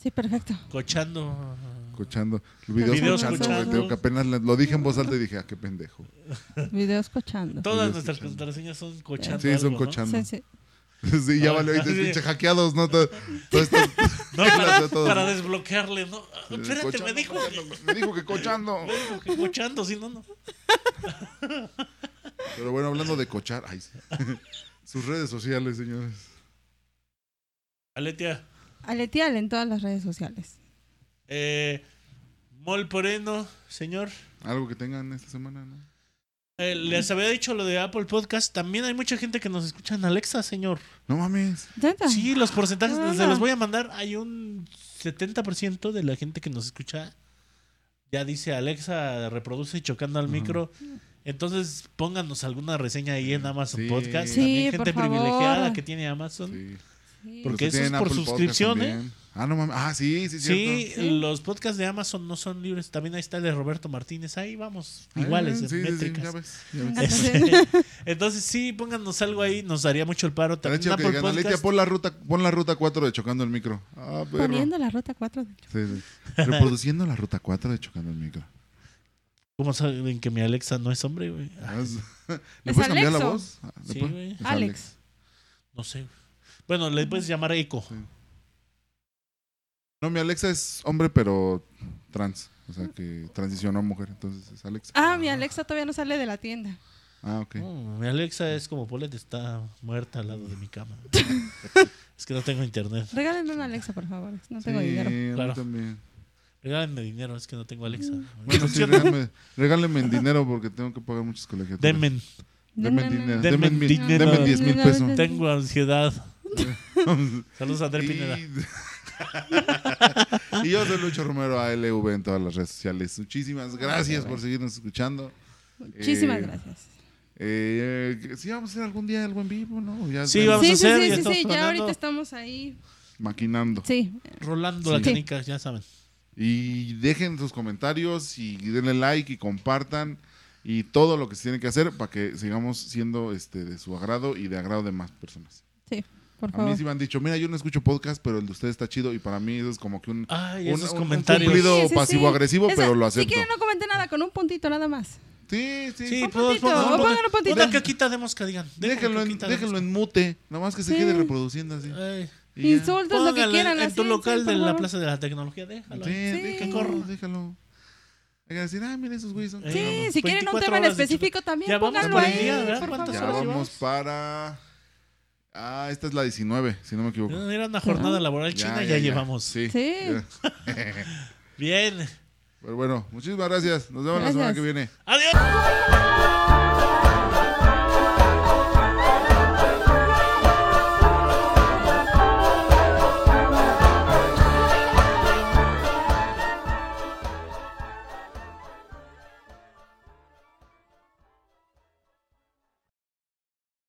Sí, perfecto.
cochando.
Escuchando. Videos,
Videos
escuchando, güey.
escuchando.
Digo que apenas le- lo dije en voz alta y dije, ah, qué pendejo.
Videos cochando.
Todas
Videos
nuestras
cochando.
contraseñas son cochando.
Sí, son
algo, ¿no?
cochando.
Sí, sí.
Sí, ya
Ah,
valió. Y te
sí.
pinche hackeados, ¿no? Todo, todo esto-
No,
Las
para,
de todos.
para desbloquearle, ¿no? Ah, Espérate,
cochando,
me dijo
cochando, me dijo que cochando.
que cochando, si no, no.
Pero bueno, hablando de cochar, ay, sí. sus redes sociales, señores.
Aletia,
Aletial en todas las redes sociales.
eh, Mol Poreno, señor.
Algo que tengan esta semana, ¿no?
Eh, les había dicho lo de Apple Podcast. También hay mucha gente que nos escucha en Alexa, señor.
No mames.
¿Neta?
Sí, los porcentajes
Ah.
se los voy a mandar. Hay un 70% de la gente que nos escucha. Ya dice Alexa, reproduce chocando al micro. Entonces, pónganos alguna reseña ahí en Amazon
Sí.
Podcast.
Sí,
También gente
por favor.
privilegiada que tiene Amazon.
Sí.
Sí.
Porque-
Los que
eso es
tienen
por
Apple Podcast
suscripción, ¿eh?
también. Ah, no mames. Ah, sí, sí, es
Sí,
cierto.
Sí.
los podcasts de Amazon no son libres. También ahí está el de Roberto Martínez. Ahí vamos,
Ah,
iguales, en
sí, sí, sí, ya
métricas.
ves. Ya ves.
Venga.
Este, Entonces, sí, pónganos algo ahí. Nos daría mucho el paro.
Te han
También
hecho que
Apple
digan, "Aletia,
Podcast.
pon la ruta, pon la ruta 4 de chocando el micro. Ah, perro.
Poniendo la ruta 4. de-
Sí, sí. Reproduciendo la ruta 4 de chocando el micro.
¿Cómo saben que mi Alexa no es hombre, güey?
Ah, es- ¿Le
Es
puedes cambiar la
Alexo.
voz? Ah, ¿le
Sí,
puedes?
güey.
Es
Alex.
No sé. güey. Bueno, le puedes llamar Eco.
No, mi Alexa es hombre, pero trans. O sea, que transicionó a mujer. Entonces es Alexa.
Ah, mi Alexa todavía no sale de la tienda.
Ah, ok.
Mm, mi Alexa es como Polet está muerta al lado de mi cama. es que no tengo internet.
Regálenme una Alexa, por favor. No tengo
sí,
dinero.
a mí
Claro.
también.
Regálenme dinero, es que no tengo Alexa.
Bueno, sí, regálame, regálame en dinero porque tengo que pagar muchos colegiaturas.
Denme,
Denme
No, no,
dinero.
no.
Denme,
Denme
mil-
dinero.
denme 10 mil pesos.
tengo ansiedad. Saludos a André Pineda.
Y... y yo soy Lucho Romero ALV en todas las redes sociales. Muchísimas gracias por seguirnos escuchando.
Muchísimas
Eh,
gracias.
Eh, eh, sí, vamos a hacer algún día algo en vivo, ¿no? Ya
Sí,
estamos
vamos a
Sí, sí,
hacer,
sí,
ya
sí,
estamos
sí, ya
planeando.
ahorita estamos ahí.
maquinando.
Sí,
Rolando la
Sí.
canica, ya saben.
Y dejen sus comentarios y denle like y compartan y todo lo que se tiene que hacer para que sigamos siendo este de su agrado y de agrado de más personas.
sí, por
A mí
favor.
sí me han dicho, mira, yo no escucho podcast, pero el de ustedes está chido y para mí eso es como que un,
Ay,
un-
esos
un- un
comentarios.
cumplido
Sí, sí, sí.
pasivo-agresivo,
Esa-
pero lo
Si
acepto.
quieren, no comenten nada, con un puntito nada más.
Sí, sí.
Sí,
Un
pues,
puntito,
pongan-
o
pongan-
pongan un puntito.
Una caquita de mosca, digan. Dejen
déjenlo, en,
caquita de
déjenlo
mosca.
en mute, nada más que se
Sí.
quede reproduciendo así.
Ay,
y ya.
Insultos, lo que
pónganlo
quieran.
en, en
así,
tu
sí,
local
por
de la
favor.
Plaza de la Tecnología, déjalo.
Sí,
ahí.
Sí.
déjalo, déjalo. Hay que decir, ah, miren esos güeyes son
Eh,
Sí,
Vamos,
si quieren un
24
tema en
horas de
específico también,
Ya vamos
pónganlo
por el
ahí.
día, ¿verdad?
por
¿Cuántas
Ya
horas
favor.
vamos
llevamos?
para. Ah, esta es la 19, si no me equivoco.
Era una jornada laboral Ah, china, ya, llevamos.
Sí.
Sí.
ya.
Bien.
Pero bueno, muchísimas gracias. Nos vemos la semana
Gracias.
que viene.
Adiós.